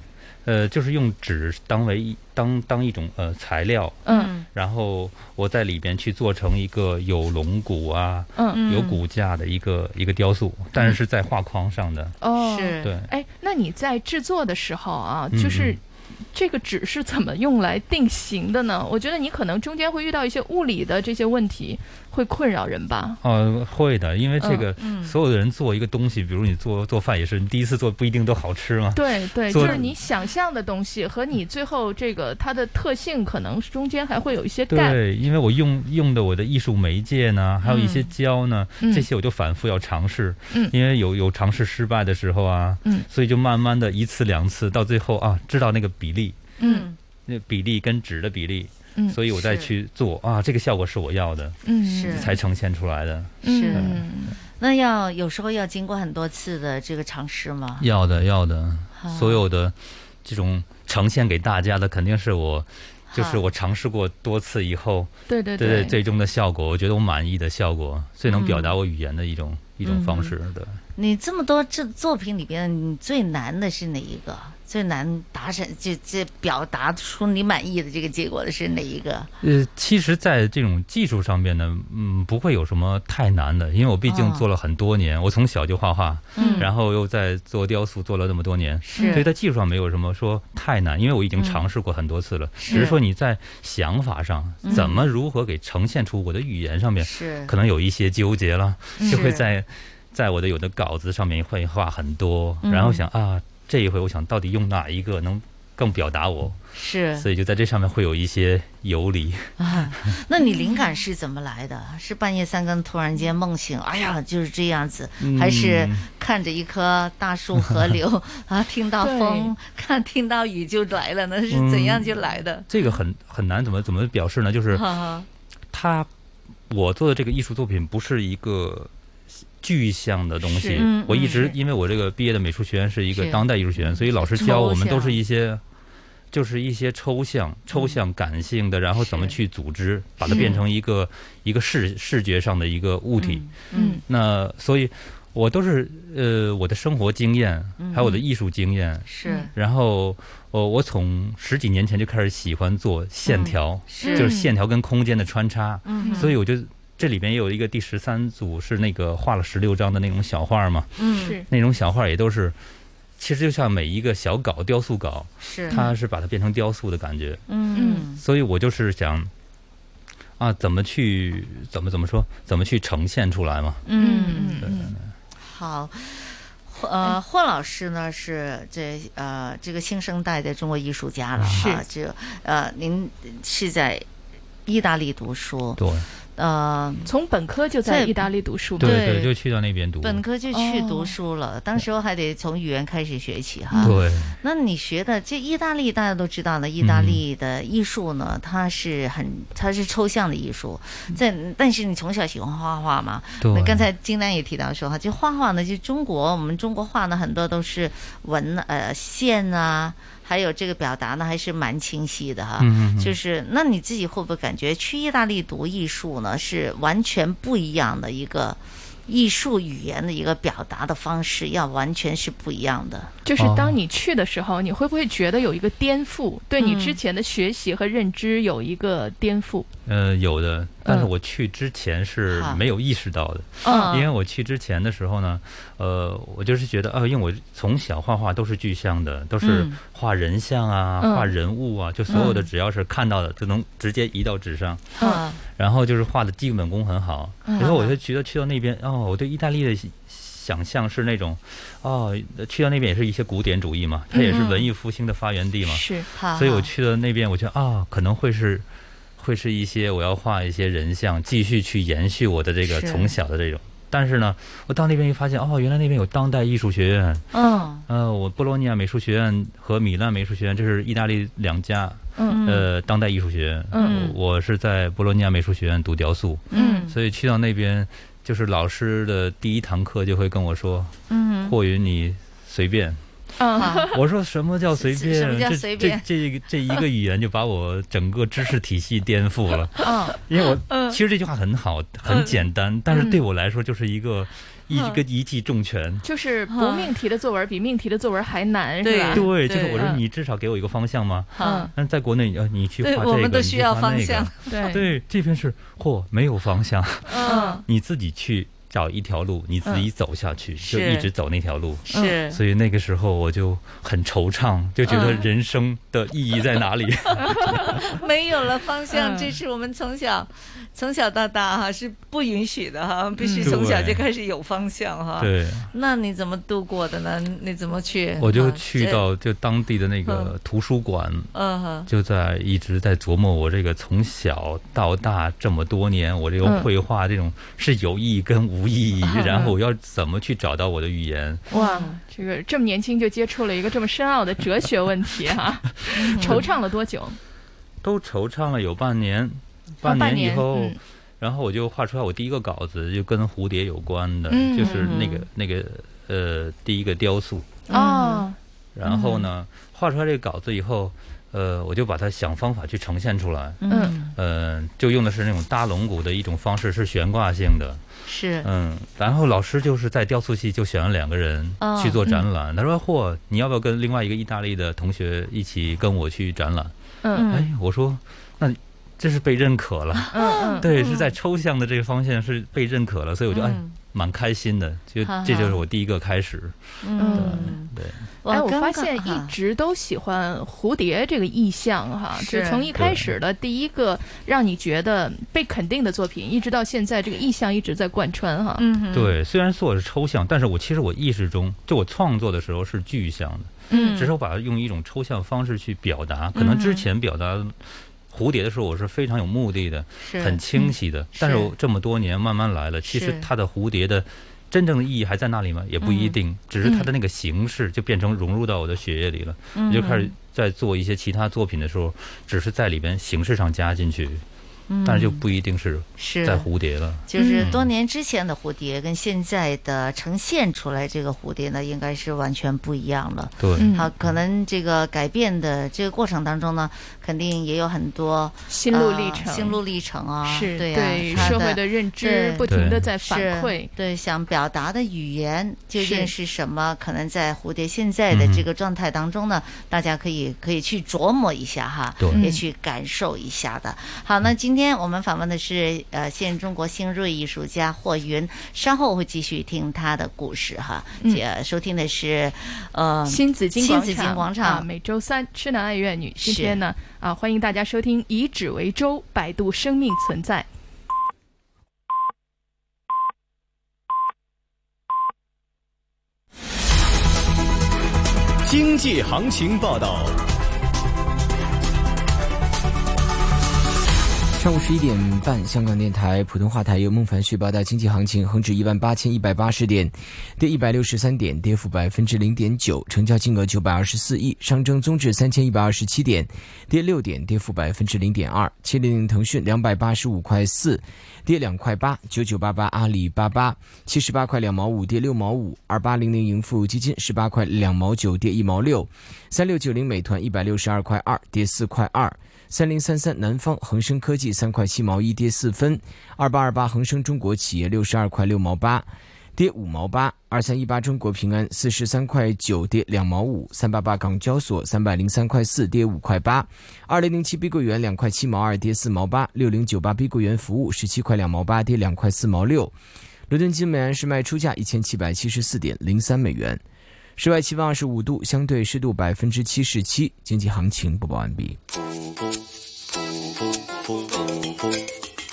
Speaker 12: 呃，就是用纸当为一当当一种呃材料，
Speaker 9: 嗯，
Speaker 12: 然后我在里边去做成一个有龙骨啊，
Speaker 9: 嗯
Speaker 12: 有骨架的一个一个雕塑，但是是在画框上的。
Speaker 9: 哦，
Speaker 12: 是对
Speaker 9: 哎，那你在制作的时候啊，
Speaker 12: 嗯
Speaker 9: 就是
Speaker 12: 嗯
Speaker 9: 这个纸是怎么用来定型的呢？我觉得你可能中间会遇到一些物理的这些问题，会困扰人吧？
Speaker 12: 呃，会的，因为这个
Speaker 9: 嗯嗯
Speaker 12: 所有的人做一个东西，比如你做做饭也是，你第一次做不一定都好吃嘛。
Speaker 9: 对对，
Speaker 12: 做
Speaker 9: 就是你想象的东西和你最后这个它的特性，可能中间还会有一些 gap。
Speaker 12: 对，因为我用用的我的艺术媒介呢，还有一些
Speaker 9: 嗯
Speaker 12: 胶呢，
Speaker 9: 嗯
Speaker 12: 这些我就反复要尝试。
Speaker 9: 嗯
Speaker 12: 因为有有尝试失败的时候啊，
Speaker 9: 嗯
Speaker 12: 所以就慢慢的一次两次，到最后啊，知道那个比例，
Speaker 9: 嗯
Speaker 12: 那比例跟值的比例，
Speaker 9: 嗯
Speaker 12: 所以我再
Speaker 8: 是
Speaker 12: 去做啊，这个效果是我要的，
Speaker 9: 嗯是
Speaker 12: 才呈现出来的。
Speaker 8: 是
Speaker 9: 嗯
Speaker 8: 那要有时候要经过很多次的这个尝试吗？
Speaker 12: 要的，要的
Speaker 8: 好，
Speaker 12: 所有的这种呈现给大家的，肯定是我，就是
Speaker 8: 好
Speaker 12: 我尝试过多次以后，
Speaker 9: 对对
Speaker 12: 对
Speaker 9: 对
Speaker 12: 最终的效果，我觉得我满意的效果，最能表达我语言的一种、一种方式的。
Speaker 8: 你这么多这作品里边，你最难的是哪一个？最难达成就这表达出你满意的这个结果的是哪一个？
Speaker 12: 呃，其实，在这种技术上面呢，嗯，不会有什么太难的，因为我毕竟
Speaker 8: 哦
Speaker 12: 做了很多年，我从小就画画，
Speaker 8: 嗯
Speaker 12: 然后又在做雕塑，做了那么多年，
Speaker 8: 是
Speaker 12: 所以在技术上没有什么说太难，因为我已经
Speaker 26: 嗯
Speaker 12: 尝试过很多次了，
Speaker 26: 是
Speaker 12: 只是说你在想法上
Speaker 26: 嗯
Speaker 12: 怎么如何给呈现出我的语言上面，
Speaker 26: 是
Speaker 12: 可能有一些纠结了，就会
Speaker 26: 是
Speaker 12: 在在我的有的稿子上面会画很多，
Speaker 26: 嗯
Speaker 12: 然后想啊，这一回我想到底用哪一个能更表达我。
Speaker 8: 是
Speaker 12: 所以就在这上面会有一些游离。
Speaker 8: 啊，那你灵感是怎么来的？是半夜三更突然间梦醒，哎呀就是这样子，还是
Speaker 12: 嗯
Speaker 8: 看着一棵大树河 流啊，听到风，看听到雨就来了呢？是
Speaker 12: 嗯
Speaker 8: 怎样就来的？
Speaker 12: 这个很很难怎么怎么表示呢？就是
Speaker 8: 哈哈
Speaker 12: 它，我做的这个艺术作品不是一个具象的东
Speaker 26: 是
Speaker 12: 西
Speaker 26: 嗯。
Speaker 12: 我一直
Speaker 26: 嗯
Speaker 12: 因为我这个毕业的美术学院是一个
Speaker 26: 是
Speaker 12: 当代艺术学院，所以老师教我们
Speaker 26: 抽象
Speaker 12: 都是一些。就是一些抽象、抽象、感性的，然
Speaker 26: 嗯
Speaker 12: 后怎么去组织，把它变成一个一个视视觉上的一个物体。
Speaker 26: 嗯
Speaker 12: 那所以，我都是呃我的生活经验，
Speaker 26: 嗯
Speaker 12: 还有我的艺术经验
Speaker 26: 是
Speaker 12: 然后我、我从十几年前就开始喜欢做
Speaker 26: 嗯
Speaker 12: 线条，
Speaker 9: 嗯
Speaker 26: 是
Speaker 12: 就是线条跟空间的穿插，
Speaker 26: 嗯
Speaker 12: 所以我就这里面也有一个第十三组是那个画了十六张的那种小画嘛，
Speaker 26: 嗯是
Speaker 12: 那种小画也都是。其实就像每一个小稿、雕塑稿，
Speaker 26: 是
Speaker 12: 它是把它变成雕塑的感觉，
Speaker 26: 嗯
Speaker 12: 所以我就是想，啊，怎么去怎么怎么说，怎么去呈现出来嘛？
Speaker 8: 嗯嗯嗯，好。
Speaker 9: 哎
Speaker 8: 霍呃，霍老师呢是这呃这个新生代的中国艺术家了哈，就呃您是在意大利读书，
Speaker 12: 对，
Speaker 8: 呃，
Speaker 9: 从本科就在意大利读书，哦
Speaker 12: 对对，就去到那边读。
Speaker 8: 本科就去读书了，当时我还得从语言开始学起哈。
Speaker 26: 嗯
Speaker 12: 对，
Speaker 8: 那你学的这意大利，大家都知道的，意大利的艺术呢，它是很它是抽象的艺术。在但是你从小喜欢画画嘛？
Speaker 26: 嗯对
Speaker 8: 那刚才金丹也提到说哈，就画画呢，就中国我们中国画呢，很多都是文呃线啊，还有这个表达呢，还是蛮清晰的哈。
Speaker 26: 嗯嗯嗯
Speaker 8: 就是那你自己会不会感觉去意大利读艺术呢，是完全不一样的一个？艺术语言的一个表达的方式，要完全是不一样的。
Speaker 9: 就是
Speaker 12: 哦
Speaker 26: 哦
Speaker 9: 当你去的时候，你会不会觉得有一个颠覆，对你之前的学习和认知有一个颠覆？
Speaker 12: 呃，有的，但是
Speaker 9: 嗯
Speaker 12: 我去之前是
Speaker 9: 好
Speaker 12: 没有意识到的，
Speaker 9: 嗯
Speaker 12: 因为我去之前的时候呢，呃，我就是觉得，啊，因为我从小画画都是具象的，都是
Speaker 26: 嗯
Speaker 12: 画人像啊，
Speaker 26: 嗯
Speaker 12: 画人物啊，就所有的
Speaker 26: 嗯
Speaker 12: 只要是看到的就能直接移到纸上，
Speaker 26: 嗯
Speaker 12: 然后就是画的基本功很好，
Speaker 26: 嗯
Speaker 12: 然后我就觉得去到那边，哦，我对意大利的想象是那种，哦，去到那边也是一些古典主义嘛，它也是
Speaker 26: 嗯
Speaker 12: 文艺复兴的发源地嘛，
Speaker 26: 是好
Speaker 12: 所以
Speaker 26: 好
Speaker 12: 我去了那边，我觉得啊，可能会是会是一些我要画一些人像，继续去延续我的这个
Speaker 26: 是
Speaker 12: 从小的这种。但是呢，我到那边一发现，哦，原来那边有当代艺术学院，
Speaker 26: 嗯
Speaker 12: 呃，我波罗尼亚美术学院和米兰美术学院，这是意大利两家，
Speaker 26: 嗯
Speaker 12: 呃，当代艺术学院，
Speaker 26: 嗯
Speaker 12: 我我是在波罗尼亚美术学院读雕塑，
Speaker 26: 嗯
Speaker 12: 所以去到那边，就是老师的第一堂课就会跟我说，
Speaker 26: 嗯
Speaker 12: 霍云你随便，
Speaker 26: 啊
Speaker 12: 我说什么叫随便？
Speaker 26: 什么叫随便
Speaker 12: 这这这这一个语言就把我整个知识体系颠覆了。
Speaker 26: 嗯
Speaker 12: 因为我其实这句话很好，很简单，但是对我来说就是一个一
Speaker 9: 嗯
Speaker 12: 一个一记重拳。
Speaker 9: 就是不命题的作文比命题的作文还难，是吧？
Speaker 12: 对，就是我说你至少给我一个方向嘛。
Speaker 9: 嗯
Speaker 12: 但在国内，呃，你去画
Speaker 9: 对
Speaker 12: 这个，
Speaker 9: 我们都
Speaker 12: 你去
Speaker 9: 需要
Speaker 12: 画那
Speaker 9: 方
Speaker 12: 个
Speaker 9: 向对
Speaker 12: 对，这边是嚯，没有方向。
Speaker 9: 嗯，
Speaker 12: 你自己去找一条路，你自己走下去，就是一直走那条路。
Speaker 26: 是
Speaker 12: 所以那个时候我就很惆怅，就觉得
Speaker 26: 嗯
Speaker 12: 人生的意义在哪 里？
Speaker 8: 没有了方向，
Speaker 26: 嗯
Speaker 8: 这是我们从小从小到大哈是不允许的哈，必须
Speaker 12: 嗯
Speaker 8: 从小就
Speaker 12: 对
Speaker 8: 开始有方向哈。
Speaker 12: 对，
Speaker 8: 那你怎么度过的呢？你怎么去？
Speaker 12: 我就
Speaker 8: 啊
Speaker 12: 去
Speaker 8: 这
Speaker 12: 到就当地的那个图书馆，
Speaker 8: 嗯哼
Speaker 12: 就在一直在琢磨我这个从小到大这么多年，我这个
Speaker 26: 嗯
Speaker 12: 绘画这种是有意义跟无意义，
Speaker 9: 嗯
Speaker 12: 然后我要怎么去找到我的语言？
Speaker 9: 哇，这个这么年轻就接触了一个这么深奥的哲学问题哈、惆怅了多久？
Speaker 12: 都惆怅了有半年，
Speaker 9: 哦半
Speaker 12: 年以
Speaker 9: 年
Speaker 12: 后，
Speaker 9: 嗯
Speaker 12: 然后我就画出来我第一个稿子，就跟蝴蝶有关的，
Speaker 9: 嗯
Speaker 12: 就是那个
Speaker 9: 嗯
Speaker 12: 那个呃第一个雕塑。
Speaker 9: 哦，嗯
Speaker 12: 然后呢，画出来这个稿子以后，呃，我就把它想方法去呈现出来。
Speaker 8: 嗯，
Speaker 12: 呃，就用的是那种搭龙骨的一种方式，是悬挂性的。
Speaker 8: 是，
Speaker 12: 嗯，然后老师就是在雕塑系就选了两个人
Speaker 8: 哦
Speaker 12: 去做展
Speaker 9: 嗯
Speaker 12: 览。他说：“嚯，你要不要跟另外一个意大利的同学一起跟我去展览？”
Speaker 9: 嗯
Speaker 12: 哎，我说，那这是被认可了。
Speaker 9: 嗯嗯
Speaker 12: 对，
Speaker 9: 嗯
Speaker 12: 是在抽象的这个方向是被认可了，所以我就哎蛮开心的，就
Speaker 9: 哈哈
Speaker 12: 这就是我第一个开始。
Speaker 8: 嗯，
Speaker 12: 对，
Speaker 9: 哎，我
Speaker 8: 刚
Speaker 9: 发
Speaker 8: 刚
Speaker 9: 现
Speaker 8: 哈
Speaker 9: 一直都喜欢蝴蝶这个意象哈，就是从一开始的第一个让你觉得被肯定的作品，一直到现在这个意象一直在贯穿哈。
Speaker 8: 嗯，
Speaker 12: 对，虽然说我是抽象，但是我其实我意识中，就我创作的时候是具象的，
Speaker 9: 嗯
Speaker 12: 只是我把它用一种抽象方式去表达。可
Speaker 8: 嗯
Speaker 12: 能之前表达蝴蝶的时候，我是非常有目的的，
Speaker 27: 是
Speaker 12: 很清晰
Speaker 8: 嗯
Speaker 12: 的。但是
Speaker 27: 是
Speaker 12: 我这么多年慢慢来了，其实
Speaker 27: 是
Speaker 12: 它的蝴蝶的。真正的意义还在那里吗？也不
Speaker 8: 嗯
Speaker 12: 一定，只是它的那个形式就变成融入到我的血液里了。
Speaker 8: 嗯
Speaker 12: 你就开始在做一些其他作品的时候，只是在里边形式上加进去，
Speaker 8: 嗯
Speaker 12: 但是就不一定是
Speaker 8: 是
Speaker 12: 在蝴蝶了。
Speaker 8: 就是
Speaker 12: 嗯
Speaker 8: 多年之前的蝴蝶跟现在的呈现出来这个蝴蝶呢，应该是完全不一样了。
Speaker 12: 对嗯
Speaker 8: 好，可能这个改变的这个过程当中呢，肯定也有很多
Speaker 9: 心路历程
Speaker 8: 呃心路历程啊，
Speaker 9: 是
Speaker 8: 对
Speaker 9: 对
Speaker 8: 啊，它
Speaker 9: 社会的认知
Speaker 8: 对
Speaker 9: 不停地在反馈
Speaker 8: 是对，想表达的语言究竟
Speaker 9: 是
Speaker 8: 是什么？可能在蝴蝶现在
Speaker 12: 嗯
Speaker 8: 的这个状态当中呢，大家可以可以去琢磨一下哈，
Speaker 28: 对
Speaker 9: 嗯
Speaker 8: 也去感受一下的。好，那今天我们访问的是呃现中国新锐艺术家霍云，稍后会继续听他的故事哈。
Speaker 9: 嗯
Speaker 8: 这收听的是呃
Speaker 9: 新紫金
Speaker 8: 新
Speaker 9: 广
Speaker 8: 紫金广
Speaker 9: 啊，
Speaker 8: 场，
Speaker 9: 每周三《痴男爱怨女》。今
Speaker 8: 是
Speaker 9: 天呢啊，欢迎大家收听《以纸为舟》，百度生命存在。
Speaker 1: 经济行情报道。
Speaker 13: 上午十一点半，香港电台普通话台由孟凡旭报道经济行情。恒指一万八千一百八十点，跌一百六十三点，跌幅百分之零点九，成交金额九百二十四亿。上证综指三千一百二十七点，跌六点，跌幅百分之零点二。七零零腾讯两百八十五块四，跌两块八。九九八八阿里巴巴七十八块两毛五，跌六毛五。二八零零盈富基金十八块两毛九，跌一毛六。三六九零美团一百六十二块二，跌四块二。三零三三南方恒生科技三块七毛一跌四分，二八二八恒生中国企业六十二块六毛八跌五毛八，二三一八中国平安四十三块九跌两毛五，三八八港交所三百零三块四跌五块八，二零零七碧桂园两块七毛二跌四毛八，六零九八碧桂园服务十七块两毛八跌两块四毛六，伦敦金美元是卖出价一千七百七十四点零三美元，室外气温二十五度，相对湿度百分之七十七，经济行情播报完毕。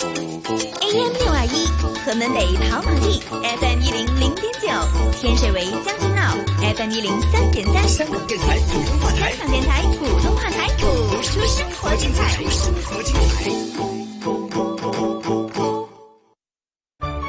Speaker 14: AM 六二一，河门北跑马地；FM 一零零点九，天水围将军澳；FM 一零三点三，香港电台普通话台。香港电台普通话台，播出生活精彩。生活精彩。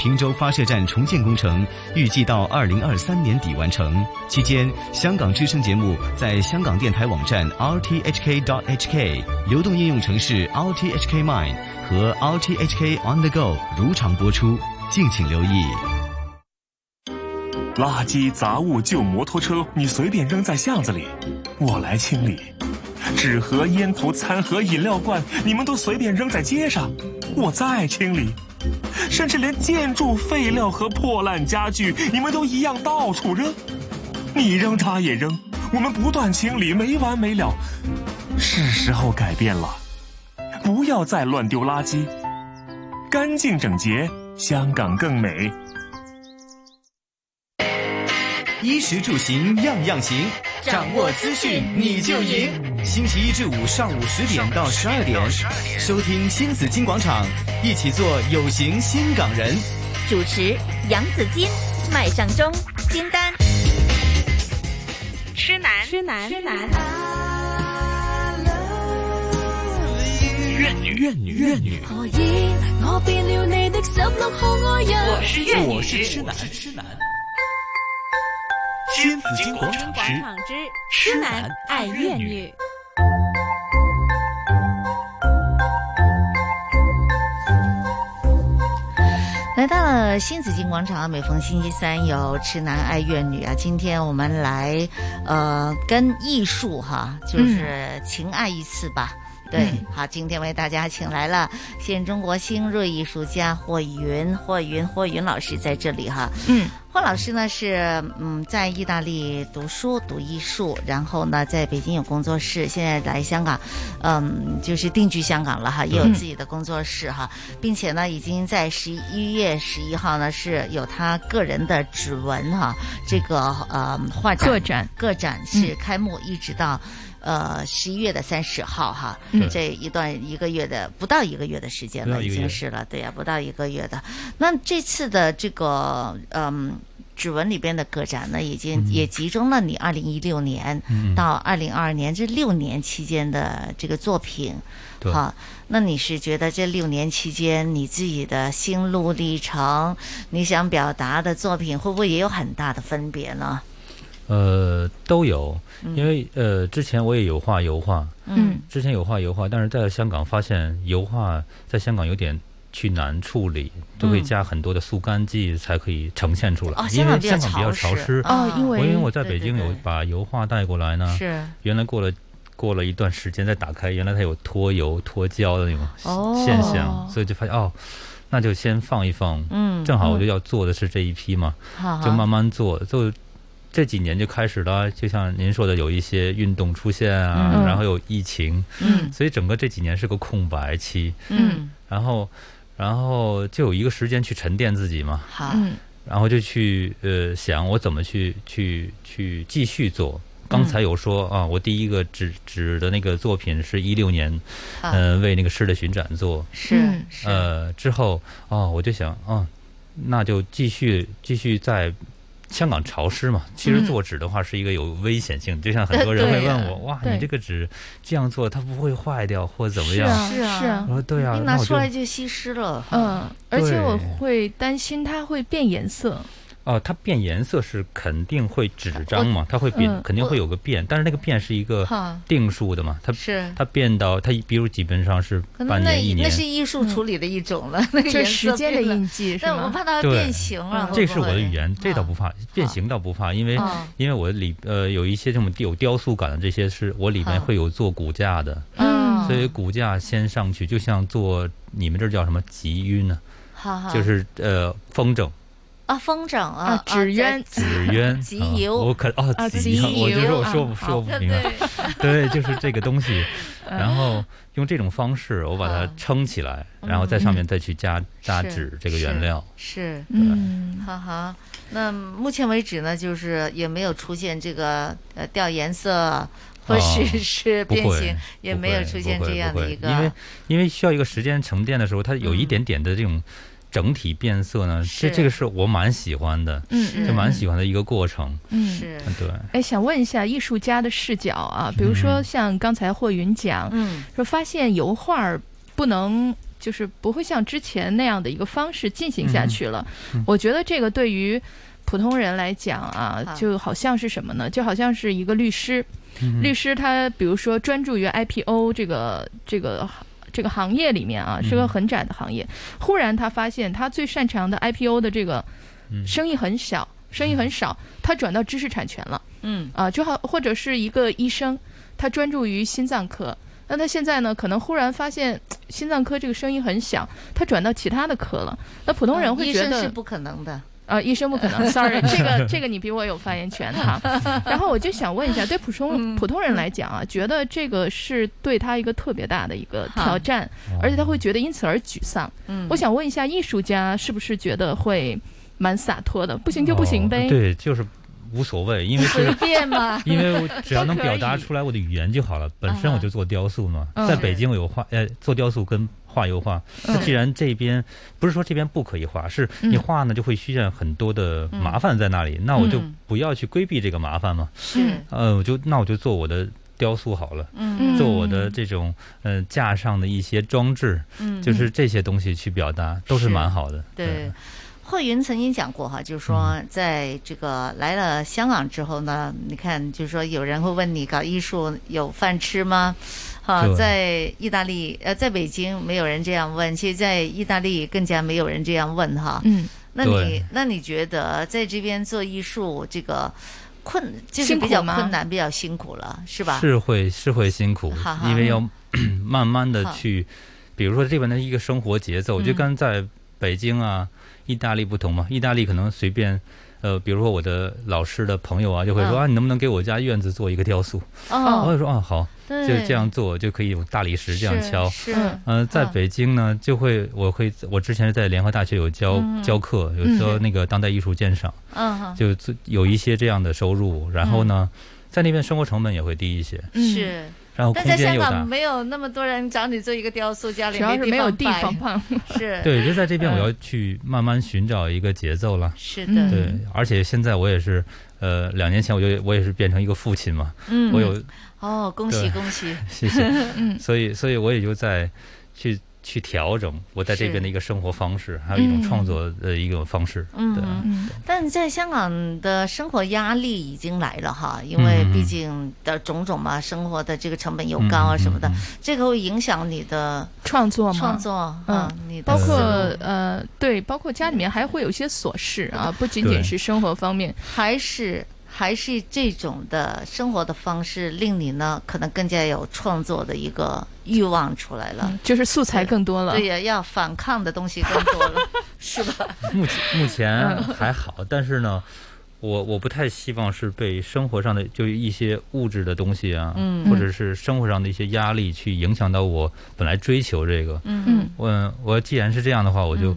Speaker 1: 平洲发射站重建工程预计到二零二三年底完成。期间，香港之声节目在香港电台网站 rthk.hk、流动应用程式 rthk Mind 和 rthk On the Go 如常播出，敬请留意。
Speaker 29: 垃圾、杂物、旧摩托车，你随便扔在巷子里，我来清理。纸盒、烟头、餐盒、饮料罐，你们都随便扔在街上，我再清理。甚至连建筑废料和破烂家具，你们都一样到处扔。你扔，他也扔，我们不断清理，没完没了。是时候改变了，不要再乱丢垃圾，干净整洁，香港更美。
Speaker 1: 衣食住行样样行，
Speaker 30: 掌握资讯你就赢。
Speaker 1: 星期一至五上午十点到十二点，收听新紫金广场，一起做有型新港人。
Speaker 14: 主持杨子金，麦上中，金丹。
Speaker 24: 痴男，痴男，痴男。
Speaker 30: 怨女怨女怨女，
Speaker 2: 我以我我变了你的十六号爱人。
Speaker 30: 我是粤
Speaker 4: 我是
Speaker 30: 吃
Speaker 4: 痴
Speaker 30: 男
Speaker 4: 男，
Speaker 30: 吃男。
Speaker 4: 新紫金广场之
Speaker 24: 场之痴男爱粤女。
Speaker 8: 来到了新紫金广场，每逢星期三有痴男爱乐女啊。今天我们来呃跟艺术哈，就是情爱一次吧。
Speaker 27: 嗯
Speaker 8: 对，好，今天为大家请来了现中国新锐艺术家霍云，霍云，霍云老师在这里哈。
Speaker 27: 嗯，
Speaker 8: 霍老师呢是嗯在意大利读书读艺术，然后呢在北京有工作室，现在来香港，嗯就是定居香港了哈，也有
Speaker 27: 嗯
Speaker 8: 自己的工作室哈，并且呢已经在十一月十一号呢是有他个人的指纹哈，这个呃画展
Speaker 27: 个展嗯
Speaker 8: 个展是开幕一直到。呃，十一月的三十号哈，
Speaker 27: 嗯
Speaker 8: 这一段一个月的不到一个月的时间
Speaker 27: 不
Speaker 8: 了，
Speaker 27: 到一
Speaker 8: 已
Speaker 27: 个
Speaker 8: 经
Speaker 27: 月
Speaker 8: 是了，对呀、不到一个月的。那这次的这个嗯。指纹里边的个展呢，已经也集中了你二零一六年
Speaker 27: 嗯
Speaker 8: 到二零二二年这六年期间的这个作品，
Speaker 27: 对
Speaker 8: 好，那你是觉得这六年期间你自己的心路历程，你想表达的作品会不会也有很大的分别呢？
Speaker 12: 呃，都有，
Speaker 8: 嗯
Speaker 12: 因为呃，之前我也有画油画，
Speaker 8: 嗯，
Speaker 12: 之前有画油画，但是在香港发现油画在香港有点去难处理，都会
Speaker 27: 嗯
Speaker 12: 加很多的速干剂才可以呈现出来，
Speaker 27: 哦
Speaker 12: 因
Speaker 27: 香港
Speaker 12: 为
Speaker 27: 比较
Speaker 12: 香港比较
Speaker 27: 潮
Speaker 12: 潮
Speaker 27: 湿
Speaker 12: 湿
Speaker 27: 哦因为
Speaker 12: 我因为我在
Speaker 27: 对
Speaker 12: 北
Speaker 27: 对
Speaker 12: 京有
Speaker 27: 对
Speaker 12: 把油画带过来呢，
Speaker 27: 是
Speaker 12: 原来过了。过了一段时间再打开，原来它有脱油、脱胶的那种现现象，
Speaker 27: 哦
Speaker 12: 所以就发现哦，那就先放一放。
Speaker 27: 嗯
Speaker 12: 正好
Speaker 27: 嗯
Speaker 12: 我就要做的是这一批嘛，
Speaker 27: 哈哈
Speaker 12: 就慢慢做，就这几年就开始了。就像您说的，有一些运动出现啊，
Speaker 27: 嗯
Speaker 12: 然后有疫情，
Speaker 27: 嗯
Speaker 12: 所以整个这几年是个空白期，
Speaker 27: 嗯，
Speaker 12: 然后，然后就有一个时间去沉淀自己嘛，
Speaker 8: 好
Speaker 27: 嗯
Speaker 12: 然后就去呃想我怎么去去去继续做。刚才有说、啊，我第一个指指的那个作品是一六年，
Speaker 27: 啊
Speaker 12: 呃，为那个诗的巡展做，
Speaker 27: 嗯
Speaker 12: 呃，之后哦，我就想，哦，那就继续继续在香港潮湿嘛。其实
Speaker 27: 嗯
Speaker 12: 做纸的话是一个有危险性的，就像很
Speaker 27: 呃
Speaker 12: 多人
Speaker 27: 对
Speaker 12: 会问
Speaker 27: 呀
Speaker 12: 我，哇，
Speaker 27: 对
Speaker 12: 你这个纸这样做它不会坏掉或者怎么
Speaker 27: 是
Speaker 12: 样？
Speaker 27: 啊
Speaker 8: 是啊，
Speaker 12: 我说对啊，
Speaker 8: 一
Speaker 12: 那
Speaker 8: 拿
Speaker 12: 我
Speaker 8: 出
Speaker 12: 就
Speaker 8: 来就稀释了。
Speaker 9: 嗯，而且我
Speaker 12: 对
Speaker 9: 会担心它会变颜色。
Speaker 12: 哦，它变颜色是肯定会纸
Speaker 8: 呃
Speaker 12: 张嘛，它会变
Speaker 9: 嗯，
Speaker 12: 肯定
Speaker 9: 我
Speaker 12: 会有个变，但是那个变是一个
Speaker 8: 哈
Speaker 12: 定数的嘛，它
Speaker 8: 是
Speaker 12: 它变到它比如基本上是
Speaker 8: 可
Speaker 12: 半
Speaker 8: 能那
Speaker 12: 年一
Speaker 8: 那
Speaker 12: 年，
Speaker 8: 是艺术处理的一种了，那个
Speaker 9: 这
Speaker 8: 颜
Speaker 9: 时
Speaker 8: 色
Speaker 9: 间的
Speaker 8: 变了
Speaker 9: 印记是
Speaker 8: 但
Speaker 9: 吗
Speaker 8: 我怕它
Speaker 12: 对
Speaker 8: 变形了。会
Speaker 12: 这是
Speaker 8: 不
Speaker 12: 我的
Speaker 8: 啊会
Speaker 12: 语言，这倒不怕，变形倒不怕，因为
Speaker 8: 啊
Speaker 12: 因为我里呃有一些这种有雕塑感的这些是我里面
Speaker 8: 好
Speaker 12: 会有做骨架的，
Speaker 8: 啊嗯
Speaker 12: 所以骨架先上去，就像做你们这儿叫什么集晕呢
Speaker 8: 好好？
Speaker 12: 就是呃风筝。
Speaker 8: 啊，风筝啊，
Speaker 9: 纸鸢
Speaker 8: 纸
Speaker 12: 纸 鸢，
Speaker 8: 集
Speaker 12: 啊
Speaker 8: 邮，
Speaker 12: 我可哦，集邮，我就
Speaker 8: 啊
Speaker 12: 说我说不说不明白，对，就是这个 东西，
Speaker 8: 嗯
Speaker 12: 然后用这种方式我把它撑起来，然后在上面再去加加
Speaker 8: 嗯是
Speaker 12: 纸这个原料，
Speaker 8: 是，
Speaker 9: 嗯，
Speaker 8: 哈哈。那目前为止呢，就是也没有出现这个呃掉颜色，或
Speaker 12: 哦
Speaker 8: 是是
Speaker 12: 不
Speaker 8: 变
Speaker 12: 会
Speaker 8: 形，也
Speaker 12: 不
Speaker 8: 没有
Speaker 12: 会
Speaker 8: 出
Speaker 12: 不
Speaker 8: 现
Speaker 12: 会
Speaker 8: 这
Speaker 12: 不
Speaker 8: 样的
Speaker 12: 会
Speaker 8: 一个。嗯
Speaker 12: 因为因为需要一个时间沉淀的时候，它有一点点的这种整体变色呢，这
Speaker 9: 是
Speaker 12: 这个是我蛮喜欢的，
Speaker 9: 嗯嗯
Speaker 12: 就蛮喜欢的一个过程，
Speaker 9: 嗯是
Speaker 12: 啊对，
Speaker 9: 哎，想问一下艺术家的视角啊，比如
Speaker 27: 嗯
Speaker 9: 说像刚才霍云讲，
Speaker 8: 嗯，
Speaker 9: 说发现油画儿不能。就是不会像之前那样的一个方式进行下去了。
Speaker 27: 嗯嗯
Speaker 9: 我觉得这个对于普通人来讲啊，
Speaker 27: 好
Speaker 9: 就好像是什么呢？就好像是一个律师，
Speaker 27: 嗯
Speaker 9: 律师他比如说专注于 IPO 这个这个这个行业里面啊，是个
Speaker 27: 嗯
Speaker 9: 很窄的行业。忽然他发现他最擅长的 IPO 的这个
Speaker 27: 嗯
Speaker 9: 生意很小，生意很少，他转到知识产权了。
Speaker 8: 嗯
Speaker 9: 啊，就好或者是一个医生，他专注于心脏科，那他现在呢，可能忽然发现心脏科这个生意很小，他转到其他的科了。那普通人
Speaker 8: 嗯
Speaker 9: 会
Speaker 8: 医
Speaker 9: 觉
Speaker 8: 生
Speaker 9: 得
Speaker 8: 是不可能的。
Speaker 9: 啊，医生不可 能，sorry，这个这个你比我有发言权哈。 然后我就想问一下，对普通普通人来讲啊，觉得这个是对他一个特别大的一个挑战，
Speaker 12: 嗯
Speaker 9: 而且他会觉得因此而沮丧。
Speaker 27: 嗯
Speaker 9: 我想问一下，艺术家是不是觉得会蛮洒脱的？不行就不行呗。
Speaker 12: 哦对，就是无所谓，因为这个
Speaker 9: 随便嘛
Speaker 12: 因 为我只要能
Speaker 9: 啊都可以
Speaker 12: 表达出来我的语言就好了。本身我就做雕塑嘛，
Speaker 9: 嗯
Speaker 12: 在北京我有画，呃，做雕塑跟画油画。那既然这边不是说这边不可以画，是你画呢就会出现很多的麻烦在那里，那我就
Speaker 27: 嗯
Speaker 12: 不要去规避这个麻烦嘛。
Speaker 27: 是
Speaker 12: 呃，我就那我就做我的雕塑好了，
Speaker 27: 嗯
Speaker 12: 做我的这种嗯、呃架上的一些装置，
Speaker 8: 嗯
Speaker 12: 就是这些东西去表达都是蛮好的。
Speaker 8: 对，霍云曾经讲过哈，就是说在这个来了香港之后呢，你看，就是说有人会问你搞艺术有饭吃吗？哈，
Speaker 27: 对
Speaker 8: 在意大利呃，在北京没有人这样问，其实，在意大利更加没有人这样问哈。
Speaker 27: 嗯，
Speaker 8: 那你
Speaker 27: 对
Speaker 8: 那你觉得在这边做艺术这个困就是
Speaker 27: 辛苦
Speaker 8: 比较
Speaker 27: 吗
Speaker 8: 困难，比较辛苦了，是吧？
Speaker 12: 是会是会辛苦
Speaker 8: 哈，哈
Speaker 12: 因为要
Speaker 8: 嗯
Speaker 12: 慢慢的
Speaker 8: 好
Speaker 12: 去，比如说这边的一个生活节奏，我觉得
Speaker 8: 嗯
Speaker 12: 跟在北京啊、意大利不同嘛，意大利可能随便。呃，比如说我的老师的朋友啊，就会说、
Speaker 27: 嗯
Speaker 12: 啊，你能不能给我家院子做一个雕塑？
Speaker 27: 哦
Speaker 12: 我就说啊，好，就
Speaker 27: 对
Speaker 12: 这样做就可以有大理石这样
Speaker 27: 是
Speaker 12: 敲。
Speaker 27: 是
Speaker 12: 呃，在
Speaker 27: 嗯
Speaker 12: 北京呢，就会我会我之前在联合大学有教、
Speaker 27: 嗯
Speaker 12: 教课，有
Speaker 27: 嗯
Speaker 12: 教那个当代艺术鉴赏。
Speaker 27: 嗯哼
Speaker 12: 就自有一些这样的收入，然后呢，啊在那边生活成本也会低一些，
Speaker 8: 是。
Speaker 12: 然后
Speaker 8: 嗯但
Speaker 12: 空
Speaker 8: 在
Speaker 12: 间
Speaker 8: 香
Speaker 12: 又
Speaker 8: 港
Speaker 12: 大。
Speaker 8: 没有那么多人找你做一个雕塑，家里
Speaker 9: 主要是没有
Speaker 8: 地
Speaker 9: 地
Speaker 8: 方
Speaker 9: 方
Speaker 8: 放，是，
Speaker 12: 对，就在这边，我要
Speaker 8: 嗯
Speaker 12: 去慢慢寻找一个节奏了。
Speaker 8: 是的
Speaker 12: 对
Speaker 8: 嗯，
Speaker 12: 而且现在我也是，呃，两年前我就我也是变成一个父亲嘛，
Speaker 8: 嗯
Speaker 12: 我有
Speaker 8: 哦，恭喜
Speaker 12: 对，
Speaker 8: 恭喜
Speaker 12: 谢谢
Speaker 8: 嗯，
Speaker 12: 所以所以我也就在去去调整我在这
Speaker 8: 是
Speaker 12: 边的一个生活方式，还有一种
Speaker 8: 嗯
Speaker 12: 创作的一个方式。对
Speaker 8: 嗯，嗯但在香港的生活压力已经来了哈，因为
Speaker 12: 嗯
Speaker 8: 毕竟的种种嘛，生活的这个成本又高啊什么的，这个会影响你的
Speaker 9: 创作吗？
Speaker 8: 创作，
Speaker 9: 嗯
Speaker 8: 啊，你的
Speaker 9: 包括
Speaker 8: 思路
Speaker 9: 呃，对，包括家里面还会有一些琐事啊，不仅
Speaker 8: 对
Speaker 9: 仅是生活方面，
Speaker 8: 还是还是这种的生活的方式，令你呢可能更加有创作的一个欲望出来了，
Speaker 9: 就是素材更多了。
Speaker 8: 对呀，要反抗的东西更多了，是吧？
Speaker 12: 目前目前
Speaker 27: 嗯
Speaker 12: 还好，但是呢，我我不太希望是被生活上的就一些物质的东西啊，
Speaker 27: 嗯
Speaker 12: 或者是生活上的一些压力去影响到我本来追求这个。
Speaker 27: 嗯嗯
Speaker 12: 我我既然是这样的话，我就、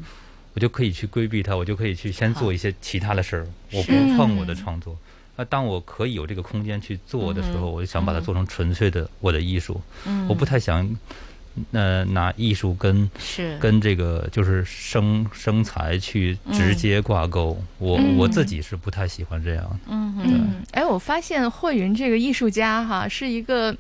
Speaker 12: 我就可以去规避它，我就可以去先做一些其他的事儿，我不
Speaker 27: 是
Speaker 12: 碰我的创作。那当我可以有这个空间去做的时候，
Speaker 27: 嗯
Speaker 12: 我就想把它做成纯粹的我的艺术。
Speaker 27: 嗯
Speaker 12: 我不太想，呃，拿艺术跟
Speaker 27: 是
Speaker 12: 跟这个就是生生财去直接挂钩。我我自己是不太喜欢这样的。
Speaker 8: 嗯
Speaker 9: 嗯，哎，我发现霍云这个艺术家哈，是一个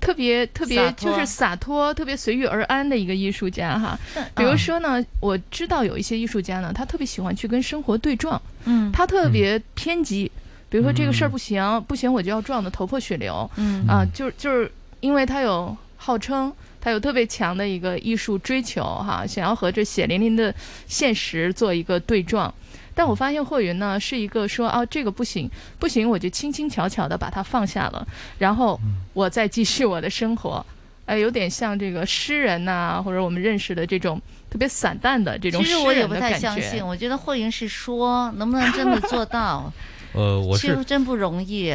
Speaker 9: 特别特别
Speaker 27: 洒脱
Speaker 9: 就是洒脱、特别随遇而安的一个艺术家哈。比如说呢，我知道有一些艺术家呢，他特别喜欢去跟生活对撞，
Speaker 8: 嗯，
Speaker 9: 他特别偏激，比如说这个事儿不行，不行我就要撞得头破血流，
Speaker 8: 嗯
Speaker 9: 啊，就是就是因为他有号称。他有特别强的一个艺术追求哈，想要和这血淋淋的现实做一个对撞。但我发现霍云呢是一个说啊这个不行不行，我就轻轻巧巧的把它放下了，然后我再继续我的生活。哎，有点像这个诗人呐、或者我们认识的这种特别散淡的这种
Speaker 8: 其
Speaker 9: 诗
Speaker 8: 实我也
Speaker 9: 人
Speaker 8: 不
Speaker 9: 的
Speaker 8: 太
Speaker 9: 感
Speaker 8: 相
Speaker 9: 觉
Speaker 8: 信，。我觉得霍云是说，能不能真的做到？
Speaker 12: 呃， 我
Speaker 8: 其
Speaker 12: 是
Speaker 8: 实真不容易。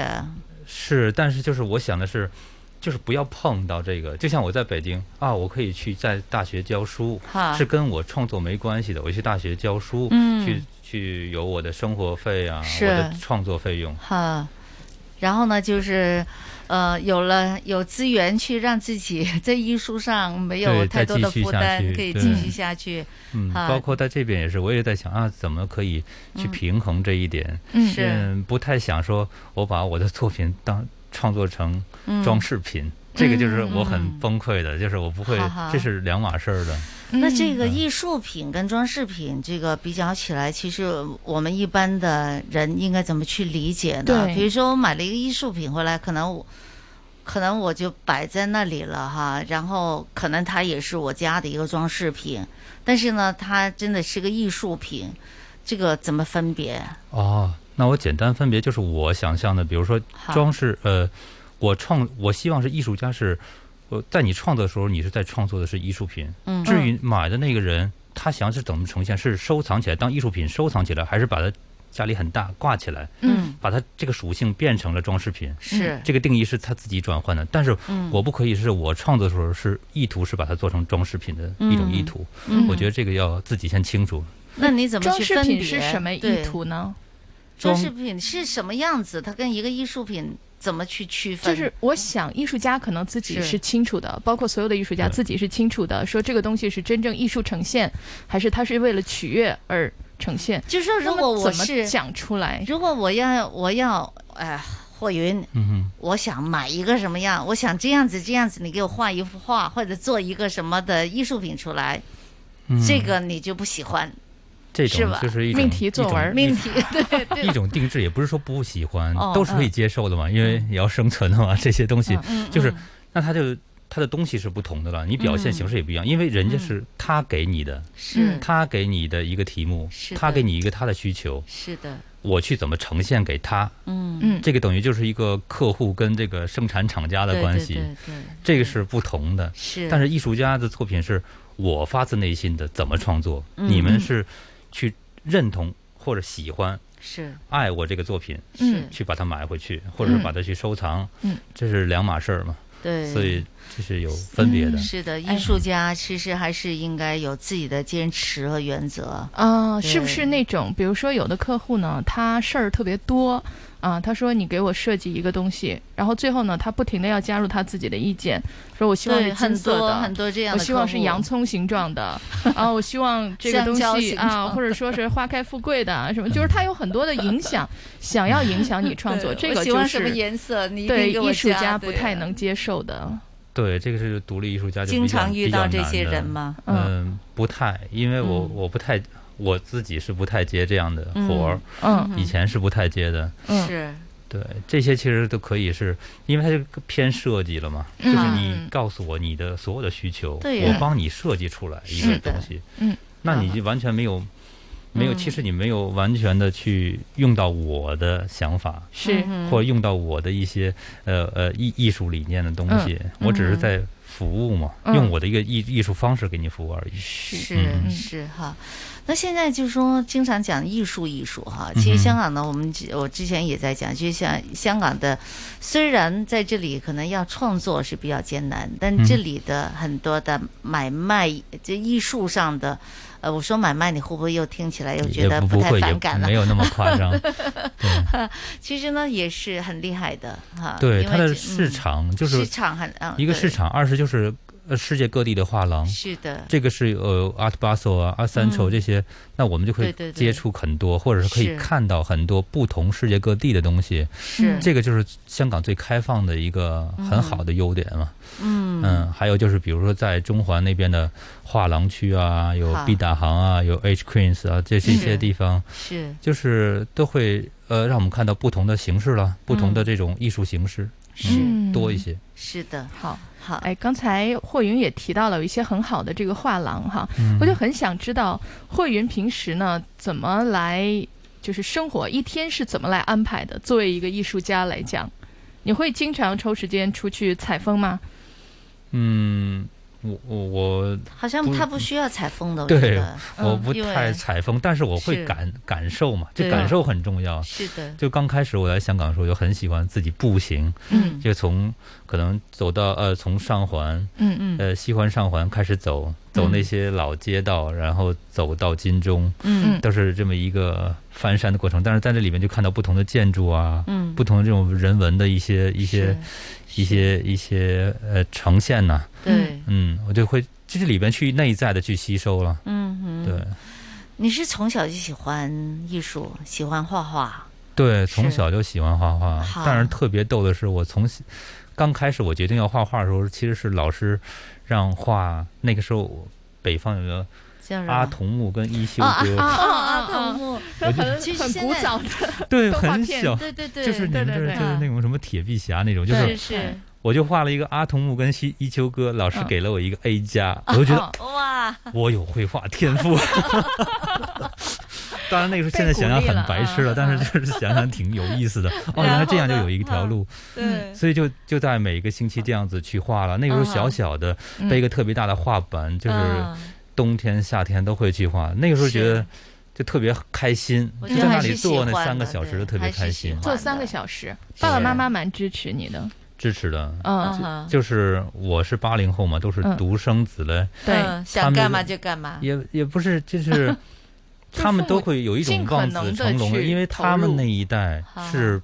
Speaker 12: 是，但是就是我想的是，就是不要碰到这个。就像我在北京啊，我可以去在大学教书
Speaker 27: 哈，
Speaker 12: 是跟我创作没关系的。我去大学教书，
Speaker 8: 嗯
Speaker 12: 去去有我的生活费啊，
Speaker 8: 是
Speaker 12: 我的创作费用。
Speaker 8: 哈，然后呢，就是呃，有了有资源去让自己 在艺术上没有
Speaker 12: 对
Speaker 8: 太
Speaker 12: 再
Speaker 8: 多
Speaker 12: 继
Speaker 8: 的
Speaker 12: 续
Speaker 8: 负
Speaker 12: 下
Speaker 8: 担，
Speaker 12: 去
Speaker 8: 可以
Speaker 12: 对
Speaker 8: 继续下去。
Speaker 12: 嗯，
Speaker 8: 哈
Speaker 12: 包括在这边也是，我也在想啊，怎么可以去
Speaker 8: 嗯
Speaker 12: 平衡这一点？
Speaker 8: 嗯是
Speaker 12: 不太想说我把我的作品当创作成
Speaker 8: 嗯
Speaker 12: 装饰品，这个就是我
Speaker 8: 嗯
Speaker 12: 很崩溃的，就是我不会，
Speaker 8: 哈哈
Speaker 12: 这是两码事儿的。
Speaker 9: 嗯
Speaker 8: 那这个艺术品跟装饰品这个比较起来，其实我们一般的人应该怎么去理解呢？
Speaker 27: 对
Speaker 8: 比如说我买了一个艺术品回来，可能我可能我就摆在那里了哈，然后可能它也是我家的一个装饰品，但是呢，它真的是个艺术品，这个怎么分别？
Speaker 12: 哦，那我简单分别就是我想象的，比如说
Speaker 8: 好
Speaker 12: 装饰，呃，我创我希望是艺术家是，呃，在你创作的时候，你是在创作的是艺术品，
Speaker 27: 嗯
Speaker 12: 至于买的那个人，他想是怎么呈现，是收藏起来当艺术品收藏起来，还是把它家里很大挂起来，
Speaker 27: 嗯，
Speaker 12: 把它这个属性变成了装饰品，
Speaker 27: 是
Speaker 12: 这个定义是他自己转换的，但是
Speaker 27: 嗯
Speaker 12: 我不可以是我创作的时候是意图是把它做成装饰品的一种意图，
Speaker 8: 嗯嗯
Speaker 12: 我觉得这个要自己先清楚。
Speaker 8: 那你怎么去分别？
Speaker 9: 装饰品是什么意图呢？
Speaker 8: 装饰品是什么样子？它跟一个艺术品怎么去区分？
Speaker 9: 就是我想，艺术家可能自己
Speaker 8: 是
Speaker 9: 是清楚的，包括所有的艺术家自己是清楚的，说这个东西是真正艺术呈现，还是他是为了取悦而呈现。
Speaker 8: 就是说，
Speaker 9: 那
Speaker 8: 如
Speaker 9: 么
Speaker 8: 果我
Speaker 9: 怎么
Speaker 8: 是
Speaker 9: 讲出来，
Speaker 8: 如果我要我要哎、霍云，
Speaker 12: 嗯
Speaker 8: 我想买一个什么样？我想这样子这样子，你给我画一幅画，或者做一个什么的艺术品出来，
Speaker 12: 嗯
Speaker 8: 这个你就不喜欢，
Speaker 12: 这
Speaker 8: 是
Speaker 12: 种
Speaker 8: 吧？
Speaker 12: 就是一种
Speaker 8: 命题 对对
Speaker 12: 一种一种定制，也不是说不喜欢
Speaker 8: 哦，
Speaker 12: 都是可以
Speaker 8: 嗯
Speaker 12: 接受的嘛，因为也要生存的嘛，这些东西
Speaker 8: 嗯嗯
Speaker 12: 就是
Speaker 8: 嗯
Speaker 12: 那他就。他的东西是不同的了，你表现形式也不一样，因为人家是他给你的，
Speaker 8: 嗯是
Speaker 12: 他给你的一个题目
Speaker 8: 是，的
Speaker 12: 他给你一个他的需求，
Speaker 8: 是的，
Speaker 12: 我去怎么呈现给他，
Speaker 8: 嗯嗯
Speaker 12: 这个等于就是一个客户跟这个生产厂家的
Speaker 8: 对
Speaker 12: 关
Speaker 8: 对
Speaker 12: 系，
Speaker 8: 对对
Speaker 12: 这个是不同的。
Speaker 8: 是
Speaker 12: 但是艺术家的作品是我发自内心的怎么创作，
Speaker 8: 嗯
Speaker 12: 你们是去认同或者喜欢。
Speaker 8: 是
Speaker 12: 爱我这个作品，
Speaker 8: 嗯
Speaker 12: 去把它买回去，或者是把它去收藏，
Speaker 8: 嗯
Speaker 12: 这是两码事儿嘛。
Speaker 8: 对
Speaker 12: 所以这是有分别的。
Speaker 9: 嗯
Speaker 8: 是的，
Speaker 9: 哎
Speaker 8: 艺术家其实还是应该有自己的坚持和原则
Speaker 9: 啊、
Speaker 8: 对
Speaker 9: 是不是那种，比如说有的客户呢，他事儿特别多啊、他说你给我设计一个东西，然后最后呢，他不停的要加入他自己的意见，说我希望
Speaker 8: 对
Speaker 9: 是金色的，
Speaker 8: 很多很多这样的
Speaker 9: 我希望
Speaker 8: 客户
Speaker 9: 是洋葱形状 的，啊，我希望这个东
Speaker 8: 香蕉
Speaker 9: 西
Speaker 8: 形状
Speaker 9: 啊，或者说是花开富贵的啊什么，就是他有很多的影 响，想要影响你创作，
Speaker 8: 对
Speaker 9: 这
Speaker 8: 我
Speaker 9: 个
Speaker 8: 喜
Speaker 9: 就
Speaker 8: 欢
Speaker 9: 是
Speaker 8: 什么颜色你一定
Speaker 9: 对
Speaker 8: 给我
Speaker 9: 艺术
Speaker 8: 加
Speaker 9: 家不
Speaker 8: 对
Speaker 9: 太能接受的，
Speaker 12: 对，这个是独立艺术家就比较
Speaker 9: 经常遇到
Speaker 12: 比较
Speaker 9: 这些
Speaker 12: 难的
Speaker 9: 人吗
Speaker 12: 嗯、
Speaker 9: 嗯
Speaker 12: 不太，因为我、
Speaker 9: 嗯
Speaker 12: 我不太我自己是不太接这样的活儿、
Speaker 9: 嗯嗯
Speaker 12: 以前是不太接的。
Speaker 9: 嗯
Speaker 8: 是
Speaker 12: 对，这些其实都可以是，因为它就偏设计了嘛，
Speaker 8: 嗯
Speaker 12: 就是你告诉我你的所有的需求，
Speaker 8: 对呀
Speaker 12: 我帮你设计出来一
Speaker 8: 是
Speaker 12: 个
Speaker 8: 的
Speaker 12: 东西，
Speaker 8: 嗯，
Speaker 12: 那你就完全没有。没有，
Speaker 8: 嗯
Speaker 12: 其实你没有完全的去用到我的想法，
Speaker 8: 是嗯
Speaker 12: 或者用到我的一些呃呃艺艺术理念的东西，
Speaker 8: 嗯
Speaker 12: 我只是
Speaker 8: 嗯
Speaker 12: 在服务嘛，
Speaker 8: 嗯
Speaker 12: 用我的一个艺艺术方式给你服务而已。
Speaker 8: 是
Speaker 12: 嗯
Speaker 8: 是哈。那现在就说经常讲艺术艺术哈，
Speaker 12: 嗯
Speaker 8: 其实香港呢，我们之我之前也在讲，就像香港的，虽然在这里可能要创作是比较艰难，但
Speaker 27: 嗯
Speaker 8: 这里的很多的买卖，这艺术上的。呃，我说买卖，你会不会又听起来又觉
Speaker 12: 也
Speaker 8: 得
Speaker 12: 不
Speaker 8: 太
Speaker 12: 会也
Speaker 8: 反感了？
Speaker 12: 没有那么 夸张
Speaker 8: 其实呢，也是很厉害的哈。
Speaker 12: 对
Speaker 8: 啊因为
Speaker 12: 它的
Speaker 8: 这
Speaker 12: 市
Speaker 8: 嗯
Speaker 12: 场就
Speaker 8: 市
Speaker 12: 是
Speaker 8: 场很嗯
Speaker 12: 一个
Speaker 8: 对
Speaker 12: 市场，二是就是呃世界各地的画廊，
Speaker 8: 是的
Speaker 12: 这个是呃 Art Basel 啊、Art Central
Speaker 8: 嗯
Speaker 12: 这些，那我们就可以
Speaker 8: 对对对
Speaker 12: 接触很多，或者是可
Speaker 8: 是
Speaker 12: 以看到很多不同世界各地的东西。
Speaker 8: 是
Speaker 12: 这个就是香港最开放的一个很好的优点嘛。
Speaker 8: 嗯
Speaker 12: 嗯，还有就是比如说在中环那边的画廊区啊，有
Speaker 8: 好
Speaker 12: 必达行啊，有 H Queens 啊，这
Speaker 8: 是
Speaker 12: 这些地方
Speaker 8: 是
Speaker 12: 就是都会呃让我们看到不同的形式了，不同的
Speaker 9: 嗯
Speaker 12: 这种艺术形式，嗯
Speaker 9: 是
Speaker 12: 多一些。
Speaker 8: 是的，
Speaker 9: 好，
Speaker 8: 好，
Speaker 9: 哎，刚才霍云也提到了有一些很好的这个画廊哈，
Speaker 12: 嗯
Speaker 9: 我就很想知道霍云平时呢怎么来，就是生活一天是怎么来安排的？作为一个艺术家来讲，你会经常抽时间出去采风吗？
Speaker 12: 嗯，我我我
Speaker 8: 好像他不需要采风的，我觉
Speaker 12: 对
Speaker 8: 得，
Speaker 12: 我
Speaker 8: 嗯
Speaker 12: 不
Speaker 8: 因为
Speaker 12: 太采风，但是我
Speaker 8: 是
Speaker 12: 会感感受嘛，这
Speaker 8: 对
Speaker 12: 感受很重要。
Speaker 8: 是的
Speaker 12: 就刚开始我来香港的时候，我就很喜欢自己步行，
Speaker 8: 嗯
Speaker 12: 就从可能走到呃从上环，
Speaker 8: 嗯嗯
Speaker 12: 呃西环上环开始走，走那些老街道，然后走到金钟，
Speaker 8: 嗯嗯
Speaker 12: 都是这么一个翻山的过程。但是在这里面就看到不同的建筑啊，
Speaker 8: 嗯
Speaker 12: 不同的这种人文的一些一些
Speaker 8: 是
Speaker 12: 一些一些呃呈现呐、
Speaker 8: 对，
Speaker 12: 嗯，我就会这这里边去内在的去吸收了。
Speaker 8: 嗯哼，
Speaker 12: 对
Speaker 8: 你是从小就喜欢艺术，喜欢画画，
Speaker 12: 对，从小就喜欢画画
Speaker 8: 好，
Speaker 12: 但是特别逗的是，我从小刚开始我决定要画画的时候，其实是老师让画。那个时候我北方有个
Speaker 8: 叫什么
Speaker 12: 阿童木跟一休
Speaker 8: 哦啊
Speaker 12: 哥，
Speaker 8: 啊啊！
Speaker 5: 嗯
Speaker 8: 啊 木，
Speaker 12: 我就
Speaker 8: 其实
Speaker 9: 很
Speaker 8: 现
Speaker 9: 古
Speaker 8: 在
Speaker 9: 早的
Speaker 12: 对，
Speaker 9: 动画
Speaker 12: 很
Speaker 9: 片
Speaker 12: 小，
Speaker 9: 对对对
Speaker 12: 就是你们
Speaker 9: 对
Speaker 12: 这
Speaker 9: 对对
Speaker 12: 就是那种什么铁臂侠那种，就
Speaker 8: 对
Speaker 12: 是
Speaker 8: 是
Speaker 12: 我就画了一个阿童木跟西一休哥，老师
Speaker 8: 嗯哦
Speaker 12: 给了我一个 A 加，
Speaker 5: 啊
Speaker 12: 我就觉 得
Speaker 8: 哇，
Speaker 12: 我有绘画天赋。当然那个时候现在想想很白痴
Speaker 9: 嗯
Speaker 12: 了，但是就是想想挺有意思 的。哦，原来这样就有一条路，
Speaker 9: 嗯
Speaker 8: 对
Speaker 12: 所以就就在每一个星期这样子去画了。那个时候小小的
Speaker 8: 嗯，
Speaker 12: 背一个特别大的画板，就是
Speaker 8: 嗯
Speaker 12: 冬天夏天都会去画。那个时候觉得
Speaker 9: 是
Speaker 12: 就特别开心，
Speaker 9: 我觉
Speaker 12: 就
Speaker 9: 得
Speaker 12: 在那
Speaker 9: 还是
Speaker 12: 里
Speaker 9: 喜
Speaker 12: 坐那
Speaker 9: 欢
Speaker 12: 三个
Speaker 9: 的
Speaker 12: 小时
Speaker 9: 对
Speaker 12: 都特别开心。
Speaker 9: 做三个小时，爸爸妈妈蛮支持你的。
Speaker 12: 支持的，
Speaker 9: 嗯嗯
Speaker 12: 就就是我是八零后嘛，都是
Speaker 9: 嗯
Speaker 12: 独生子嘞，
Speaker 8: 嗯
Speaker 12: 他
Speaker 8: 想
Speaker 12: 们
Speaker 8: 干嘛就干嘛，
Speaker 12: 也也不是，就是 他们都会有一种望子成龙的，因为他们那一代是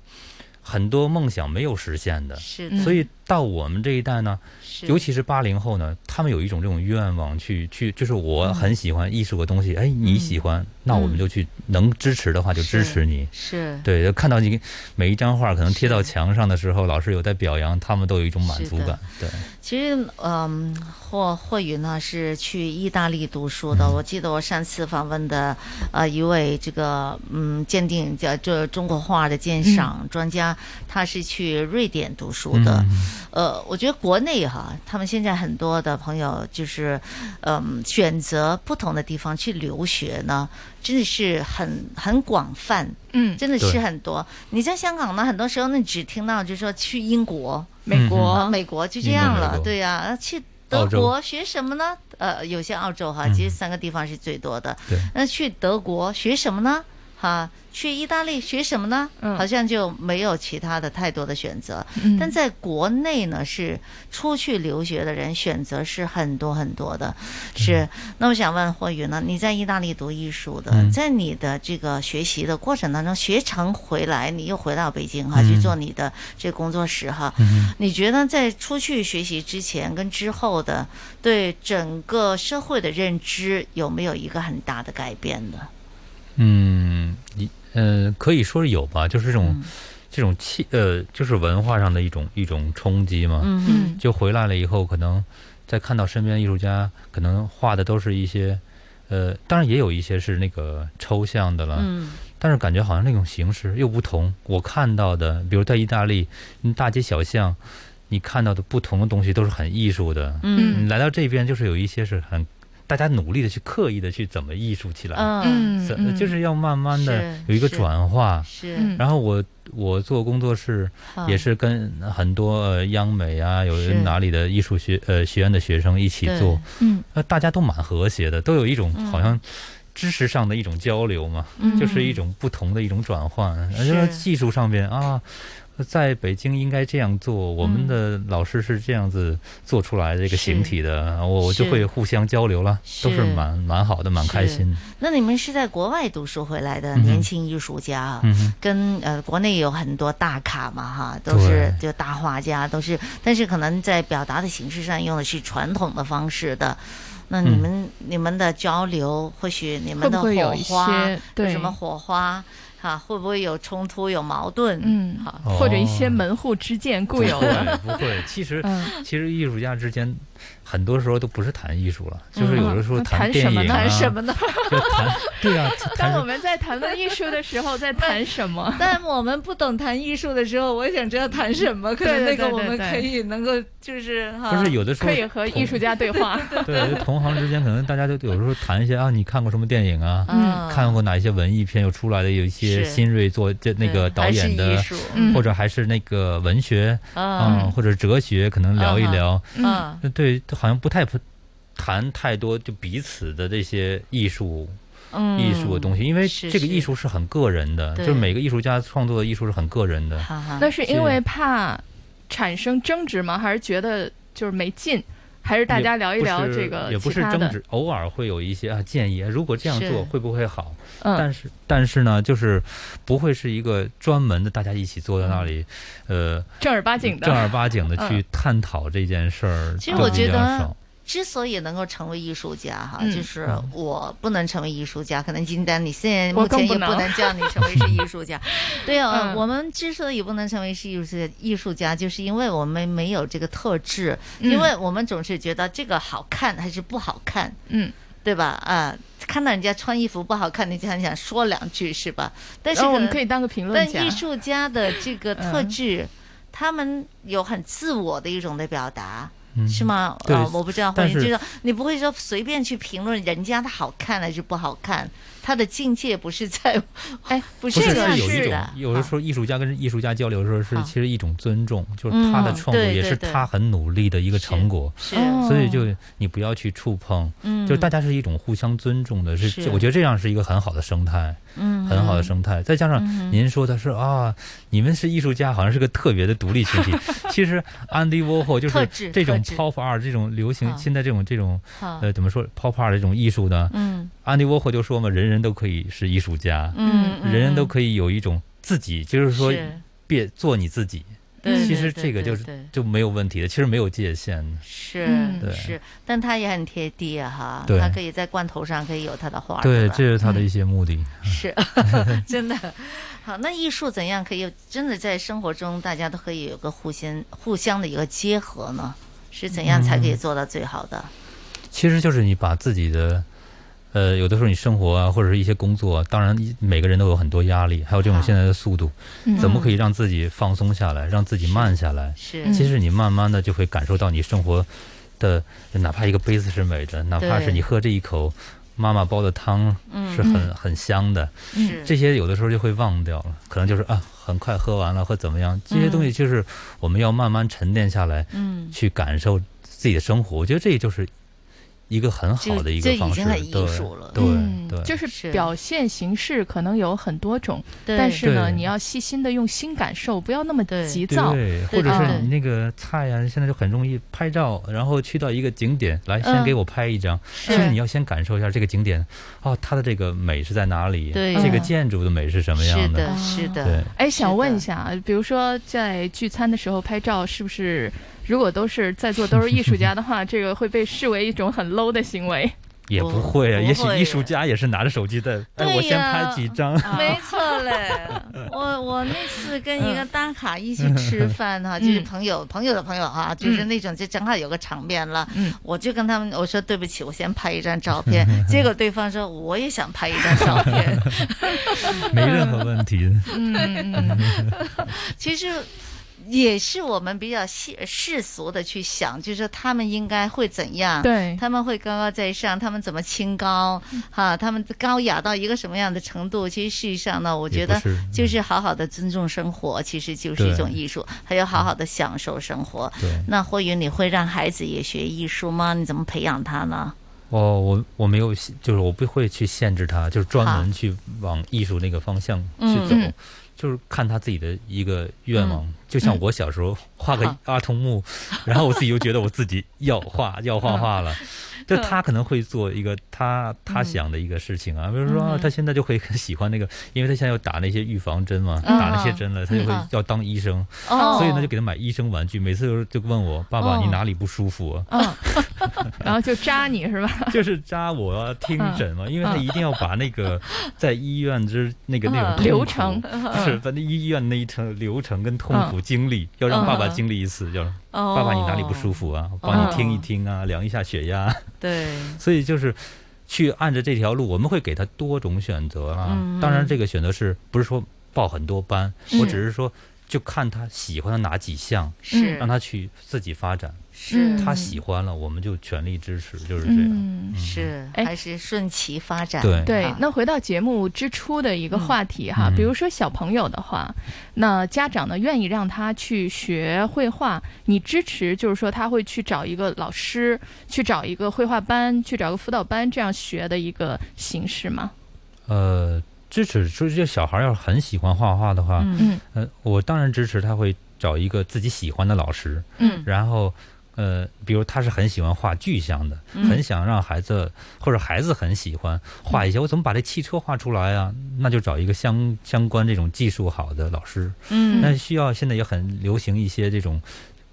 Speaker 12: 很多梦想没有实现的，
Speaker 8: 是的
Speaker 12: 所以到我们这一代呢，
Speaker 27: 是
Speaker 12: 尤其是八零后呢，他们有一种这种愿望去去，就是我
Speaker 8: 嗯
Speaker 12: 很喜欢艺术的东西，哎，你喜欢，那我们就去，能支持的话就支持你。
Speaker 8: 是
Speaker 12: 对，就看到你每一张画可能贴到墙上的时候，老师有在表扬，他们都有一种满足
Speaker 8: 是
Speaker 12: 感
Speaker 8: 的。
Speaker 12: 对，
Speaker 8: 其实，嗯，霍霍云呢是去意大利读书
Speaker 12: 嗯
Speaker 8: 的。我记得我上次访问的，呃，一位这个嗯鉴定叫这中国画的鉴
Speaker 12: 嗯
Speaker 8: 赏专家，他是去瑞典读书的。呃，我觉得国内哈，他们现在很多的朋友就是，嗯，选择不同的地方去留学呢，真的是很很广泛，
Speaker 9: 嗯
Speaker 8: 真的是
Speaker 9: 对
Speaker 8: 很多。你在香港呢，很多时候呢，你只听到就说去英国、
Speaker 9: 美国
Speaker 8: 啊美国就这样
Speaker 9: 英国美
Speaker 8: 了，
Speaker 9: 国
Speaker 8: 对呀、啊，去。德
Speaker 9: 澳洲嗯
Speaker 8: 国学什么呢？呃，有些澳洲哈，其实三个地方是最多的。
Speaker 12: 对
Speaker 8: 那去德国学什么呢？哈，去意大利学什么呢？好像就没有其他的太多的选择。
Speaker 28: 嗯
Speaker 8: 但在国内呢，是出去留学的人选择是很多很多的。是，那我想问霍宇呢，你在意大利读艺术的，
Speaker 28: 嗯
Speaker 8: 在你的这个学习的过程当中，学成回来，你又回到北京哈、
Speaker 28: 嗯
Speaker 8: 去做你的这工作室哈，
Speaker 28: 嗯哼
Speaker 8: 你觉得在出去学习之前跟之后的对整个社会的认知有没有一个很大的改变呢？
Speaker 12: 嗯，一呃，可以说是有吧，就是这种、
Speaker 28: 嗯
Speaker 12: 这种气呃，就是文化上的一种一种冲击嘛。
Speaker 28: 嗯哼
Speaker 12: 就回来了以后，可能再看到身边艺术家，可能画的都是一些呃，当然也有一些是那个抽象的了。
Speaker 28: 嗯
Speaker 12: 但是感觉好像那种形式又不同。我看到的，比如在意大利，你大街小巷，你看到的不同的东西都是很艺术的。
Speaker 28: 嗯
Speaker 12: 你来到这边就是有一些是很大家努力的去刻意的去怎么艺术起来，
Speaker 28: 嗯
Speaker 12: 怎
Speaker 28: 嗯
Speaker 12: 就是要慢慢的
Speaker 28: 是
Speaker 12: 有一个
Speaker 28: 是
Speaker 12: 转化。
Speaker 28: 是嗯
Speaker 12: 然后我我做工作室
Speaker 28: 啊
Speaker 12: 也是跟很多呃央美啊，有
Speaker 28: 是
Speaker 12: 哪里的艺术学呃学院的学生一起做，
Speaker 28: 对嗯，
Speaker 12: 呃，大家都蛮和谐的，都有一种
Speaker 28: 嗯
Speaker 12: 好像。知识上的一种交流嘛，
Speaker 28: 嗯
Speaker 12: 就是一种不同的一种转换。而
Speaker 28: 是
Speaker 12: 且技术上边啊，在北京应该这样做，我们的
Speaker 9: 嗯
Speaker 12: 老师是这样子做出来这个形体的，啊我我就是会互相交流了，都
Speaker 8: 是
Speaker 12: 是蛮蛮好的，蛮开心的
Speaker 8: 是。那你们是在国外读书回来的
Speaker 12: 嗯哼
Speaker 8: 年轻艺术家啊，
Speaker 12: 嗯哼
Speaker 8: 跟呃国内有很多大咖嘛哈，都是就大画家，都是，但是可能在表达的形式上用的是传统的方式的。那你们、
Speaker 12: 嗯
Speaker 8: 你们的交流，或许你们
Speaker 9: 会
Speaker 8: 的
Speaker 9: 不会有
Speaker 8: 火
Speaker 9: 一
Speaker 8: 花
Speaker 9: 些对
Speaker 8: 什么火花？啊，会不会有冲突、有矛盾？
Speaker 9: 嗯，
Speaker 8: 好，
Speaker 12: 哦
Speaker 9: 或者一些门户之见固有的，
Speaker 12: 不会， 不会。其实、
Speaker 9: 嗯
Speaker 12: 其实艺术家之间，很多时候都不是谈艺术了，就是有的时候
Speaker 9: 嗯谈
Speaker 12: 电
Speaker 9: 什么
Speaker 12: 影、
Speaker 9: 呢
Speaker 12: 啊，
Speaker 9: 谈什么呢？
Speaker 12: 就谈对啊，谈
Speaker 9: 当
Speaker 12: 什
Speaker 9: 我
Speaker 12: 么
Speaker 9: 们在谈论艺术的时候，在谈什么？
Speaker 8: 但我们不懂谈艺术的时候，我想知道谈什么。可能那个我们可以能够就是 哈，
Speaker 12: 不是有的时候可以和艺术
Speaker 9: 家对 话。
Speaker 12: 对，就同行之间可能大家就有时候谈一些啊，你看过什么电影啊？
Speaker 28: 嗯
Speaker 12: 看过哪一些文艺片？又出来的有一些
Speaker 28: 是
Speaker 12: 新锐作这那
Speaker 28: 对
Speaker 12: 个导演
Speaker 28: 还是
Speaker 12: 的
Speaker 28: 艺术嗯，
Speaker 12: 或者还是那个文学
Speaker 28: 啊
Speaker 12: 嗯或者哲学，可能聊一聊。
Speaker 28: 嗯，
Speaker 12: 对，好像不太谈太多就彼此的这些艺术。
Speaker 28: 嗯
Speaker 12: 艺术的东西，因为
Speaker 28: 是
Speaker 12: 这个
Speaker 28: 是
Speaker 12: 艺术是很个人的，
Speaker 9: 对
Speaker 12: 就是每个艺术家创作的艺术是很个人的。
Speaker 9: 那是因为怕产生争执吗？还是觉得就是没劲？还是大家聊一聊这个
Speaker 12: 也不是
Speaker 9: 其他的
Speaker 12: 争执，偶尔会有一些啊建议，如果这样
Speaker 9: 是
Speaker 12: 做会不会好？
Speaker 9: 嗯
Speaker 12: 但是但是呢，就是不会是一个专门的大家一起坐在那里，呃，
Speaker 9: 正儿八经的，
Speaker 12: 正儿八经的去
Speaker 8: 嗯
Speaker 12: 探讨这件事儿。
Speaker 8: 其实我觉
Speaker 12: 比较
Speaker 8: 得
Speaker 12: 少，
Speaker 8: 之所以能够成为艺术家哈，
Speaker 28: 嗯
Speaker 8: 就是
Speaker 28: 嗯
Speaker 8: 我不能成为艺术家，可能金丹你现在
Speaker 28: 我
Speaker 8: 目前
Speaker 28: 更
Speaker 8: 也
Speaker 28: 不
Speaker 8: 不
Speaker 28: 能
Speaker 8: 能叫 你成为 是艺术家。对啊，
Speaker 28: 嗯
Speaker 8: 我们之所以不能成为是艺术艺术家，就是因为我们没有这个特质，
Speaker 28: 嗯
Speaker 8: 因为我们总是觉得这个好看还是不好看。
Speaker 9: 嗯。
Speaker 8: 对吧？啊，看到人家穿衣服不好看，你就很想说两句，是吧？但是
Speaker 9: 然后我
Speaker 8: 可
Speaker 9: 们
Speaker 8: 能
Speaker 9: 可以当个评论家
Speaker 8: 但艺术家的这个特
Speaker 9: 嗯
Speaker 8: 质，他们有很自我的一种的表达，
Speaker 12: 嗯
Speaker 8: 是吗？
Speaker 12: 对
Speaker 8: 啊，我不知道，或
Speaker 12: 但
Speaker 8: 者就是是你不会说随便去评论人家的好看还是不好看，他的境界不是 在，
Speaker 9: 哎，嗯
Speaker 8: 不
Speaker 12: 不
Speaker 8: 是这样
Speaker 12: 有一
Speaker 8: 式
Speaker 12: 种
Speaker 8: 的，，嗯
Speaker 12: 有的时候艺术家跟艺术家交流的时候是
Speaker 8: 好
Speaker 12: 其实一种尊重，就是
Speaker 8: 嗯
Speaker 12: 他的创作
Speaker 8: 对
Speaker 12: 也
Speaker 8: 对
Speaker 12: 是
Speaker 8: 对
Speaker 12: 他很努力的一个成果，
Speaker 8: 是是
Speaker 12: 所以就
Speaker 9: 哦
Speaker 12: 你不要去触碰，
Speaker 8: 嗯
Speaker 12: 就是大家是一种互相尊重的，是
Speaker 28: 是
Speaker 12: 我觉得这样是一个很好的生态，
Speaker 28: 嗯
Speaker 12: 很好的生态。再加
Speaker 28: 嗯
Speaker 12: 上您说的是啊，你们是艺术家，好像是个特别的独立群体，其实 Andy Warhol 就
Speaker 28: 特
Speaker 12: 是
Speaker 28: 质
Speaker 12: 这种
Speaker 28: 特质
Speaker 12: Pop Art 这种流行
Speaker 28: 好
Speaker 12: 现在这种这种
Speaker 28: 好
Speaker 12: 呃怎么说 Pop Art 这种艺术呢？
Speaker 28: 嗯
Speaker 12: 安迪沃霍就说嘛，人人都可以是艺术家，
Speaker 28: 嗯嗯
Speaker 12: 人人都可以有一种自己，就是说
Speaker 28: 是
Speaker 12: 别做你自己，
Speaker 8: 对对
Speaker 12: 其实
Speaker 8: 对
Speaker 12: 这个
Speaker 8: 对
Speaker 12: 就是
Speaker 8: 对
Speaker 12: 就没有问题的，其实没有界限的。
Speaker 8: 是
Speaker 12: 对
Speaker 8: 是，但它也很贴地啊哈，
Speaker 12: 对
Speaker 8: 它可以在罐头上可以有它的花儿，
Speaker 12: 对，
Speaker 8: 吧
Speaker 12: 这是他的一些目的。
Speaker 8: 是， 真的。好，那艺术怎样可以真的在生活中大家都可以有个互相互相的一个结合呢？是怎样才可
Speaker 12: 嗯
Speaker 8: 以做到最好的？
Speaker 12: 其实就是你把自己的，呃，有的时候你生活啊，或者是一些工作、啊，当然一每个人都有很多压力，还有这种现在的速度，
Speaker 27: 啊嗯
Speaker 12: 怎么可以让自己放松下来，让自己慢下来？
Speaker 27: 是
Speaker 12: 其实你慢慢的就会感受到你生活的，哪怕一个杯子是美的，哪怕
Speaker 27: 对
Speaker 12: 是你喝这一口妈妈煲的汤
Speaker 27: 嗯
Speaker 12: 是很、
Speaker 27: 嗯
Speaker 12: 很香的，
Speaker 27: 是
Speaker 12: 这些有的时候就会忘掉了，可能就是啊，很快喝完了或怎么样，这
Speaker 27: 嗯
Speaker 12: 些东西就是我们要慢慢沉淀下来，
Speaker 8: 嗯
Speaker 12: 去感受自己的生活。我觉得这就是一个很好的一个
Speaker 8: 就就已
Speaker 12: 方式，
Speaker 8: 经很艺术了
Speaker 12: 对
Speaker 9: 嗯
Speaker 12: 对，
Speaker 9: 就是是表现形式可能有很多种，
Speaker 8: 对
Speaker 9: 但是呢，
Speaker 12: 对
Speaker 9: 你要细心的用心感受，不要那么急躁，嗯
Speaker 12: 对，或者是你那个菜呀、现在就很容易拍照，然后去到一个景点来，先
Speaker 9: 嗯
Speaker 12: 给我拍一张。
Speaker 9: 是
Speaker 12: 其实你要先感受一下这个景点，哦，它的这个美是在哪里？
Speaker 9: 对
Speaker 12: 这个
Speaker 9: 嗯
Speaker 12: 建筑的美是什么样
Speaker 9: 啊
Speaker 8: 是的
Speaker 12: 对，
Speaker 9: 哎，想问一下啊，比如说在聚餐的时候拍照，是不是如果都是在座都是艺术家的话，这个会被视为一种很 low 的行为？
Speaker 12: 也不会啊，
Speaker 9: 不
Speaker 12: 也许
Speaker 9: 会
Speaker 12: 艺术家也是拿着手机在，哎，我先拍几 张。
Speaker 8: 没错 嘞。我我那次跟一个打卡一起 吃饭哈，就是朋友朋友的朋友哈，就是那种就正好有个场面了，我就跟他们我说对不起，我先拍一张照片，结果对方说我也想拍一张照片，
Speaker 12: 没任何问题。
Speaker 8: 嗯， 其实也是我们比较世世俗的去想，就是说他们应该会怎样，
Speaker 9: 对
Speaker 8: 他们会高高在上，他们怎么清高，哈，他们高雅到一个什么样的程度？其实事实上呢，我觉得
Speaker 28: 也不
Speaker 12: 嗯
Speaker 28: 是
Speaker 8: 就是好好的尊重生活，其实就是一种艺术，还有好好的享受生活。
Speaker 12: 对
Speaker 8: 那或许你会让孩子也学艺术吗？你怎么培养他呢？
Speaker 12: 哦，我我没有，就是我不会去限制他，就是专门去往艺术那个方向去
Speaker 27: 嗯
Speaker 12: 走
Speaker 27: 嗯，
Speaker 12: 就是看他自己的一个愿望
Speaker 27: 嗯。
Speaker 12: 就像我小时候画个
Speaker 27: 好
Speaker 12: 阿童木，然后我自己就觉得我自己要画要
Speaker 27: 嗯
Speaker 12: 画画了。就他可能会做一个他他想的一个事情啊，比如说啊
Speaker 27: 嗯
Speaker 12: 他现在就会很喜欢那个，因为他现在要打那些预防针嘛，
Speaker 27: 嗯
Speaker 12: 打那些针了，他就会
Speaker 27: 嗯
Speaker 12: 要当医生，
Speaker 27: 哦
Speaker 12: 所以呢就给他买医生玩具，每次都就问我爸爸
Speaker 9: 哦
Speaker 12: 你哪里不舒服啊？
Speaker 9: 嗯，然后就扎你是吧？
Speaker 12: 就是扎我啊，听诊嘛，
Speaker 9: 嗯
Speaker 12: 因为他一定要把那个在医院之那个那种
Speaker 9: 嗯
Speaker 12: 痛苦
Speaker 9: 流程
Speaker 12: 就是把那医院那一层流程跟痛苦
Speaker 27: 嗯
Speaker 12: 经历，要让爸爸
Speaker 27: 嗯
Speaker 12: 经历一次，就是
Speaker 27: 哦
Speaker 12: 爸爸你哪里不舒服啊，帮你听一听啊，量一下血压。
Speaker 10: 嗯
Speaker 27: 对
Speaker 12: 所以就是去按着这条路，我们会给他多种选择啊。
Speaker 27: 嗯
Speaker 12: 当然，这个选择是不是说报很多班？
Speaker 27: 是
Speaker 12: 我只是说。就看他喜欢的哪几项，
Speaker 27: 是
Speaker 12: 让他去自己发展。
Speaker 8: 是
Speaker 12: 他喜欢了，我们就全力支持，就是这样。
Speaker 9: 嗯，
Speaker 8: 是还是顺其发展？
Speaker 12: 对
Speaker 9: 对，那回到节目之初的一个话题哈，
Speaker 12: 嗯
Speaker 9: 比如说小朋友的话，那家长呢愿意让他去学绘画，你支持就是说他会去找一个老师，去找一个绘画班，去找个辅导班这样学的一个形式吗？
Speaker 12: 呃，支持说这小孩儿要是很喜欢画画的话，
Speaker 9: 嗯
Speaker 12: 呃，我当然支持他会找一个自己喜欢的老师，
Speaker 27: 嗯
Speaker 12: 然后。呃，比如他是很喜欢画具象的，
Speaker 27: 嗯
Speaker 12: 很想让孩子或者孩子很喜欢画一些，我怎么把这汽车画出来啊？那就找一个相相关这种技术好的老师。
Speaker 27: 嗯
Speaker 12: 那需要现在也很流行一些这种，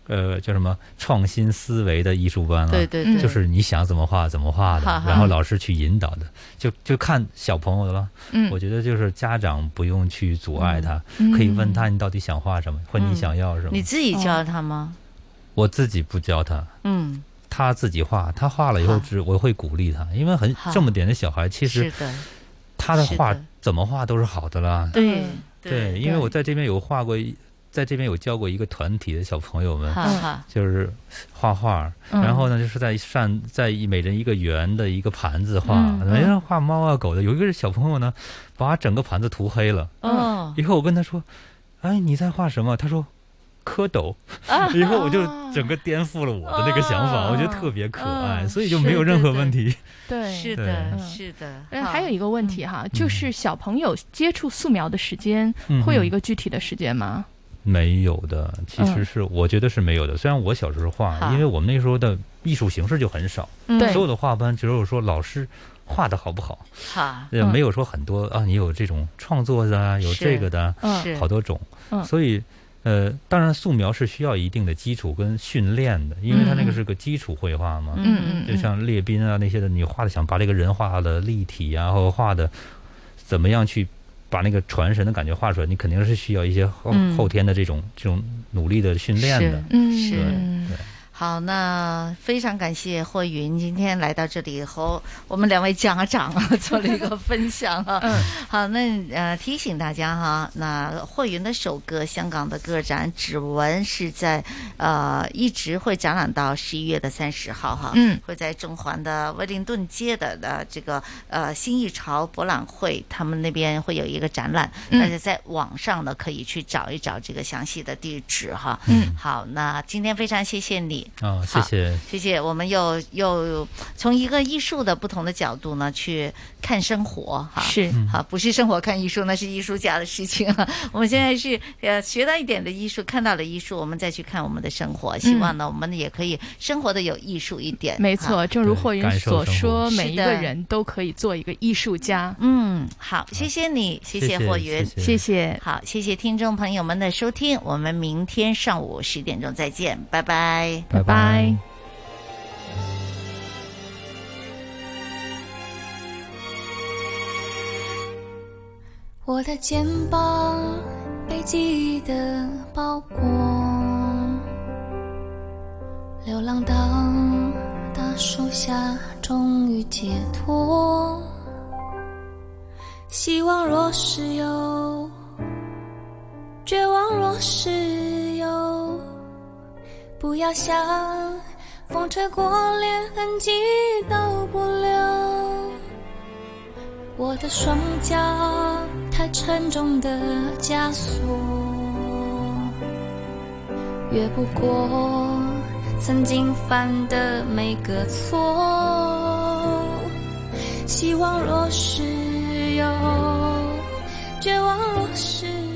Speaker 12: 呃，叫什么创新思维的艺术班了、
Speaker 27: 对对对
Speaker 12: 就是你想怎么画怎么画的，
Speaker 27: 哈哈
Speaker 12: 然后老师去引导的，就就看小朋友了。
Speaker 27: 嗯
Speaker 12: 我觉得就是家长不用去阻碍他，
Speaker 8: 嗯
Speaker 12: 可以问他你到底想画什么，或者你想要什么。
Speaker 8: 你自己教他吗？
Speaker 12: 我自己不教他，
Speaker 8: 嗯，
Speaker 12: 他自己画，他画了以后只我会鼓励他，因为很
Speaker 8: 好
Speaker 12: 这么点的小孩，其
Speaker 8: 是
Speaker 12: 实
Speaker 8: 的，
Speaker 12: 他的
Speaker 8: 是
Speaker 12: 画
Speaker 8: 的
Speaker 12: 怎么画都是好的啦。
Speaker 8: 对
Speaker 12: 对，因为我在这边有画过一，在这边有教过一个团体的小朋友们
Speaker 27: 哈哈，
Speaker 12: 就是画画，
Speaker 27: 嗯
Speaker 12: 然后呢，就是在扇在一每人一个圆的一个盘子画，
Speaker 27: 嗯
Speaker 12: 每人画猫啊狗的。有一个小朋友呢，把整个盘子涂黑了。
Speaker 27: 哦
Speaker 12: 以后我跟他说：“哎，你在画什么？”他说。蝌蚪
Speaker 27: 啊，
Speaker 12: 以后我就整个颠覆了我的那个想法，
Speaker 27: 哦
Speaker 12: 我觉得特别可爱，
Speaker 27: 嗯
Speaker 12: 所以就没
Speaker 27: 是
Speaker 12: 有任何
Speaker 27: 对
Speaker 12: 问题。
Speaker 9: 对，
Speaker 12: 是的对
Speaker 8: 是的。
Speaker 9: 嗯，还有一个问题哈，就是小朋友接触素描的时间、
Speaker 12: 嗯
Speaker 9: 会有一个具体的时间吗？
Speaker 12: 没有的，其
Speaker 8: 嗯
Speaker 12: 实是、我觉得是没有的。虽然我小时候画，
Speaker 9: 好
Speaker 12: 因为我们那时候的艺术形式就很少，
Speaker 8: 嗯对
Speaker 12: 所有的画班只有说老师画的好不好，
Speaker 8: 好，
Speaker 12: 也呃没有说很多啊，你有这种创作的啊，有
Speaker 8: 嗯是
Speaker 12: 这个的啊
Speaker 8: 嗯，
Speaker 12: 好多种
Speaker 8: 嗯，
Speaker 12: 所以呃，当然素描是需要一定的基础跟训练的，
Speaker 8: 嗯
Speaker 12: 因为它那个是个基础绘画嘛，
Speaker 27: 嗯嗯嗯
Speaker 12: 就像列宾啊那些的，你画的想把这个人画的立体啊，或者画的怎么样去把那个传神的感觉画出来，你肯定是需要一些后、
Speaker 8: 嗯
Speaker 12: 后天的这种这种努力的训练的
Speaker 8: 是，嗯是
Speaker 12: 对
Speaker 8: 好，那非常感谢霍云今天来到这里和我们两位家长 啊做了一个分享啊。嗯，好，那呃提醒大家哈，那霍云的首歌香港的个展《指纹》是在呃一直会展览到十一月的三十号哈，
Speaker 28: 嗯
Speaker 8: 会在中环的威灵顿街的呃这个呃新艺潮博览会，他们那边会有一个展览，
Speaker 28: 嗯
Speaker 8: 大家在网上呢可以去找一找这个详细的地址哈。
Speaker 28: 嗯
Speaker 8: 好，那今天非常谢谢你。
Speaker 12: 啊，谢
Speaker 8: 好
Speaker 12: 谢。
Speaker 8: 谢谢。我们又又从一个艺术的不同的角度呢去看生活哈，
Speaker 28: 是
Speaker 8: 哈，不是生活看艺术，那是艺术家的事情啊。我们现在是呃学到一点的艺术，看到了艺术，我们再去看我们的生活。希望呢，我们也可以生活的有艺术一点。
Speaker 9: 没
Speaker 8: 哈
Speaker 9: 错，正如霍云所说，
Speaker 8: 是的
Speaker 9: 每一个人都可以做一个艺术家。
Speaker 8: 嗯，好，谢谢你，谢
Speaker 9: 谢谢
Speaker 8: 霍云，
Speaker 9: 谢谢谢
Speaker 8: 谢。好，谢谢听众朋友们的收听，我们明天上午十点钟再见，拜拜，
Speaker 12: 拜拜。
Speaker 31: 我的肩膀被记忆的包裹，流浪到大树下，终于解脱。希望若是有，绝望若是有，不要想风吹过，连痕迹都不留。我的双脚太沉重的枷锁，越不过曾经犯的每个错。希望若是有，绝望若是